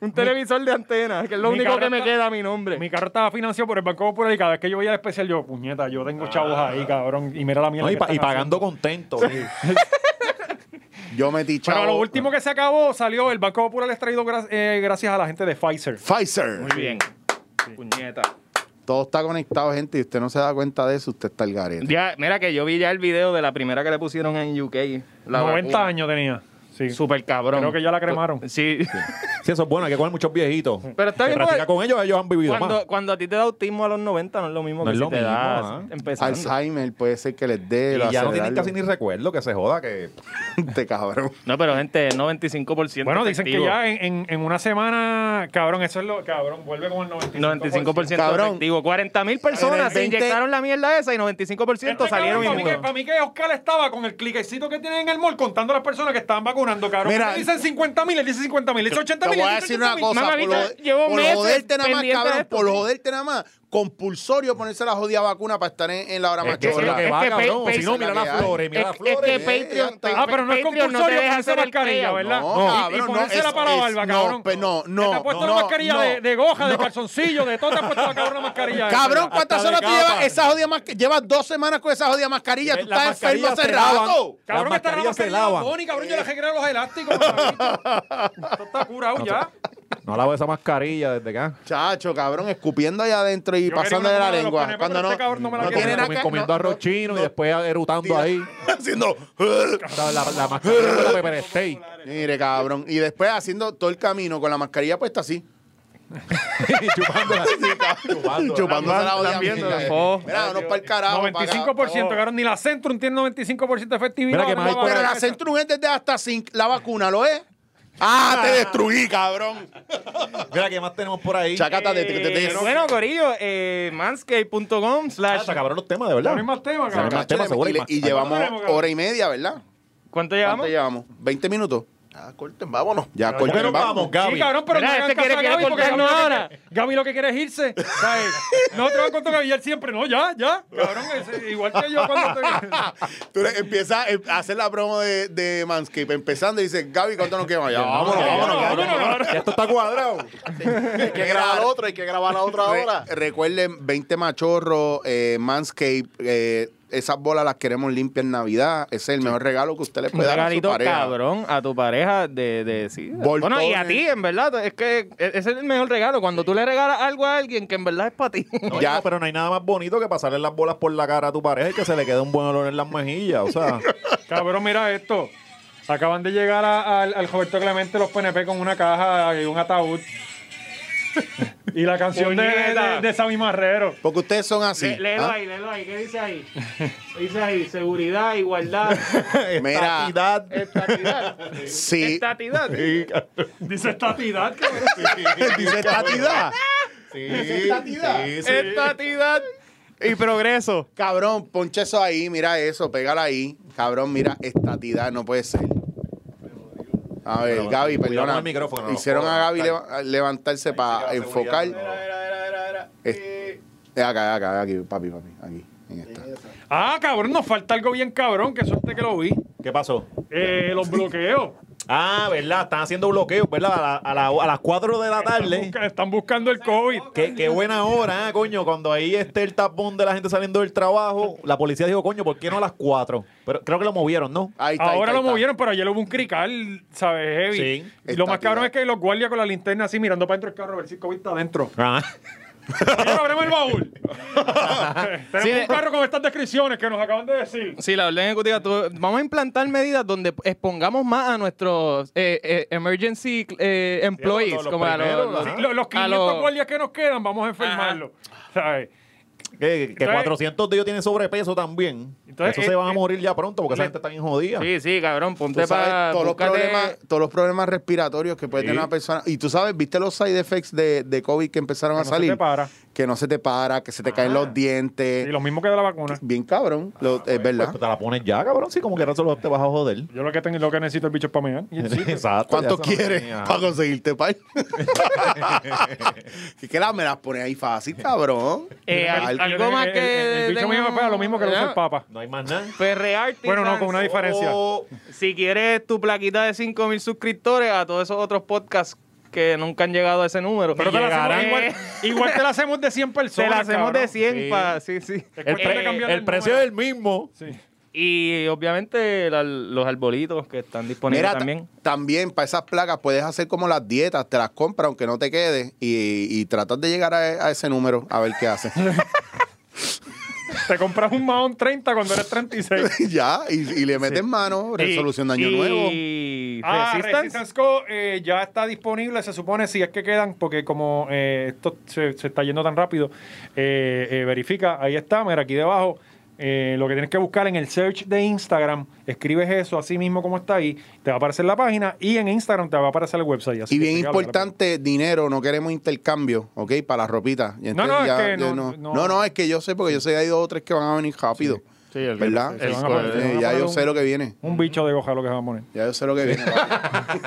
[SPEAKER 3] Un televisor de antena, que es lo
[SPEAKER 1] Mi
[SPEAKER 3] único
[SPEAKER 1] carro
[SPEAKER 3] que me
[SPEAKER 1] está-
[SPEAKER 3] queda a mi nombre.
[SPEAKER 1] Mi carro estaba financiado por el Banco Popular y cada vez que yo veía el especial, yo, puñeta, yo tengo chavos ahí, cabrón. Y mira la mierda.
[SPEAKER 2] No, y,
[SPEAKER 1] que
[SPEAKER 2] pa- y
[SPEAKER 1] están haciendo.
[SPEAKER 2] pagando contento.
[SPEAKER 6] Yo metí
[SPEAKER 1] Pero
[SPEAKER 6] chavo.
[SPEAKER 1] lo último que se acabó salió el Banco Popular extraído gra- eh, gracias a la gente de Pfizer.
[SPEAKER 6] Pfizer.
[SPEAKER 3] bien. Puñeta.
[SPEAKER 6] Todo está conectado, gente, y usted no se da cuenta de eso, usted está al garete.
[SPEAKER 3] Ya, mira que yo vi ya el video de la primera que le pusieron en UK. La
[SPEAKER 1] 90
[SPEAKER 3] vacuna.
[SPEAKER 1] años tenía. Sí.
[SPEAKER 3] Súper cabrón.
[SPEAKER 1] Creo que ya la cremaron.
[SPEAKER 3] Sí.
[SPEAKER 2] Sí, eso es bueno. Hay que comer muchos viejitos.
[SPEAKER 3] Pero está
[SPEAKER 2] Se
[SPEAKER 3] bien, porque
[SPEAKER 2] practica con ellos, ellos han vivido más.
[SPEAKER 3] cuando, cuando a ti te da autismo a los 90 no es lo mismo que
[SPEAKER 2] No es
[SPEAKER 3] si
[SPEAKER 2] lo
[SPEAKER 3] te
[SPEAKER 2] mismo, ¿ah?
[SPEAKER 3] da
[SPEAKER 2] ajá.
[SPEAKER 3] empezando.
[SPEAKER 6] Alzheimer puede ser que les dé. lo
[SPEAKER 2] Y ya no tienen
[SPEAKER 6] acelerarlo.
[SPEAKER 2] casi ni recuerdo que se joda que...
[SPEAKER 6] Te cabrón.
[SPEAKER 3] No, pero gente, es 95%.
[SPEAKER 1] Bueno, dicen que
[SPEAKER 3] efectivo.
[SPEAKER 1] ya en, en- en una semana, cabrón, eso es lo. Cabrón, vuelve con el 95%.
[SPEAKER 3] 95%
[SPEAKER 6] Cabrón.
[SPEAKER 3] efectivo. 40 mil personas
[SPEAKER 6] En el
[SPEAKER 3] se
[SPEAKER 6] 20
[SPEAKER 3] inyectaron la mierda esa y 95%
[SPEAKER 1] Este cabrón,
[SPEAKER 3] salieron
[SPEAKER 1] para, mí que,
[SPEAKER 3] inmunes.
[SPEAKER 1] para mí que Oscar estaba con el cliquecito que tienen en el mall contando a las personas que estaban vacunando, cabrón.
[SPEAKER 6] Mira,
[SPEAKER 1] Él dice 50 mil, él dice 50 mil, él dice 80
[SPEAKER 6] Te
[SPEAKER 1] mil.
[SPEAKER 6] voy a decir una cosa.
[SPEAKER 3] Mamá,
[SPEAKER 6] por lo,
[SPEAKER 3] ahorita llevo
[SPEAKER 6] por
[SPEAKER 3] meses
[SPEAKER 6] joderte nada más,
[SPEAKER 3] pendiente de
[SPEAKER 6] cabrón.
[SPEAKER 3] esto.
[SPEAKER 6] Por joderte nada más. compulsorio ponerse la jodida vacuna para estar en, en la hora
[SPEAKER 2] Es
[SPEAKER 6] más
[SPEAKER 2] que eso es lo
[SPEAKER 6] chula.
[SPEAKER 2] que va,
[SPEAKER 3] Es que
[SPEAKER 2] cabrón.
[SPEAKER 3] Pay-
[SPEAKER 2] Si no,
[SPEAKER 6] Pay-
[SPEAKER 2] mira
[SPEAKER 6] la que
[SPEAKER 2] las
[SPEAKER 6] hay.
[SPEAKER 2] flores, mira las
[SPEAKER 3] Es que
[SPEAKER 2] flores.
[SPEAKER 3] Patreon,
[SPEAKER 6] está.
[SPEAKER 1] Ah, pero no es
[SPEAKER 3] Patreon no te
[SPEAKER 1] compulsorio
[SPEAKER 3] deja
[SPEAKER 1] ponerse
[SPEAKER 3] hacer el
[SPEAKER 1] mascarilla,
[SPEAKER 3] payout.
[SPEAKER 1] ¿verdad?
[SPEAKER 6] No,
[SPEAKER 2] No,
[SPEAKER 1] Y-
[SPEAKER 6] cabrón,
[SPEAKER 1] y
[SPEAKER 6] no.
[SPEAKER 1] ponérsela
[SPEAKER 6] es-
[SPEAKER 1] para la barba,
[SPEAKER 6] es-
[SPEAKER 1] cabrón.
[SPEAKER 6] No, pe- no,
[SPEAKER 1] Que
[SPEAKER 6] no.
[SPEAKER 1] te has puesto
[SPEAKER 6] no,
[SPEAKER 1] una mascarilla
[SPEAKER 6] no.
[SPEAKER 1] de, de goja, de calzoncillo, de todo te has puesto la cabrón una mascarilla.
[SPEAKER 6] Cabrón,
[SPEAKER 1] ¿verdad?
[SPEAKER 6] ¿cuántas
[SPEAKER 2] Hasta de
[SPEAKER 6] horas tú
[SPEAKER 2] capa.
[SPEAKER 6] llevas esa jodida mascarilla? Llevas dos semanas con esa jodida mascarilla. Tú
[SPEAKER 2] Las
[SPEAKER 6] estás enfermo
[SPEAKER 2] mascarillas
[SPEAKER 6] hace
[SPEAKER 2] se lavan.
[SPEAKER 6] rato.
[SPEAKER 1] Cabrón,
[SPEAKER 2] Las
[SPEAKER 1] esta era la
[SPEAKER 2] mascarillas se
[SPEAKER 1] mascarilla de
[SPEAKER 2] lavan.
[SPEAKER 1] Bonnie, cabrón, yo le regré los elásticos. cabrón. Esto está curado ya.
[SPEAKER 2] No lavo esa mascarilla desde acá.
[SPEAKER 6] Chacho, cabrón, escupiendo allá adentro y
[SPEAKER 1] Yo
[SPEAKER 6] pasándole
[SPEAKER 1] quería
[SPEAKER 6] la
[SPEAKER 1] una
[SPEAKER 6] lengua.
[SPEAKER 1] de los
[SPEAKER 6] cuando
[SPEAKER 1] panepas, pero
[SPEAKER 6] no,
[SPEAKER 1] este cabrón no me la
[SPEAKER 6] no
[SPEAKER 1] quiere.
[SPEAKER 6] tiene
[SPEAKER 2] comiendo,
[SPEAKER 6] nada que-
[SPEAKER 2] comi- comiendo
[SPEAKER 6] no-
[SPEAKER 2] arroz chino y después erutando ahí.
[SPEAKER 6] haciendo.
[SPEAKER 2] La, la, la mascarilla con la pepper steak.
[SPEAKER 6] Mire, cabrón. Y después haciendo todo el camino con la mascarilla puesta así.
[SPEAKER 2] Y chupándola. Chupándola.
[SPEAKER 6] Chupándose la jodida
[SPEAKER 3] también,
[SPEAKER 6] mierda.
[SPEAKER 3] oh.
[SPEAKER 6] Mira, no para el carajo. pa' acá.
[SPEAKER 1] 95%,
[SPEAKER 6] Oh.
[SPEAKER 1] cabrón, ni la Centrum tiene 95% de efectividad.
[SPEAKER 2] Mira que más hay por
[SPEAKER 6] Pero
[SPEAKER 2] ahí.
[SPEAKER 6] la Centrum es desde hasta zinc. La vacuna, ¿lo es? Ah, te destruí, cabrón.
[SPEAKER 2] Mira, ¿qué más tenemos por ahí?
[SPEAKER 6] Chacata de... de- de-
[SPEAKER 3] Eh, bueno, Corillo, eh, manscape.com slash.
[SPEAKER 2] Chacha, cabrón, los temas, de verdad.
[SPEAKER 1] Los mismos temas,
[SPEAKER 2] Los
[SPEAKER 1] cabrón.
[SPEAKER 2] mismos temas, seguro,
[SPEAKER 6] y, le-
[SPEAKER 2] más-
[SPEAKER 6] y llevamos
[SPEAKER 1] tenemos, cabrón?
[SPEAKER 6] hora y media, ¿verdad?
[SPEAKER 3] ¿Cuánto
[SPEAKER 6] ¿Cuánto
[SPEAKER 3] llevamos?
[SPEAKER 6] llevamos? ¿20 minutos.
[SPEAKER 7] Ah, corten, vámonos.
[SPEAKER 6] Ya,
[SPEAKER 2] ¿Por qué
[SPEAKER 6] corten,
[SPEAKER 2] no vamos,
[SPEAKER 1] Sí,
[SPEAKER 2] Gaby?
[SPEAKER 1] cabrón, pero no
[SPEAKER 3] Mira, este
[SPEAKER 1] hagan
[SPEAKER 3] quiere-
[SPEAKER 1] caso a
[SPEAKER 3] quiere
[SPEAKER 1] Gaby porque Gaby,
[SPEAKER 3] cortarnos
[SPEAKER 1] lo que-
[SPEAKER 3] ahora.
[SPEAKER 1] Gaby lo que quiere es irse. ¿sabes? No te vas con tu Gaby, él siempre. No, ya, ya. Cabrón, ese- igual que yo cuando te...
[SPEAKER 6] Tú le- empiezas eh, a hacer la promo de, de Manscape empezando y dices, Gaby, ¿cuánto nos queda? Ya, vámonos, vámonos,
[SPEAKER 2] ya,
[SPEAKER 1] ya,
[SPEAKER 6] vámonos.
[SPEAKER 1] vámonos,
[SPEAKER 6] vámonos.
[SPEAKER 2] Ya esto está cuadrado.
[SPEAKER 7] Hay que grabar otro, hay que grabar la otra
[SPEAKER 6] Re-
[SPEAKER 7] hora.
[SPEAKER 6] recuerden, 20 machorros, eh, Manscape, eh, esas bolas las queremos limpias en Navidad. Ese es el mejor regalo que usted le
[SPEAKER 3] Un
[SPEAKER 6] puede dar a su
[SPEAKER 3] regalito
[SPEAKER 6] pareja.
[SPEAKER 3] cabrón a tu pareja de, de sí.
[SPEAKER 6] Voltones.
[SPEAKER 3] Bueno, y a ti, en verdad. Es que e, ese es el mejor regalo. Cuando tú le regalas algo a alguien que en verdad es para ti.
[SPEAKER 2] No,
[SPEAKER 6] Ya.
[SPEAKER 2] hijo, pero no hay nada más bonito que pasarle las bolas por la cara a tu pareja y que se le quede un buen olor en las mejillas. O sea,
[SPEAKER 1] Cabrón, mira esto. Acaban de llegar a- al, al Roberto Clemente los PNP con una caja y un ataúd. y la canción de, de, de Sammy Marrero.
[SPEAKER 6] Porque ustedes son así. ¿ah?
[SPEAKER 3] léelo ahí. ¿Qué dice ahí? Dice ahí, seguridad, igualdad,
[SPEAKER 6] Mira,
[SPEAKER 2] estatidad.
[SPEAKER 3] estatidad.
[SPEAKER 6] sí.
[SPEAKER 3] Estatidad.
[SPEAKER 1] Dice estatidad, cabrón.
[SPEAKER 6] Dice estatidad.
[SPEAKER 2] Sí, sí.
[SPEAKER 3] Estatidad y progreso.
[SPEAKER 6] Cabrón, ponche eso ahí, mira eso, pégala ahí. Cabrón, mira, estatidad, no puede ser. A ver,
[SPEAKER 2] Pero,
[SPEAKER 6] Gaby,
[SPEAKER 2] cuidado
[SPEAKER 6] perdona.
[SPEAKER 2] con el micrófono, no
[SPEAKER 6] Hicieron
[SPEAKER 2] lo
[SPEAKER 6] a
[SPEAKER 2] puedo
[SPEAKER 6] Gaby
[SPEAKER 2] levantar.
[SPEAKER 6] leva- levantarse para
[SPEAKER 2] la
[SPEAKER 6] enfocar.
[SPEAKER 2] seguridad, no.
[SPEAKER 6] Es- es acá, acá, aquí, papi, papi, aquí, en esta.
[SPEAKER 1] Ah, cabrón, nos falta algo bien cabrón. Qué suerte que lo vi.
[SPEAKER 2] ¿Qué pasó?
[SPEAKER 1] Eh, los bloqueos.
[SPEAKER 2] Ah, ¿verdad? Están haciendo bloqueos, ¿verdad? A, la- a la- a las 4 de la tarde.
[SPEAKER 1] Busca- Están buscando el COVID.
[SPEAKER 2] Qué, qué buena hora, ¿eh, coño. Cuando ahí esté el tapón de la gente saliendo del trabajo, la policía dijo, coño, ¿por qué no a las 4? Pero creo que lo movieron, ¿no?
[SPEAKER 6] Ahí está, ahí
[SPEAKER 1] Ahora
[SPEAKER 6] está,
[SPEAKER 1] lo
[SPEAKER 6] ahí está.
[SPEAKER 1] movieron, pero ayer hubo un crical, ¿sabes? Heavy.
[SPEAKER 2] Sí.
[SPEAKER 1] Y lo más
[SPEAKER 6] Estatidad.
[SPEAKER 1] cabrón es que los guardias con la linterna así mirando para dentro del carro a ver si el COVID está adentro.
[SPEAKER 2] Ah.
[SPEAKER 1] Ahora abrimos el baúl. Tenemos
[SPEAKER 3] Sí,
[SPEAKER 1] un
[SPEAKER 3] de-
[SPEAKER 1] carro con estas descripciones que nos acaban de decir.
[SPEAKER 3] Sí, la orden ejecutiva. tuvo- vamos a implantar medidas donde expongamos más a nuestros eh, eh, emergency eh, employees.
[SPEAKER 2] los- los
[SPEAKER 3] como a
[SPEAKER 2] primeros,
[SPEAKER 3] los,
[SPEAKER 2] ajá.
[SPEAKER 1] Lo- Los 500 guardias que nos quedan, vamos a enfermarlos. ¿Sabes?
[SPEAKER 2] Que, que
[SPEAKER 1] Entonces-
[SPEAKER 2] 400 de ellos tienen sobrepeso también.
[SPEAKER 1] Entonces,
[SPEAKER 2] Eso se
[SPEAKER 1] eh,
[SPEAKER 2] van a
[SPEAKER 1] eh,
[SPEAKER 2] morir ya pronto porque esa gente está bien jodida.
[SPEAKER 3] Sí, sí, cabrón. Ponte
[SPEAKER 6] Tú sabes
[SPEAKER 3] para.
[SPEAKER 6] todos los, problemas, todos los problemas respiratorios que puede
[SPEAKER 2] Sí.
[SPEAKER 6] tener una persona. Y tú sabes, ¿viste los side effects de, de COVID que empezaron a
[SPEAKER 1] no se
[SPEAKER 6] salir?
[SPEAKER 1] te para.
[SPEAKER 6] Que no se te para, que se te caen los dientes.
[SPEAKER 1] Y lo mismo que de la vacuna.
[SPEAKER 6] Bien cabrón, lo- es verdad.
[SPEAKER 2] Pues te la pones ya, cabrón. Sí, como que ahora solo te vas a joder.
[SPEAKER 1] Yo lo que tengo, lo que necesito el bicho es para mear. Y el sitio.
[SPEAKER 2] Exacto.
[SPEAKER 6] ¿Cuánto
[SPEAKER 2] ya eso no
[SPEAKER 6] quieres
[SPEAKER 2] tenía.
[SPEAKER 6] para conseguirte, pal? que que la, me las pones ahí fácil, cabrón.
[SPEAKER 3] Eh, al-
[SPEAKER 6] Al-
[SPEAKER 1] Yo
[SPEAKER 3] algo
[SPEAKER 1] tengo-
[SPEAKER 3] más
[SPEAKER 1] el-
[SPEAKER 3] que
[SPEAKER 1] El, el bicho
[SPEAKER 3] tengo-
[SPEAKER 1] mío me pega lo mismo que lo usa
[SPEAKER 3] ¿verdad?
[SPEAKER 1] el papa.
[SPEAKER 2] No hay más nada.
[SPEAKER 3] PR Artisans.
[SPEAKER 1] Bueno, no, con una diferencia.
[SPEAKER 2] Oh,
[SPEAKER 3] Si quieres tu plaquita de 5000 suscriptores a todos esos otros podcasts que nunca han llegado a ese número.
[SPEAKER 1] Pero te la hacemos
[SPEAKER 3] Llegarán.
[SPEAKER 1] igual, igual te la hacemos de 100
[SPEAKER 3] Te
[SPEAKER 1] personas.
[SPEAKER 3] la hacemos de
[SPEAKER 1] cabrón.
[SPEAKER 3] 100
[SPEAKER 2] Sí.
[SPEAKER 3] pa- sí, sí.
[SPEAKER 1] Es
[SPEAKER 2] el,
[SPEAKER 1] cuestión
[SPEAKER 2] pre-
[SPEAKER 1] de cambiar
[SPEAKER 2] el precio es
[SPEAKER 1] número.
[SPEAKER 2] el mismo.
[SPEAKER 1] Sí.
[SPEAKER 3] Y obviamente la- los arbolitos que están disponibles
[SPEAKER 6] Mira, ta-
[SPEAKER 3] también.
[SPEAKER 6] también. para esas placas puedes hacer como las dietas, te las compras aunque no te quede y, y tratas de llegar a, a ese número a ver qué haces.
[SPEAKER 1] Te compras un Mahon 30 cuando eres 36.
[SPEAKER 6] ya, y, y le metes mano, resolución de año
[SPEAKER 3] y
[SPEAKER 6] nuevo.
[SPEAKER 1] Ah,
[SPEAKER 3] Resistance.
[SPEAKER 1] Resistance Co. eh, ya está disponible, se supone, si es que quedan, porque como eh, esto se, se está yendo tan rápido, eh, eh, verifica, ahí está, mira, aquí debajo, eh, lo que tienes que buscar en el search de Instagram, escribes eso así mismo como está ahí, te va a aparecer la página y en Instagram te va a aparecer el website. así
[SPEAKER 6] Y
[SPEAKER 1] que
[SPEAKER 6] bien
[SPEAKER 1] chequealo,
[SPEAKER 6] importante, dinero, no queremos intercambio, ¿ok? Para la ropita. Y entonces
[SPEAKER 1] no, es
[SPEAKER 6] ya-
[SPEAKER 1] que
[SPEAKER 6] ya
[SPEAKER 1] no,
[SPEAKER 6] no,
[SPEAKER 1] no.
[SPEAKER 6] no, es que yo sé, porque yo sé que hay dos o tres que van a venir rápido. ¿Verdad?
[SPEAKER 1] se van a poner- se van
[SPEAKER 6] Eh,
[SPEAKER 1] a
[SPEAKER 6] ya
[SPEAKER 1] poner
[SPEAKER 6] yo
[SPEAKER 1] un-
[SPEAKER 6] sé lo que viene.
[SPEAKER 1] Un bicho de hoja lo que se va a poner.
[SPEAKER 6] Ya yo sé lo que viene. papi.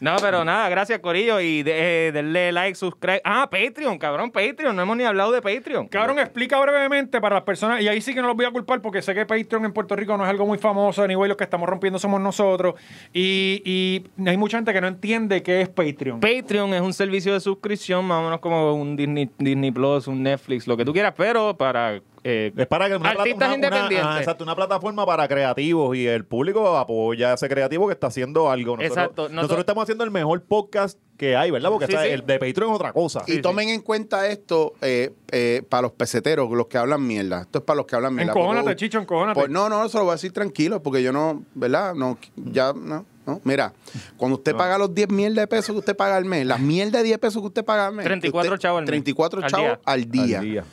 [SPEAKER 3] No, pero nada, gracias Corillo y de- eh, denle like, subscribe. Ah, Patreon, cabrón, Patreon. No hemos ni hablado de Patreon.
[SPEAKER 1] Cabrón, explica brevemente para las personas, y ahí sí que no los voy a culpar porque sé que Patreon en Puerto Rico no es algo muy famoso, ni los que estamos rompiendo somos nosotros, y, y hay mucha gente que no entiende qué es Patreon.
[SPEAKER 3] Patreon es un servicio de suscripción, más o menos como un Disney, Disney Plus, un Netflix, lo que tú quieras, pero para... eh,
[SPEAKER 2] Es para que una plata-
[SPEAKER 3] Artistas
[SPEAKER 2] una- una-
[SPEAKER 3] independientes.
[SPEAKER 2] ajá, exacto, una plataforma para creativos y el público apoya a ese creativo que está haciendo algo. Nosotros,
[SPEAKER 3] Exacto,
[SPEAKER 2] Nosotros,
[SPEAKER 3] nosotros-
[SPEAKER 2] estamos haciendo el mejor podcast que hay, ¿verdad? Porque
[SPEAKER 3] Sí,
[SPEAKER 2] está-
[SPEAKER 3] sí.
[SPEAKER 2] el de Patreon es otra cosa.
[SPEAKER 6] Y tomen en cuenta esto eh, eh, para los peseteros, los que hablan mierda. Esto es para los que hablan mierda.
[SPEAKER 1] Encojónate,
[SPEAKER 6] Porque-
[SPEAKER 1] Chicho,
[SPEAKER 3] Ah,
[SPEAKER 1] encojónate.
[SPEAKER 6] Pues, no, no, se lo voy a decir tranquilo, porque yo no, ¿verdad? No, ya, no. no. Mira, cuando usted paga los 10 mierda de pesos que usted paga al mes, las mierda de 10 pesos que usted paga al mes.
[SPEAKER 3] 34
[SPEAKER 6] usted-
[SPEAKER 3] chavos al mes.
[SPEAKER 6] 34
[SPEAKER 3] Al
[SPEAKER 6] chavos
[SPEAKER 3] día.
[SPEAKER 6] al día.
[SPEAKER 2] Al día.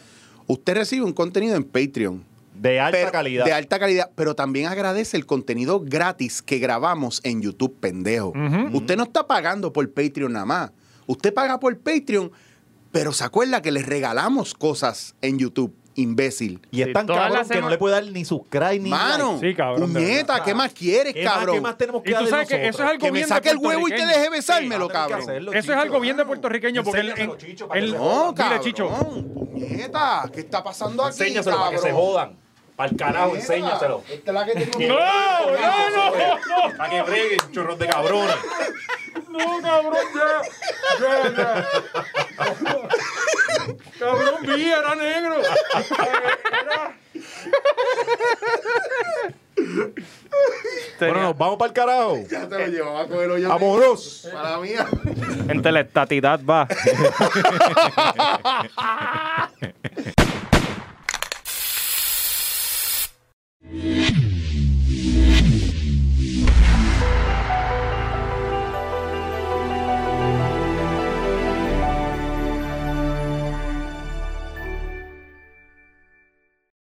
[SPEAKER 6] Usted recibe un contenido en Patreon.
[SPEAKER 2] De alta
[SPEAKER 6] pero-
[SPEAKER 2] calidad.
[SPEAKER 6] De alta calidad, pero también agradece el contenido gratis que grabamos en YouTube, pendejo. Usted no está pagando por Patreon nada más. Usted paga por Patreon, pero se acuerda que les regalamos cosas en YouTube, imbécil.
[SPEAKER 2] y es
[SPEAKER 3] Sí,
[SPEAKER 2] tan
[SPEAKER 3] todas
[SPEAKER 2] cabrón
[SPEAKER 3] las
[SPEAKER 2] que no
[SPEAKER 3] sema-
[SPEAKER 2] le puede dar ni subscribe ni
[SPEAKER 6] Mano,
[SPEAKER 2] like.
[SPEAKER 1] Sí, cabrón, de
[SPEAKER 6] puñeta, ¿qué más quieres,
[SPEAKER 2] ¿Qué más-
[SPEAKER 6] cabrón?
[SPEAKER 2] qué más tenemos que
[SPEAKER 1] Y tú
[SPEAKER 2] dar de
[SPEAKER 1] sabes que eso es
[SPEAKER 2] nosotros?
[SPEAKER 1] algo
[SPEAKER 6] que me
[SPEAKER 1] bien
[SPEAKER 6] saque
[SPEAKER 1] de
[SPEAKER 6] el huevo y que
[SPEAKER 1] puertorriqueño.
[SPEAKER 6] deje besármelo,
[SPEAKER 2] Sí,
[SPEAKER 6] cabrón.
[SPEAKER 2] tenemos que hacerlo,
[SPEAKER 1] Eso es
[SPEAKER 2] Chicho,
[SPEAKER 1] algo bien de
[SPEAKER 2] mano.
[SPEAKER 1] puertorriqueño porque el,
[SPEAKER 2] Enséñaselo,
[SPEAKER 1] el-
[SPEAKER 2] Chicho, para que
[SPEAKER 1] el-
[SPEAKER 2] lo
[SPEAKER 6] No,
[SPEAKER 1] Dile,
[SPEAKER 6] cabrón.
[SPEAKER 1] Chicho.
[SPEAKER 6] Puñeta, ¿qué está pasando aquí,
[SPEAKER 2] Enséñaselo para que se
[SPEAKER 6] cabrón?
[SPEAKER 2] jodan. Para el carajo,
[SPEAKER 6] Puñeta,
[SPEAKER 2] enséñaselo.
[SPEAKER 6] Esta es la que tengo que-
[SPEAKER 1] No, no, no, no,
[SPEAKER 2] Para que breguen, chorros de cabrones.
[SPEAKER 1] no, cabrón, ya, ya, ya. Cabrón, vi, era negro.
[SPEAKER 2] Bueno, nos vamos para el carajo.
[SPEAKER 6] Ya te lo llevaba a cogerlo yo.
[SPEAKER 2] Amoros.
[SPEAKER 6] Para mí.
[SPEAKER 3] Entre la estatidad va.